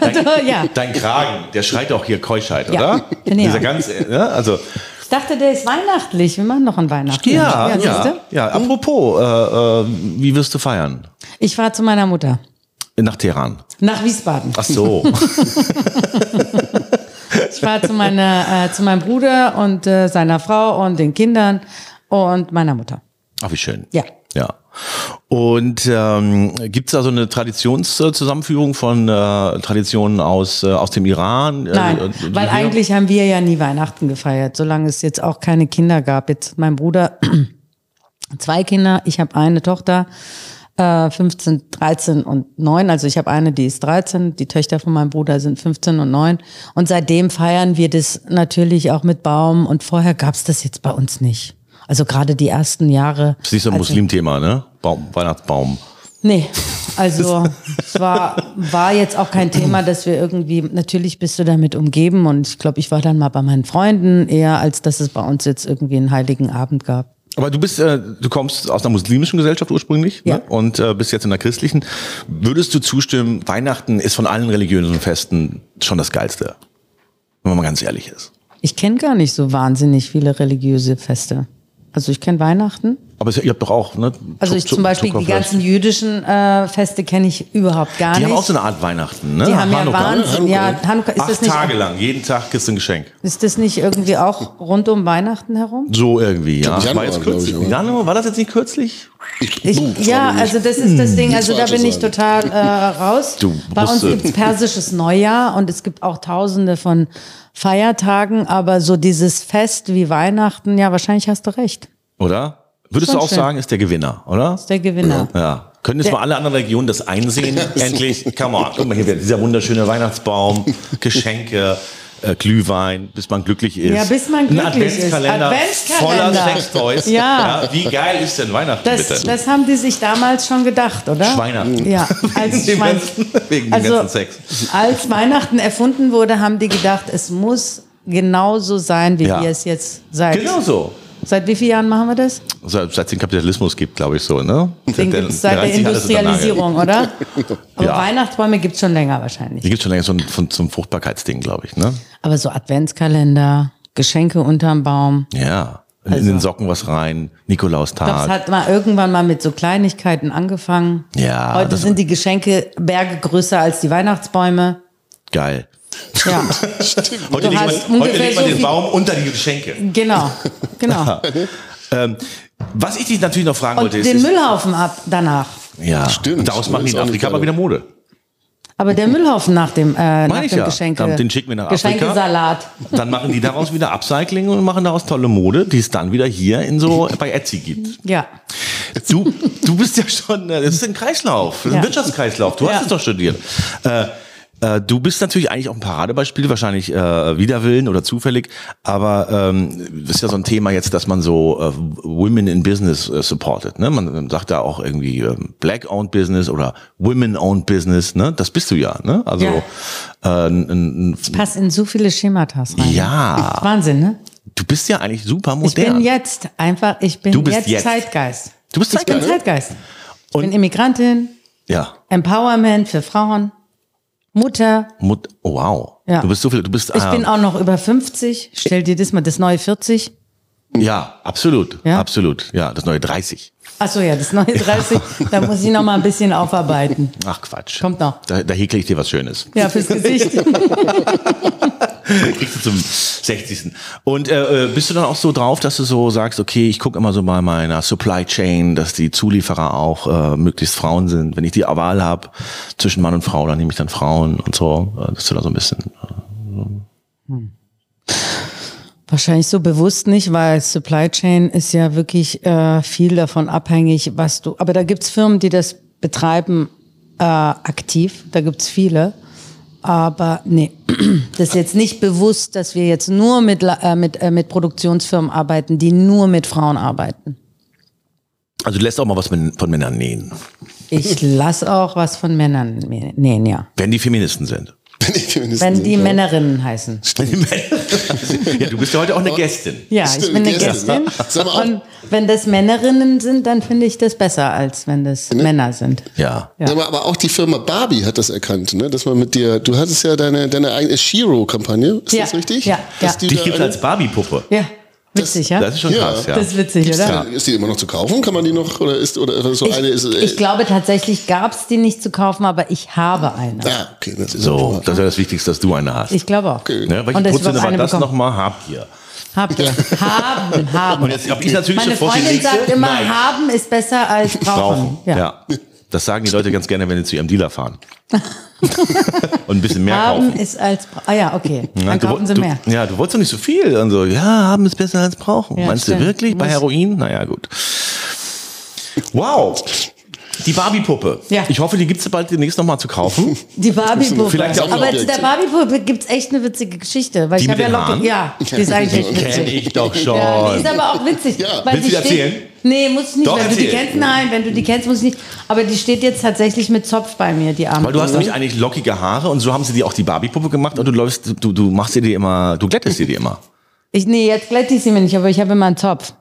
<laughs> Dein, Ja. dein Kragen, der schreit auch hier Keuschheit, Ja, <laughs> oder? finde ich Dieser auch. ganz, äh, ne? also, Ich dachte, der ist weihnachtlich. Wir machen noch einen Weihnachten. ja, ja, siehst ja, du? Hm. Apropos, äh, äh, wie wirst du feiern? Ich fahre zu meiner Mutter. Nach Teheran. Nach Wiesbaden. <laughs> Ach so. <laughs> Ich fahre zu, meiner, äh, zu meinem Bruder und äh, seiner Frau und den Kindern und meiner Mutter. Ach, wie schön. Ja. Ja. Und ähm, gibt es da so eine Traditionszusammenführung von äh, Traditionen aus, äh, aus dem Iran? Nein, Äh, äh, weil hier? eigentlich haben wir ja nie Weihnachten gefeiert, solange es jetzt auch keine Kinder gab. Jetzt hat mein Bruder <clears throat> zwei Kinder, ich habe eine Tochter, äh, 15, 13 und 9. Also ich habe eine, die ist 13, die Töchter von meinem Bruder sind 15 und 9. Und seitdem feiern wir das natürlich auch mit Baum und vorher gab es das jetzt bei uns nicht. Also gerade die ersten Jahre. Das ist nicht so ein als ich- Muslimthema, ne? Baum, Weihnachtsbaum. Nee, Also es war, war jetzt auch kein Thema, dass wir irgendwie, natürlich bist du damit umgeben und ich glaube, ich war dann mal bei meinen Freunden eher, als dass es bei uns jetzt irgendwie einen heiligen Abend gab. Aber du bist, äh, du kommst aus einer muslimischen Gesellschaft ursprünglich Ja. ne? und äh, bist jetzt in einer christlichen. Würdest du zustimmen, Weihnachten ist von allen religiösen Festen schon das Geilste? Wenn man mal ganz ehrlich ist. Ich kenne gar nicht so wahnsinnig viele religiöse Feste. Also ich kenne Weihnachten. Aber es- ihr habt doch auch, ne? Also Zuck- ich Zuck- zum Beispiel die Zuckerfleisch. ganzen jüdischen äh, Feste kenne ich überhaupt gar Die nicht. haben auch so eine Art Weihnachten, ne? die haben ja Hanukkah. ne? Wahnsinn. Ja, Hanukkah, ist, das Acht nicht, Tage lang, jeden Tag kriegst du ein Geschenk. ist das nicht irgendwie auch rund um Weihnachten herum? So irgendwie, ja. glaub, Januar, war, jetzt glaub ich, kürzlich. aber. Januar, war das jetzt nicht kürzlich? Ich, Buh, ja, frage mich. also das ist Hm, das Ding, also da Falsches bin ich sagen. total äh, raus. Du Bei uns musst, äh, gibt's persisches Neujahr und es gibt auch tausende von Feiertagen, aber so dieses Fest wie Weihnachten, ja, wahrscheinlich hast du recht. Oder? Würdest Schon du auch schön. sagen, ist der Gewinner, oder? Ist der Gewinner. Ja. Können jetzt mal alle anderen Regionen das <laughs> einsehen? Endlich, come on. Guck mal, hier wieder dieser wunderschöne <laughs> Weihnachtsbaum, Geschenke, äh, Glühwein, bis man glücklich ist. Ja, bis man glücklich Ein Adventskalender, ist. voller Adventskalender. Sextoys. Ja. Wie geil ist denn Weihnachten Das, bitte? das haben die sich damals schon gedacht, oder? Weihnachten. <laughs> Ja, als, Wegen dem Schwein- ganzen- wegen dem also ganzen Sex. als Weihnachten erfunden wurde, haben die gedacht, es muss genauso sein, wie Ja. wir es jetzt seit. Genau so. Seit wie vielen Jahren machen wir das? Also, Seit seit es den Kapitalismus gibt, glaube ich so, ne? Den Der- gibt es seit der reißt sich alles unter den Nagel. Industrialisierung, <laughs> oder? Aber Ja. Weihnachtsbäume gibt es schon länger wahrscheinlich. Die gibt es schon länger so ein, von, zum Fruchtbarkeitsding, glaube ich, ne? Aber so Adventskalender, Geschenke unterm Baum. Ja. In, in Also- den Socken was rein, Nikolaustag. Ich glaube, es hat mal irgendwann mal mit so Kleinigkeiten angefangen. Ja, Heute das- sind die Geschenkeberge größer als die Weihnachtsbäume. Geil. Ja, <laughs> Du Heute legt hast man, heute ungefähr legt man so den viel- Baum unter die Geschenke. <laughs> genau, Ah, genau. Ähm, was ich dich natürlich noch fragen Und wollte, ist, den ist Müllhaufen ab danach. ja, Stimmt. daraus machen die Ist in auch nicht Afrika gerade. mal wieder Mode. Aber der Müllhaufen nach dem, äh, nach ich dem ja. Geschenke. Dann den schicken wir nach Afrika. Geschenkesalat. Dann machen die daraus wieder Upcycling und machen daraus tolle Mode, die es dann wieder hier in <laughs> so bei Etsy gibt. Ja. Du, du bist ja schon, äh, das ist ein Kreislauf, das ist ein Ja. Wirtschaftskreislauf. Du Ja. hast es doch studiert. Äh, äh, Du bist natürlich eigentlich auch ein Paradebeispiel, wahrscheinlich äh, widerwillen oder zufällig, aber ähm, ist ja so ein Thema jetzt, dass man so äh, Women in Business äh, supportet. Ne? Man sagt da auch irgendwie ähm, Black-owned Business oder Women-owned Business. Ne? Das bist du ja. Ne? Also Äh, ein, ein, Passt in so viele Schemata rein. Ja. Wahnsinn, ne? du bist ja eigentlich super Ich bin modern. jetzt einfach, ich bin Du bist jetzt, jetzt. Zeitgeist. Du bist ich bin Zeitgeist? Zeitgeist. Ich Und- bin Immigrantin, ja. Empowerment für Frauen, Mutter. Mut, oh, wow. Ja. Du bist so viel. Du bist. Ich ähm, bin auch noch über 50. Stell dir das mal, das neue 40. Ja, absolut. Ja? Absolut. Ja, das neue 30. Achso, ja, das neue 30. Da muss ich noch mal ein bisschen aufarbeiten. Ach Quatsch. Kommt noch. Da, da häkle ich dir was Schönes. <laughs> Ja, fürs Gesicht. Kriegst du zum 60. Und äh, äh, bist du dann auch so drauf, dass du so sagst, okay, ich gucke immer so bei meiner Supply Chain, dass die Zulieferer auch äh, möglichst Frauen sind. Wenn ich die Wahl habe zwischen Mann und Frau, dann nehme ich dann Frauen und so. Äh, Dass du da so ein bisschen. Wahrscheinlich so bewusst nicht, weil Supply Chain ist ja wirklich äh, viel davon abhängig, was du. Aber da gibt's Firmen, die das betreiben äh, aktiv. Da gibt's viele. Aber nee, <clears throat> das ist jetzt nicht bewusst, dass wir jetzt nur mit, La- äh, mit, äh, mit Produktionsfirmen arbeiten, die nur mit Frauen arbeiten. Also du lässt auch mal was mit, von Männern nähen. Ich <laughs> lass auch was von Männern nä- nähen, ja. Wenn die Feministen sind. Wenn die Feministen Wenn sind, die ja. Männerinnen heißen. ja, du bist ja heute auch eine Gästin. Ja, Stimmt, ich bin eine Gästin. Gästin. Sag mal auch- Und wenn das Männerinnen sind, dann finde ich das besser, als wenn das Männer sind. Ja. Ja. Ne? Sag mal, aber auch die Firma Barbie hat das erkannt, ne? dass man mit dir, du hattest ja deine, deine eigene Shiro-Kampagne, ist Ja, das richtig? ja, Dass ja. Die Dich da gibt eine, als Barbie-Puppe. Ja, witzig, ja? Das ist schon Ja. krass, ja. Das ist witzig, Gibt's oder? die denn- ist die immer noch zu kaufen? Kann man die noch? Oder ist oder also so Ich, eine ist. äh, ich glaube tatsächlich gab es die nicht zu kaufen, aber ich habe eine. ah, okay, das ist So, das ist ja das Wichtigste, dass du eine hast. Ich glaube auch. Okay. Ne, welche Und dass ich Prozente überhaupt waren eine das bekomme. nochmal? Habt ihr. Habt ihr. Haben, haben. Und jetzt hab ich natürlich Meine sofort die Freundin nächste. sagt immer, Nein. haben ist besser als brauchen. Brauchen. Ja. Das sagen die Leute ganz gerne, wenn sie zu ihrem <laughs> Dealer fahren. Und ein bisschen mehr Haben kaufen. ist als brauchen. Ah ja, okay. Ja, Dann du kaufen woll- sie du, mehr. Ja, du wolltest doch nicht so viel. Und so, ja, haben ist besser als brauchen. Ja, Meinst stimmt. du wirklich bei Muss- Heroin? Naja, gut. Wow. Die Barbie-Puppe. Ja. Ich hoffe, die gibt es bald demnächst nochmal zu kaufen. Die Barbie-Puppe. Vielleicht auch ein Aber zu Objekt. der Barbie-Puppe gibt es echt eine witzige Geschichte. Weil Die ich mit habe ja den Locken. Haaren? <laughs> Ja, die ist eigentlich echt Kenn witzig. ich doch schon. Ja, die ist aber auch witzig. Ja. <laughs> weil Willst die du die steht- erzählen? Nee, muss nicht. Doch, wenn du die erzähl. kennst, nein, wenn du die kennst, muss ich nicht. Aber die steht jetzt tatsächlich mit Zopf bei mir, die Arme. Weil du hast nämlich eigentlich lockige Haare und so haben sie dir auch die Barbie-Puppe gemacht und du läufst, du, du machst dir die immer, du glättest dir die immer. Ich, nee, jetzt glätte ich sie mir nicht, aber ich habe immer einen Zopf.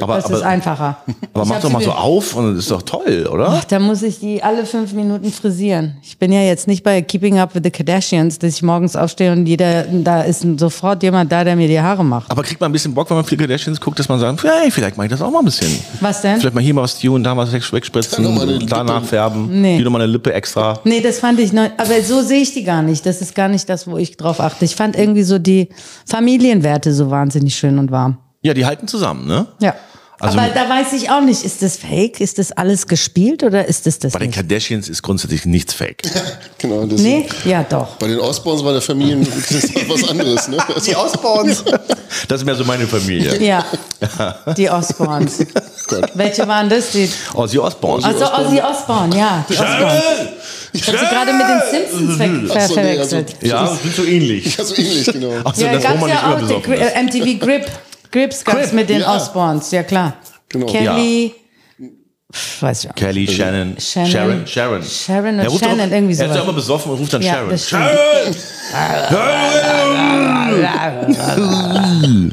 Aber, Das ist aber, einfacher. aber Ich mach hab doch sie mal so mir- auf und das ist doch toll, oder? Ach, da muss ich die alle fünf Minuten frisieren. Ich bin ja jetzt nicht bei Keeping Up with the Kardashians, dass ich morgens aufstehe und jeder, da ist sofort jemand da, der mir die Haare macht. Aber kriegt man ein bisschen Bock, wenn man viele Kardashians guckt, dass man sagt, hey, vielleicht mache ich das auch mal ein bisschen. Was denn? Vielleicht mal hier mal was hier und da was wegspritzen, Dann noch mal eine da Lippe. nachfärben, Nee. hier nochmal eine Lippe extra. Nee, das fand ich neu. Aber so sehe ich die gar nicht. Das ist gar nicht das, wo ich drauf achte. Ich fand irgendwie so die Familienwerte so wahnsinnig schön und warm. Ja, die halten zusammen, ne? Ja. Also- Aber da weiß ich auch nicht, ist das fake? Ist das alles gespielt oder ist das das? Bei den Nicht? Kardashians ist grundsätzlich nichts fake. <laughs> Genau, das Nee? Ja, doch. Bei den Osborns war der Familien <laughs> das ist was anderes, ne? Also, Osborns. <laughs> Das ist mehr so meine Familie. <laughs> Ja. Die Osborns. Gott. Welche waren das? Die, Ozzy Osborns. also Ozzy Osborn, ja. Die Osborn. Ich habe sie gerade mit den Simpsons ver ver Ach so, nee, verwechselt. Ja, also sind so ähnlich. Also ähnlich, genau. Ach so, Ja, das gab's Roman nicht ja auch immer die besoffen Gri ist. äh, MTV Grip. Grips gab's mit den ja. Osborns, ja klar. Genau. Kelly. Pff, weiß ich auch. Kelly, Shannon, Shannon. Sharon, Sharon. Sharon und Er ruft Shannon, auch, irgendwie Er ist ja sowas. immer besoffen und ruft dann Ja, Sharon. das stimmt. Sharon! Sharon! <laughs> <laughs>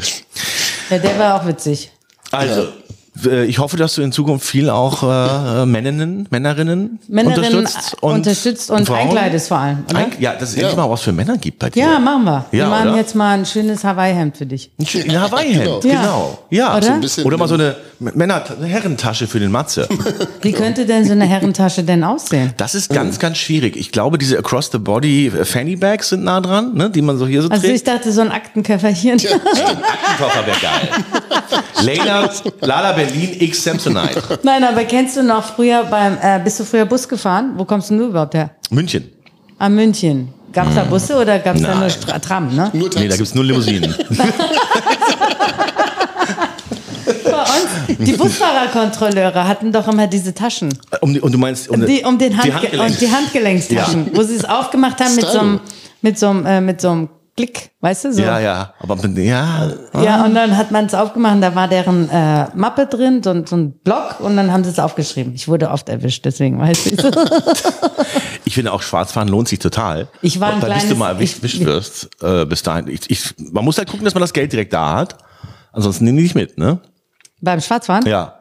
Ja, der war auch witzig. Also, äh, ich hoffe, dass du in Zukunft viel auch äh, äh, Männerinnen, Männerinnen, Männerinnen unterstützt und, äh, unterstützt und Frauen. einkleidest vor allem, oder? Ein, ja, dass es endlich mal was für Männer gibt bei dir. Ja, machen wir. wir Ja, machen oder? jetzt mal ein schönes Hawaii-Hemd für dich. Ein schön- In Hawaii-Hemd, Ja. genau. Ja, Oder? So ein bisschen- oder mal so eine Männer Herrentasche für den Matze. Wie könnte denn so eine Herrentasche denn aussehen? Das ist ganz, ganz schwierig. Ich glaube, diese Across-the-Body-Fanny-Bags äh, sind nah dran, ne, die man so hier so Also ich trägt. dachte, so ein Aktenkoffer hier. Aktenkoffer wäre geil. Lena, Lala Berlin X Samsonite. <laughs> Nein, aber kennst du noch früher beim, äh, bist du früher Bus gefahren? Wo kommst denn du überhaupt her? München. Am München. Gab es da Busse oder gab es da nur Hm. Nein. Stra Tram, ne? Nur Nee, da gibt's nur Limousinen. Bei uns, die Busfahrerkontrolleure hatten doch immer diese Taschen. Um, die- und du meinst um Die, um den Handge Handgelenk. und die Handgelenkstaschen, wo sie es aufgemacht haben mit so einem, mit so einem, äh, mit so einem Klick, weißt du? So. Ja, ja, aber ja. Ja, und dann hat man es aufgemacht, und da war deren äh, Mappe drin, so, ein- so ein Block, und dann haben sie es aufgeschrieben. Ich wurde oft erwischt, deswegen weiß ich Ich finde auch Schwarzfahren lohnt sich total. Ich war ein Weil bis kleines- du mal erwischt ich- erwischt wirst, äh, bis dahin. Ich, ich, man muss halt gucken, dass man das Geld direkt da hat. Ansonsten nehmen die nicht mit, ne? Beim Schwarzfahren? Ja.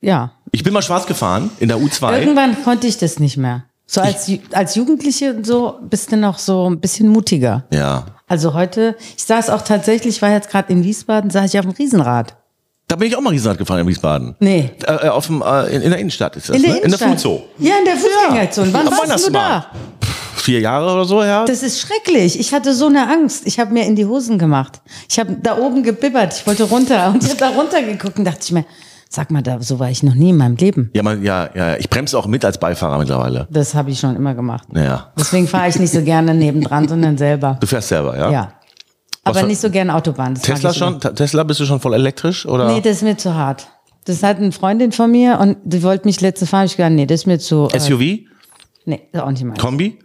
ja. Ich bin mal schwarz gefahren in der U2. Irgendwann konnte ich das nicht mehr. So als, Ju- als Jugendliche und so bist du noch so ein bisschen mutiger. Ja. Also heute, ich saß auch tatsächlich, war jetzt gerade in Wiesbaden, saß ich auf dem Riesenrad. Da bin ich auch mal Riesenrad gefahren in Wiesbaden. Nee. Äh, äh, auf dem, äh, in, in der Innenstadt ist das, In der ne? Innenstadt. In der Fußzone. Ja, in der Fußgängerzone. Wann Am warst du Weihnachtsmarkt. da? Vier Jahre oder so, ja. Das ist schrecklich. Ich hatte so eine Angst. Ich habe mir in die Hosen gemacht. Ich habe da oben gebibbert. Ich wollte runter. Und ich habe da runter geguckt und dachte ich mir, sag mal, da, so war ich noch nie in meinem Leben. Ja, man, ja, ja, ich bremse auch mit als Beifahrer mittlerweile. Das habe ich schon immer gemacht. Ja. Deswegen fahre ich nicht so gerne nebendran, sondern selber. Du fährst selber, ja? Ja. Aber für- nicht so gerne Autobahn. Das mag Tesla ich schon? nicht. Ta- Tesla, bist du schon voll elektrisch? Oder? Nee, das ist mir zu hart. Das hat eine Freundin von mir und die wollte mich letzte fahren. Ich gesagt, nee, das ist mir zu. Äh, SUV? nee, das ist auch nicht mein. Kombi?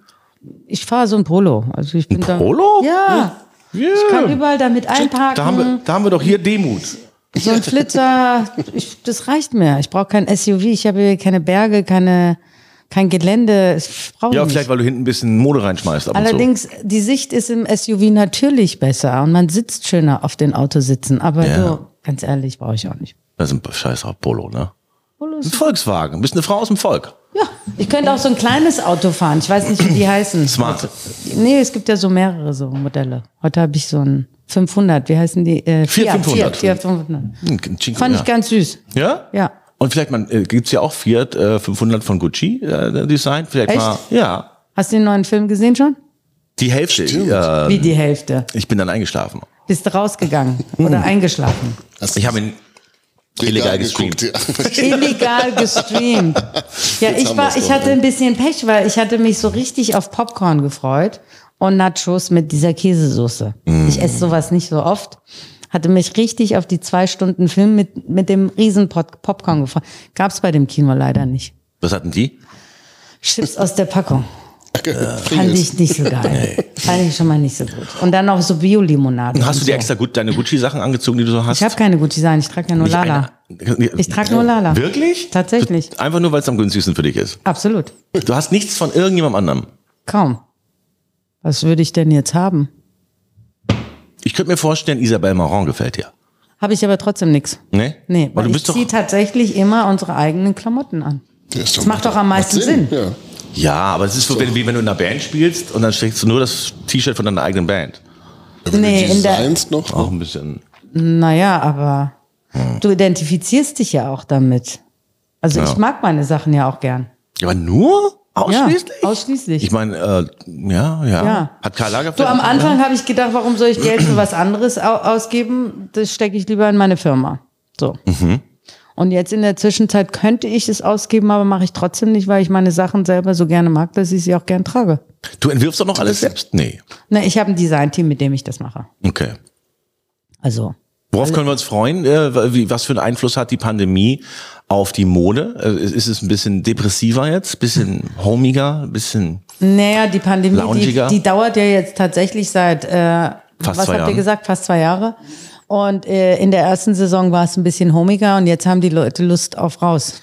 Ich fahre so ein Polo. Also ich bin da- Polo? Ja. Yeah. Ich kann überall damit einparken. Da haben, wir, da haben wir doch hier Demut. So ein Flitzer, ich, das reicht mir. Ich brauche kein SUV, ich habe hier keine Berge, keine, kein Gelände. Ich brauche Ja, nicht. vielleicht, weil du hinten ein bisschen Mode reinschmeißt. Ab und Hm. Allerdings, die Sicht ist im SUV natürlich besser und man sitzt schöner auf den Autositzen. Aber Ja. du, ganz ehrlich, brauche ich auch nicht. zu. Das ist ein scheiß Polo, ne? Polo Ein ist- Volkswagen. Bist eine Frau aus dem Volk. Ja, ich könnte auch so ein kleines Auto fahren. Ich weiß nicht, wie die heißen. Smart. Nee, es gibt ja so mehrere so Modelle. Heute habe ich so ein 500. Wie heißen die? Äh, Fiat 500. Fiat 500. Ein Chinko, Fand ja. ich ganz süß. Ja? Ja. Und vielleicht man, äh, gibt's ja auch Fiat äh, 500 von Gucci äh, Design. Vielleicht Echt? mal. Ja. Hast du den neuen Film gesehen schon? Die Hälfte. Äh, Wie die Hälfte. ich bin dann eingeschlafen. Bist du rausgegangen oder Hm. eingeschlafen? Ich habe ihn illegal gestreamt. Ja. Illegal gestreamt. Ja, Jetzt ich haben war, wir's ich doch, hatte ne? ey. ein bisschen Pech, weil ich hatte mich so richtig auf Popcorn gefreut und Nachos mit dieser Käsesoße. Hm. Ich esse sowas nicht so oft. Hatte mich richtig auf die zwei Stunden Film mit, mit dem riesen Pot Popcorn gefreut. Gab's bei dem Kino leider nicht. Was hatten die? Chips aus der Packung. Genau. Äh, Fand ich nicht so geil. Fand ich schon mal nicht so gut. Und dann noch so Bio-Limonade. Hast und du dir so. extra gut deine Gucci-Sachen angezogen, die du so hast? Ich habe keine Gucci-Sachen, ich trage ja nur Nicht Lala. eine- Ich trage nur Lala. Wirklich? Tatsächlich. Einfach nur, weil es am günstigsten für dich ist. Absolut. Du hast nichts von irgendjemandem anderem. Kaum. Was würde ich denn jetzt haben? Ich könnte mir vorstellen, Isabel Marant gefällt dir. Habe ich aber trotzdem nichts. Nee? Nee, Weil weil du ich bist doch, ziehe tatsächlich immer unsere eigenen Klamotten an. Das macht doch am meisten Sinn. Äh, Ja. ja, aber es ist so, wenn, wie wenn du in einer Band spielst und dann trägst du nur das T-Shirt von deiner eigenen Band. Also Wenn Nee, du in der- designst noch. Auch ein bisschen. Naja, aber du identifizierst dich ja auch damit. Also Ja. ich mag meine Sachen ja auch gern. Ja, aber nur? Ausschließlich? Ja, ausschließlich. Ich meine, äh, ja, ja, Ja. Hat Karl Lagerfeld. So am auch- Anfang habe ich gedacht, warum soll ich Geld für was anderes au- ausgeben? Das stecke ich lieber in meine Firma. So. Mhm. Und jetzt in der Zwischenzeit könnte ich es ausgeben, aber mache ich trotzdem nicht, weil ich meine Sachen selber so gerne mag, dass ich sie auch gern trage. Du entwirfst doch noch alles selbst? Nee. Na, ich habe ein Designteam, mit dem ich das mache. Okay. Also Worauf können wir uns freuen? Äh, wie, was für einen Einfluss hat die Pandemie auf die Mode? Äh, ist- ist es ein bisschen depressiver <laughs> jetzt? Bisschen homiger? Ein bisschen. Naja, die Pandemie, Loungiger. die, die dauert ja jetzt tatsächlich seit, äh, Fast was zwei habt Jahren. ihr gesagt, fast zwei Jahre. Und äh, in der ersten Saison war es ein bisschen homiger und jetzt haben die Leute Lust auf raus.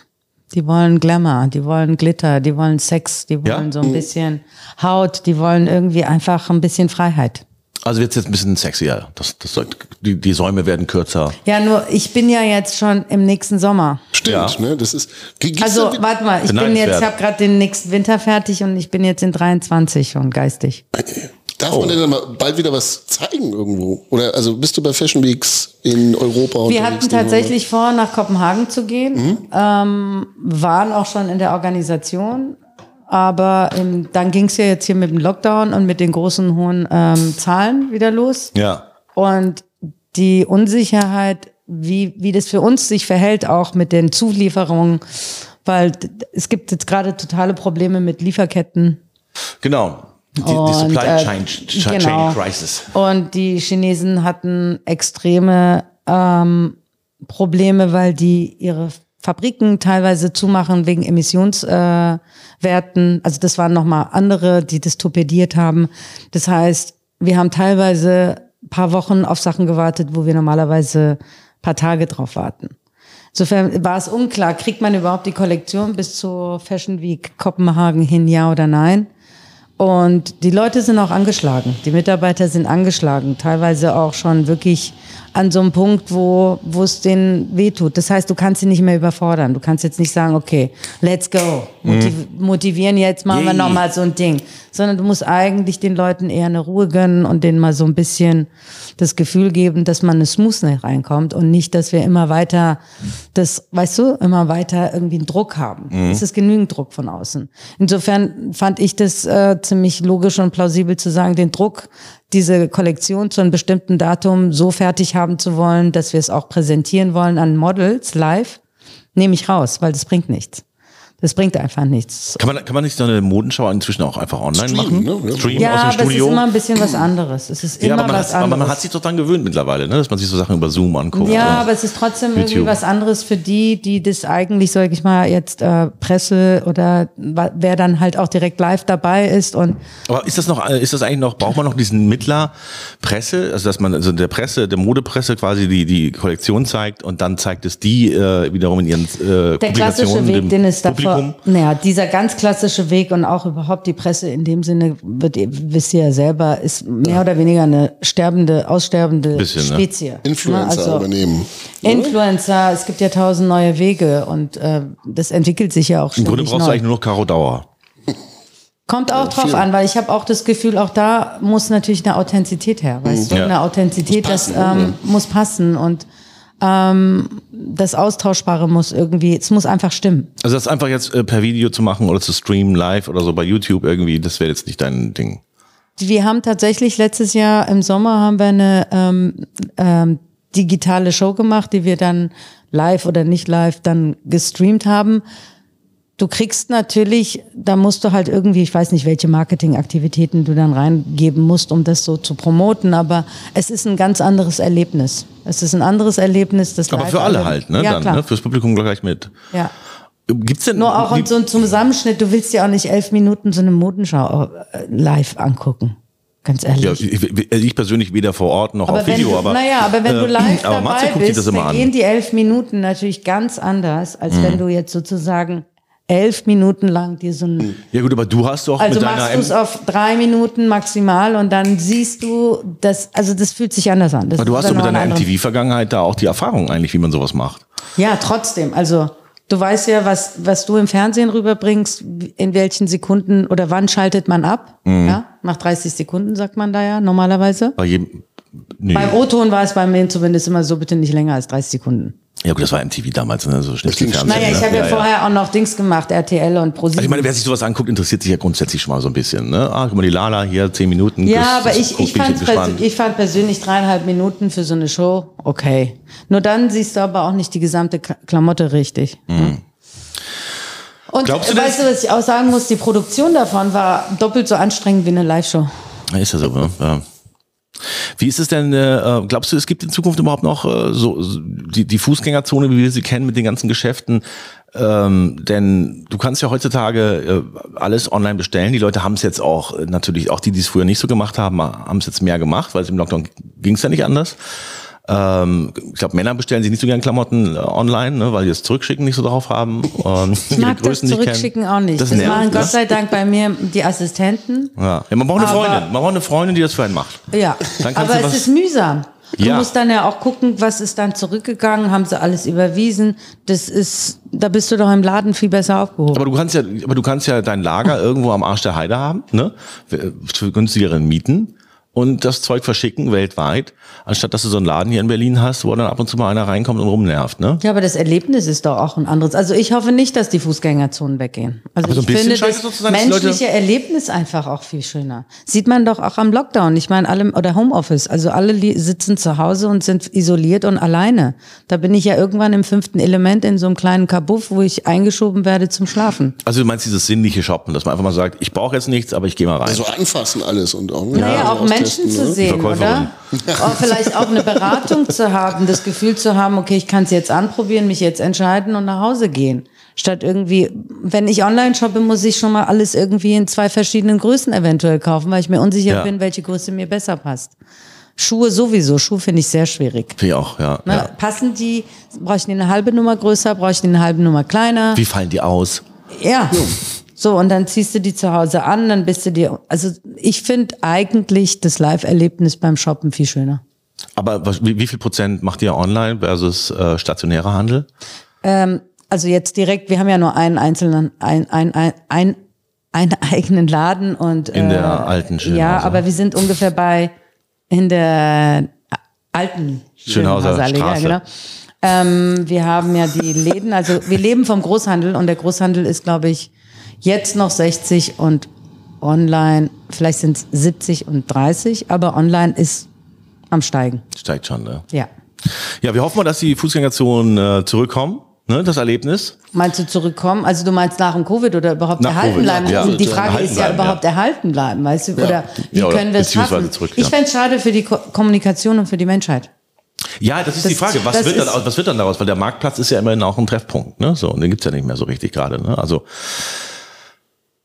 Die wollen Glamour, die wollen Glitter, die wollen Sex, die Ja? wollen so ein bisschen Haut, die wollen irgendwie einfach ein bisschen Freiheit. Also wird jetzt ein bisschen sexier. Das, das soll, die, die Säume werden kürzer. Ja, nur ich bin ja jetzt schon im nächsten Sommer. Stimmt, Ja. ne? Das ist. Gibt's Also da- warte mal, ich bin Beneidenswert. jetzt, ich habe gerade den nächsten Winter fertig und ich bin jetzt in 23 schon geistig. Darf Oh. man denn dann mal bald wieder was zeigen irgendwo? Oder also bist du bei Fashion Weeks in Europa und Wir hatten tatsächlich vor, nach Kopenhagen zu gehen, ähm, waren auch schon in der Organisation, aber ähm, dann ging es ja jetzt hier mit dem Lockdown und mit den großen hohen ähm, Zahlen wieder los. Ja. Und die Unsicherheit, wie, wie das für uns sich verhält, auch mit den Zulieferungen, weil d- es gibt jetzt gerade totale Probleme mit Lieferketten. Genau. Die, die Und, Supply äh, Chain, Chain genau. Crisis. Und die Chinesen hatten extreme ähm, Probleme, weil die ihre Fabriken teilweise zumachen wegen Emissionswerten. Äh, Werten. also das waren nochmal andere, die das torpediert haben. Das heißt, wir haben teilweise ein paar Wochen auf Sachen gewartet, wo wir normalerweise ein paar Tage drauf warten. Insofern war es unklar, kriegt man überhaupt die Kollektion bis zur Fashion Week Kopenhagen hin, ja oder nein? Und die Leute sind auch angeschlagen. Die Mitarbeiter sind angeschlagen. Teilweise auch schon wirklich an so einem Punkt, wo, wo es denen wehtut. Das heißt, du kannst sie nicht mehr überfordern. Du kannst jetzt nicht sagen, okay, let's go. Motiv Motivieren jetzt, machen wir Yay. nochmal so ein Ding. Sondern du musst eigentlich den Leuten eher eine Ruhe gönnen und denen mal so ein bisschen das Gefühl geben, dass man eine Smoothness reinkommt und nicht, dass wir immer weiter das, weißt du, immer weiter irgendwie einen Druck haben. Es ist genügend Druck von außen. Insofern fand ich das äh, ziemlich logisch und plausibel zu sagen, den Druck, diese Kollektion zu einem bestimmten Datum so fertig haben zu wollen, dass wir es auch präsentieren wollen an Models live, nehme ich raus, weil das bringt nichts. Das bringt einfach nichts. Kann man, kann man nicht so eine Modenschau inzwischen auch einfach online Streamen, machen? ne? Ja. Streamen Ja, aus aber es dem ist Studio. immer ein bisschen was anderes. Es ist immer ja, aber man, was hat, aber anderes. man hat sich doch dann gewöhnt mittlerweile, ne? dass man sich so Sachen über Zoom anguckt. Ja, und- aber es ist trotzdem irgendwie YouTube. was anderes für die, die das eigentlich, sage ich mal, jetzt äh, Presse oder wa- wer dann halt auch direkt live dabei ist und Aber ist das noch, äh, ist das eigentlich noch, braucht man noch diesen Mittler Presse, also dass man also der Presse, der Modepresse quasi die, die Kollektion zeigt und dann zeigt es die äh, wiederum in ihren äh, der klassische Publikationen dem Weg, den es Publikum. davor, naja, dieser ganz klassische Weg und auch überhaupt die Presse in dem Sinne, wird, ihr- wisst ihr ja selber, ist mehr oder weniger eine sterbende, aussterbende Bisschen, ne? Spezie. ne? Influencer übernehmen. Ne? Influencer, es gibt ja tausend neue Wege und äh, das entwickelt sich ja auch Im ständig Grunde brauchst neu. du eigentlich nur noch Caro Dauer. Kommt auch drauf an, weil ich habe auch das Gefühl, auch da muss natürlich eine Authentizität her. Weißt du, Ja. eine Authentizität, Muss passen, das ähm, muss passen und ähm, das Austauschbare muss irgendwie, es muss einfach stimmen. Also das einfach jetzt äh, per Video zu machen oder zu streamen live oder so bei YouTube irgendwie, das wäre jetzt nicht dein Ding. Wir haben tatsächlich letztes Jahr im Sommer haben wir eine ähm, ähm, digitale Show gemacht, die wir dann live oder nicht live dann gestreamt haben. Du kriegst natürlich, da musst du halt irgendwie, ich weiß nicht, welche Marketingaktivitäten du dann reingeben musst, um das so zu promoten, aber es ist ein ganz anderes Erlebnis. Es ist ein anderes Erlebnis, das Aber live- für alle halt, ne? Ja, dann, klar. ne? Fürs Publikum gleich mit. ja. Gibt's denn Nur auch wie- in so einem Zusammenschnitt, du willst ja auch nicht elf Minuten so eine Modenschau äh, live angucken. Ganz ehrlich. ja, ich, also ich persönlich weder vor Ort noch auf wenn Video, du, aber ähm, naja, aber wenn du live aber dabei Matze guckt bist, sich das immer dann an. Mhm. gehen die elf Minuten natürlich ganz anders, als wenn du jetzt sozusagen elf Minuten lang dir so ein, ja gut, aber du hast doch also mit Mhm. deiner machst du es M- auf drei Minuten maximal und dann siehst du, das, also das fühlt sich anders an. Das aber du ist hast dann doch mit noch ein deiner anderer- MTV-Vergangenheit da auch die Erfahrung eigentlich, wie man sowas macht. Ja, trotzdem. Also du weißt ja, was, was du im Fernsehen rüberbringst, in welchen Sekunden oder wann schaltet man ab. Mhm. Ja? Nach 30 Sekunden sagt man da ja normalerweise. Bei jedem, nee. Beim O-Ton war es bei mir zumindest immer so, bitte nicht länger als 30 Sekunden. ja gut, das war MTV damals, ne? so schnell ging Naja, ich habe ja, vorher auch noch Dings gemacht, RTL und Also ich ProSieben. meine, wer sich sowas anguckt, interessiert sich ja grundsätzlich schon mal so ein bisschen. Ne? Ah, guck mal, die Lala hier, zehn Minuten. ja, das- aber das ich, guck, ich, bin fand gespannt. persö- ich fand persönlich dreieinhalb Minuten für so eine Show okay. Nur dann siehst du aber auch nicht die gesamte K- Klamotte richtig. ne? Und Mhm. Glaubst du weißt das? du, was ich auch sagen muss? Die Produktion davon war doppelt so anstrengend wie eine Live-Show. Ja, Ist ja so, ne? ja. Wie ist es denn, äh, äh, glaubst du, es gibt in Zukunft überhaupt noch äh, so so die, die Fußgängerzone, wie wir sie kennen, mit den ganzen Geschäften? Ähm, denn du kannst ja heutzutage äh, alles online bestellen. Die Leute haben es jetzt auch, äh, natürlich auch die, die es früher nicht so gemacht haben, haben es jetzt mehr gemacht, weil es im Lockdown ging es ja nicht anders. Ähm, ich glaube, Männer bestellen sich nicht so gern Klamotten äh, online, ne, weil die das Zurückschicken nicht so drauf haben. Und Ich mag das Zurückschicken auch nicht. Das, nervt, machen ne? Gott sei Dank bei mir die Assistenten. Ja. ja, man braucht eine Aber- Freundin. Man braucht eine Freundin, die das für einen macht. Ja, Dann kannst aber du was- es ist mühsam. Du Ja. musst dann ja auch gucken, was ist dann zurückgegangen, haben sie alles überwiesen. Das ist, da bist du doch im Laden viel besser aufgehoben. Aber du kannst ja, aber du kannst ja dein Lager irgendwo am Arsch der Heide haben, ne? Für günstigeren Mieten und das Zeug verschicken weltweit, anstatt dass du so einen Laden hier in Berlin hast, wo dann ab und zu mal einer reinkommt und rumnervt, ne? ja, aber das Erlebnis ist doch auch ein anderes. Also ich hoffe nicht, dass die Fußgängerzonen weggehen. Also Aber so ein ich bisschen finde scheint es das so zu sein, dass die Leute- menschliche Erlebnis einfach auch viel schöner. Sieht man doch auch am Lockdown. Ich meine, alle oder Homeoffice. Also alle li- sitzen zu Hause und sind isoliert und alleine. Da bin ich ja irgendwann im fünften Element in so einem kleinen Kabuff, wo ich eingeschoben werde zum Schlafen. Also du meinst dieses sinnliche Shoppen, dass man einfach mal sagt, ich brauche jetzt nichts, aber ich gehe mal rein. Also anfassen alles und auch, ne? Naja, auch Menschen zu sehen, Verkäuferin. oder? Auch vielleicht auch eine Beratung zu haben, das Gefühl zu haben, okay, ich kann es jetzt anprobieren, mich jetzt entscheiden und nach Hause gehen. Statt irgendwie, wenn ich online shoppe, muss ich schon mal alles irgendwie in zwei verschiedenen Größen eventuell kaufen, weil ich mir unsicher Ja. bin, welche Größe mir besser passt. Schuhe sowieso, Schuhe finde ich sehr schwierig. Finde ich auch, ja, Ne? ja. Passen die, brauche ich die eine halbe Nummer größer, brauche ich die eine halbe Nummer kleiner? Wie fallen die aus? Ja. So, und dann ziehst du die zu Hause an, dann bist du dir. Also, ich finde eigentlich das Live-Erlebnis beim Shoppen viel schöner. Aber was, wie, wie viel Prozent macht ihr online versus äh, stationärer Handel? Also, jetzt direkt, wir haben ja nur einen einzelnen, ein, ein, ein, ein, einen <laughs> eigenen Laden und. äh, In der alten Schönhauser. Ja, aber wir sind ungefähr bei. In der äh, alten Schönhauser Schönhauserallee, Ja, Straße. genau. Ähm, wir haben ja die Läden, also wir leben vom Großhandel und der Großhandel ist, glaube ich, jetzt noch 60 und online, vielleicht sind es 70 und 30, aber online ist am Steigen. Steigt schon, ne? Ja. Ja, wir hoffen mal, dass die Fußgängerzonen äh, zurückkommen, ne? Das Erlebnis. Meinst du zurückkommen? Also du meinst nach dem Covid oder überhaupt Nach erhalten Covid, bleiben? Also ja. die Frage Erhalten ist ja bleiben, überhaupt erhalten bleiben, weißt du? Oder wie Ja, oder können wir es beziehungsweise schaffen? zurück, ich ja. fänd's schade für die Ko Kommunikation und für die Menschheit. Ja, das ist Das- die Frage. Was das wird, dann, ist- aus- was wird dann daraus? Weil der Marktplatz ist ja immerhin auch ein Treffpunkt. Ne? So, und den gibt's ja nicht mehr so richtig gerade. Ne? Also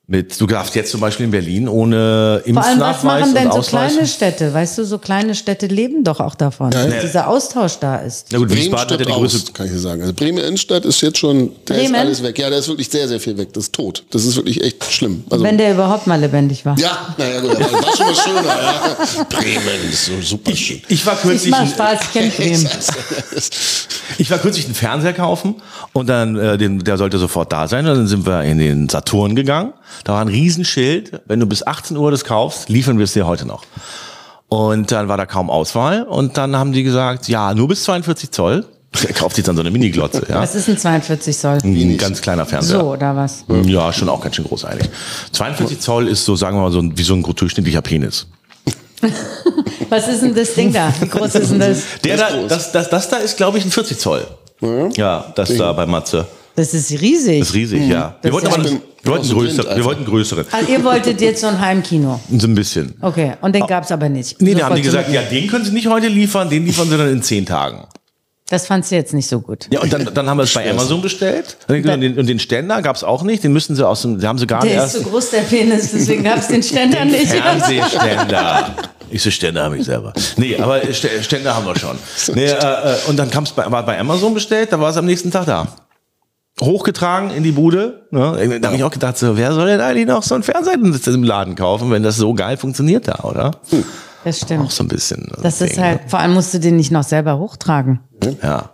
mit, du darfst jetzt zum Beispiel in Berlin ohne Vor allem, was Impfnachweis machen und denn so Ausweis. kleine Städte? Weißt du, so kleine Städte leben doch auch davon, dass ja. dieser Austausch da ist. Na gut, Bremen Wiesbaden hat ja stirbt die größte. aus, kann ich dir sagen. Also Bremen Innenstadt ist jetzt schon, da Bremen? ist alles weg. Ja, da ist wirklich sehr, sehr viel weg. Das ist tot. Das ist wirklich echt schlimm. Also, Wenn der überhaupt mal lebendig war. ja, naja, gut, aber das war schon mal schöner. Ja. Bremen ist so super schön. Ich war Ich kürzlich, äh, mach Spaß, ich kenn Bremen. ich war kürzlich einen Fernseher kaufen und dann äh, den, der sollte sofort da sein. Und dann sind wir in den Saturn gegangen. Da war ein Riesenschild. Wenn du bis 18 Uhr das kaufst, liefern wir es dir heute noch. Und dann war da kaum Auswahl. Und dann haben die gesagt, ja, nur bis 42 Zoll. <laughs> Der kauft sich dann so eine Miniglotze. Ja? Was ist ein 42 Zoll? Ein ganz kleiner Fernseher. So, oder was? Ja, schon auch ganz schön groß eigentlich. 42 Zoll ist so, sagen wir mal, so ein, wie so ein gut durchschnittlicher Penis. Was ist denn das Ding da? Wie groß ist denn das? Der Der ist da, groß. das, das, das da ist, glaube ich, ein 40 Zoll. Ja, das da bei Matze. Das ist Das ist riesig. riesig, ja. Wir Mhm. Das wollten ist aber ja- einen- wir wollten Ich bin auch so größer, blind, wir wollten größeren. Also ihr wolltet jetzt so ein Heimkino. So ein bisschen. Okay, und den gab's aber nicht. Ah. Nee, da haben die Sofort gesagt, ja, den können sie nicht heute liefern, den liefern sie dann in zehn Tagen. Das fandst du jetzt nicht so gut. Ja, und dann, <laughs> dann haben wir es bei Amazon bestellt. Und den, und den Ständer gab es auch nicht. Den müssen sie aus dem, den haben sie gar nicht Der ist erst. zu groß, der Penis, deswegen gab es den Ständer nicht. Fernsehständer. Ich so, Ständer habe ich selber. Nee, aber Stä- Ständer haben wir schon. Nee, äh, äh, und dann kam's bei, war bei Amazon bestellt, da war es am nächsten Tag da. Hochgetragen in die Bude. Ne? Da habe ich auch gedacht, so, wer soll denn eigentlich noch so einen Fernseher im Laden kaufen, wenn das so geil funktioniert da, oder? Das Auch stimmt. so ein bisschen. ein Das ist Ding, halt, vor allem musst du den nicht noch selber hochtragen. ne? Ja.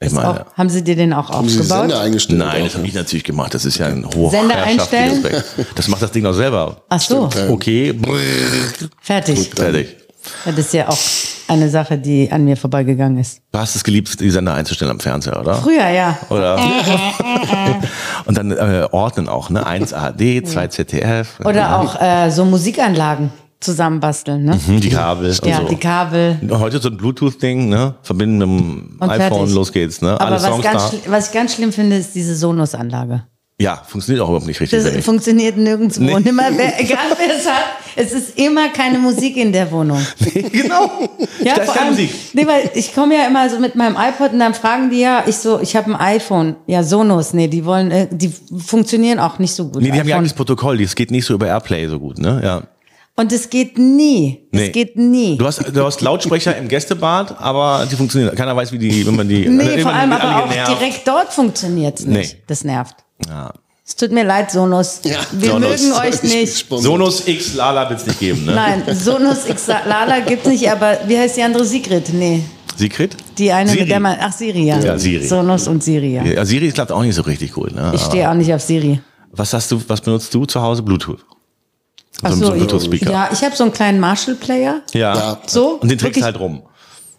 Ich meine. Auch, haben sie dir den auch Haben sie die Sender aufgebaut? eingestellt? ne? Nein, das habe ich natürlich gemacht. Das ist ja ein hoher Sender herrschaftliches einstellen? Werk. Das macht das Ding doch selber. Ach so, Stimmt, ja. Okay, brrr, fertig. fertig. Ja, Das ist ja auch eine Sache, die an mir vorbeigegangen ist. Du hast es geliebt, die Sender einzustellen am Fernseher, oder? Früher, ja. <laughs> Oder? und dann äh, ordnen auch, ne? 1 ARD, 2 ZDF. Oder auch äh, so Musikanlagen zusammenbasteln, ne? Hm, Die Kabel und Ja, so. die Kabel. Heute so ein Bluetooth-Ding, ne? Verbinden mit dem Und iPhone, fertig. los geht's, ne? Aber Alle was, Songs ganz da. schli- was ich ganz schlimm finde, ist diese Sonos-Anlage. Ja, funktioniert auch überhaupt nicht richtig. Das wenn ich- funktioniert nirgendwo. Nee. Und immer, wer, egal wer es hat, es ist immer keine Musik in der Wohnung. <laughs> genau. Ja, da ist vor keine allem, Musik. Nee, weil ich komme ja immer so mit meinem iPod und dann fragen die ja, ich so, ich habe ein iPhone. Ja, Sonos, nee, die wollen, äh, die funktionieren auch nicht so gut. Nee, die haben ja iPhone. eigenes Protokoll, das geht nicht so über Airplay so gut, ne? Ja. und es geht nie. Nee. Es geht nie. Du hast, du hast Lautsprecher im Gästebad, aber die funktionieren. Keiner weiß, wie die, wenn man die. nee, vor irgendwann allem sind die aber alle auch genervt. direkt dort funktioniert es nicht. Nee. Das nervt. Ja. Es tut mir leid, Sonos. Ja, Wir Sonos. mögen euch nicht. Sonos X Lala wird's nicht geben, ne? Nein, Sonos X Lala gibt nicht, aber wie heißt die andere Sigrid? Nee, Sigrid? die eine Siri. mit der man. Ach, Siri, ja. Ja, Siri. Sonos und Siri, ja. Ja, Siri klappt auch nicht so richtig gut. Ne? Ich stehe auch nicht auf Siri. Was hast du, was benutzt du zu Hause? Bluetooth. Ach ein- so ein ich- Bluetooth-Speaker. Ja, ich habe so einen kleinen Marshall-Player. Ja. Ja. So, Und den trägst wirklich- du halt rum.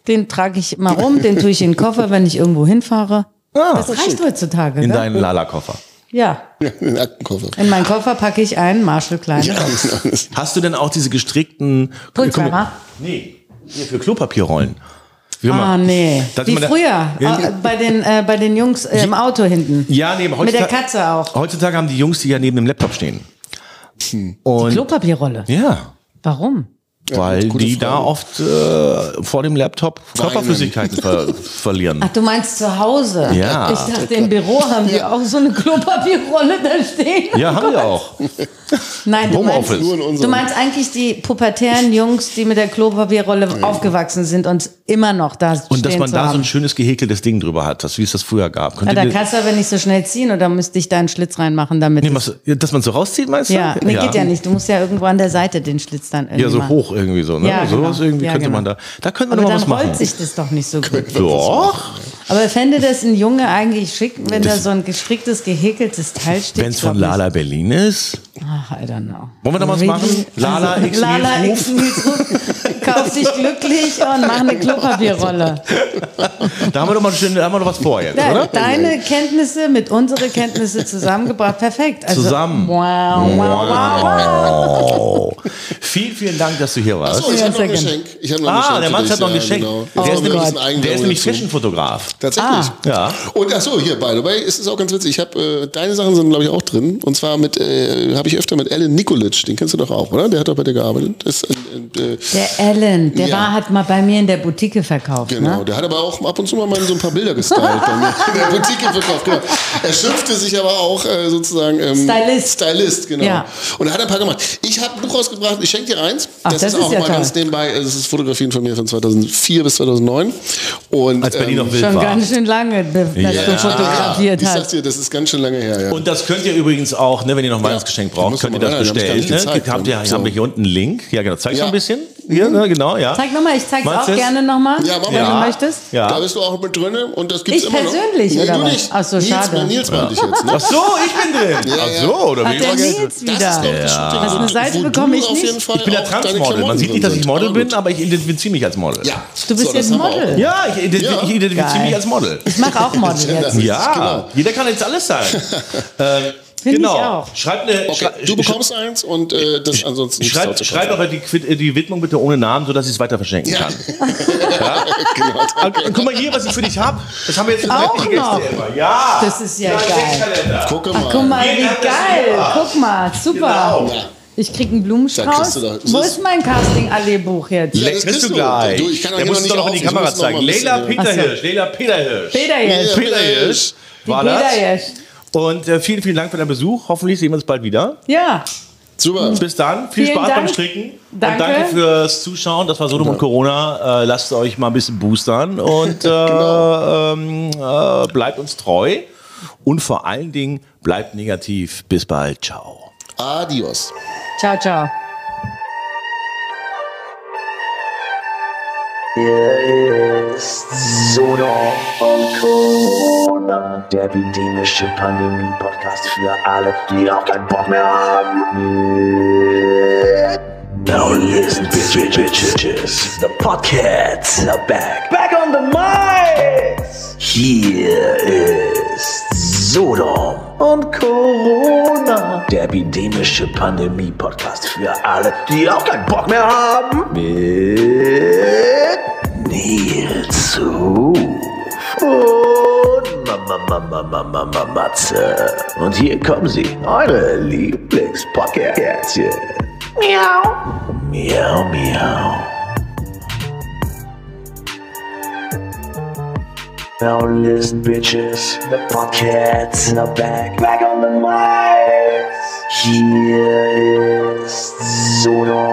Den trage ich immer rum, den tue ich in den Koffer, wenn ich irgendwo hinfahre. das reicht heutzutage. Ah, In gell? deinen Lala-Koffer. ja, Den Aktenkoffer. in meinen Koffer packe ich einen Marshall-Kleinen. Ja, genau. Hast du denn auch diese gestrickten. Pulshammer? Nee. Hier für Klopapierrollen. Wie Ah, immer. nee. Das ist Wie immer der- früher, Ja, äh, bei, den, äh, bei den Jungs äh, im Auto hinten. Ja, nee, aber Mit heutzutage. der Katze auch. Heutzutage haben die Jungs, die ja neben dem Laptop stehen. Und Klopapierrolle. ja, Warum? weil gute die da Frage. oft äh, vor dem Laptop Körperflüssigkeiten ver verlieren. <laughs> Ach, du meinst zu Hause? Ja. Ich dachte, im Büro haben wir auch so eine Klopapierrolle da stehen. Ja, haben wir auch. Nein, du meinst, Homeoffice. Nur in unserem- du meinst eigentlich die pubertären Jungs, die mit der Klopapierrolle aufgewachsen sind und immer noch da stehen Und dass man zu da so haben. ein schönes gehäkeltes Ding drüber hat, das, wie es das früher gab. Könnt ja, ihr dann dir- kannst du aber nicht so schnell ziehen oder müsste ich da einen Schlitz reinmachen, damit Nee, es- machst du- dass man so rauszieht, meinst du? Ja, nee, geht ja nicht. Du musst ja irgendwo an der Seite den Schlitz dann irgendwie Ja, so machen. hoch irgendwie so. Ne? Ja, so was genau. irgendwie Ja, könnte genau. man da. Da könnte man Aber noch was dann rollt machen. Genau. sich das doch nicht so gut. Doch. Aber fände das ein Junge eigentlich schick, wenn da so ein gestricktes, gehäkeltes Teil steht? Wenn es Ich von glaub Lala Berlin ist. nicht. Ach, I don't know. Wollen wir da was Really? machen? Lala X Lala Nils X Nils Ruf, kauf dich glücklich und mach eine <laughs> Klopapierrolle. Da haben wir doch mal schön, da haben wir doch was vor jetzt, Da, oder? deine Kenntnisse mit unsere Kenntnisse zusammengebracht. Perfekt. Also, Zusammen. Wow, wow, wow, wow. Wow. Vielen, vielen Dank, dass du hier warst. Achso, ich Ja, habe noch ein sehr gerne. Oh Geschenk. Ich hab noch ein ah, Geschenk der für Mann dich. hat noch ein Ja, Geschenk. genau. Der, Ich ist hab mir ein bisschen nämlich, der ist Eigenwerbung nämlich dazu. Fashion-Fotograf. Tatsächlich. Ah. Ja. Und ach so, hier, by the way, es ist auch ganz witzig. Ich habe äh, deine Sachen sind glaube ich auch drin. Und zwar mit äh, habe ich öfter mit Alan Nikolic. Den kennst du doch auch, oder? Der hat doch bei dir gearbeitet. Das, ist ein- ein, äh, Der Alan, der Ja. war, hat mal bei mir in der Boutique verkauft. Genau, Ne? der hat aber auch ab und zu mal so ein paar Bilder gestylt bei mir <laughs> in der Boutique verkauft. Genau. Er schimpfte sich aber auch äh, sozusagen ähm, Stylist. Stylist, genau. Ja. Und da hat er ein paar gemacht. Ich habe ein Buch rausgebracht, ich schenke dir eins. Ach, das ist auch ja mal toll. ganz nebenbei. äh, Das ist Fotografien von mir von 2004 bis 2009. Und, ähm, Als Berlin noch wild Schon war. ganz schön lange, dass du Ja. fotografiert ich sag hast. dir, das ist ganz schön lange her. Ja. Und das könnt ihr übrigens auch, ne, wenn ihr noch ein Weihnachtsgeschenk Da braucht, muss könnt ihr man- das nein, nein, die haben bestellen. es gar Ne? nicht gezeigt. Habt ihr, So. haben wir hier unten einen Link? Ja, genau. Zeig Ja. Mhm. mal ein bisschen. Hier, ne, genau, ja. Zeig nochmal, ich zeig's Meinst auch du's? gerne nochmal, Ja, mach mal. wenn du Ja. möchtest. Da Ja. bist du auch mit drin und das gibt's Ich immer noch. persönlich, nee, oder du was? nicht. Ach so, Nils, schade. Nils meinte ich jetzt, ne? Ach so, ich bin drin. Ach so, oder Hat bin ich der mal gerne- Nils wieder. Das ist doch das Hast du eine Seite wo du bekommen? Ich auf jeden nicht. Fall Ich bin ja auch deine Transmodel. Man Klamotten sieht nicht, dass drin ich sind. Model Aber gut. bin, aber ich identifiziere mich als Model. Ja. Du bist das jetzt haben wir auch. Model. Ja, ich, ident Ja. ich identifiziere Geil. mich als Model. Ich mache auch Model <laughs> Ja, jetzt. Ja, genau. jeder kann jetzt alles sein. <laughs> ähm, ich genau. auch. Schreib eine. Okay, schrei- du bekommst eins und äh, das ansonsten nicht Schreib, zu schreib kaufen. aber die, Quid- äh, die Widmung bitte ohne Namen, sodass ich es weiter verschenken Ja. <laughs> Genau. kann. Und, und guck mal hier, was ich für dich habe. Das haben wir jetzt Auch die Gäste noch. immer. Ja. Das ist ja Mein geil. Sexkalender. Gucke mal. Guck mal, Jeden wie hat das geil. lieber. Guck mal, super. Genau. Ich krieg einen Da kriegst Blumenstrauß. du doch- Wo ist mein Casting-Allee-Buch jetzt? Ja, das Kriegst kriegst du gleich. Du, ich kann doch da hier noch musst du nicht doch in die auf, ich Kamera muss noch mal zeigen. ein bisschen- Leila Peterhirsch, Ach Leila Peterhirsch. Peter jetzt. Ja, Peter Hirsch Die war das. Peter Jesch. Und äh, vielen, vielen Dank für deinen Besuch. Hoffentlich sehen wir uns bald wieder. Ja. Super. Bis dann. Viel Vielen Spaß beim Dank. Stricken. Danke. Und danke fürs Zuschauen. Das war Sodom und Corona. Äh, lasst euch mal ein bisschen boostern und äh, ähm, äh, bleibt uns treu. Und vor allen Dingen bleibt negativ. Bis bald. Ciao. Adios. Ciao, ciao. Hier ist Sodom und Corona, der epidemische Pandemie-Podcast für alle, die auch keinen Bock mehr haben. Now listen, bitch, bitch, bitches, the podcasts are back. Back on the mics! Hier ist Sodom und Corona, der epidemische Pandemie-Podcast für alle, die auch keinen Bock mehr haben. Mit Nils Ruf und Mama, Mama, Mama, Mama, Matze. Und hier kommen sie, eure Lieblingspodcastchen. Miau. Miau, miau. Now listen, bitches, the podcasts are back. Back on the mics. Here is Sodom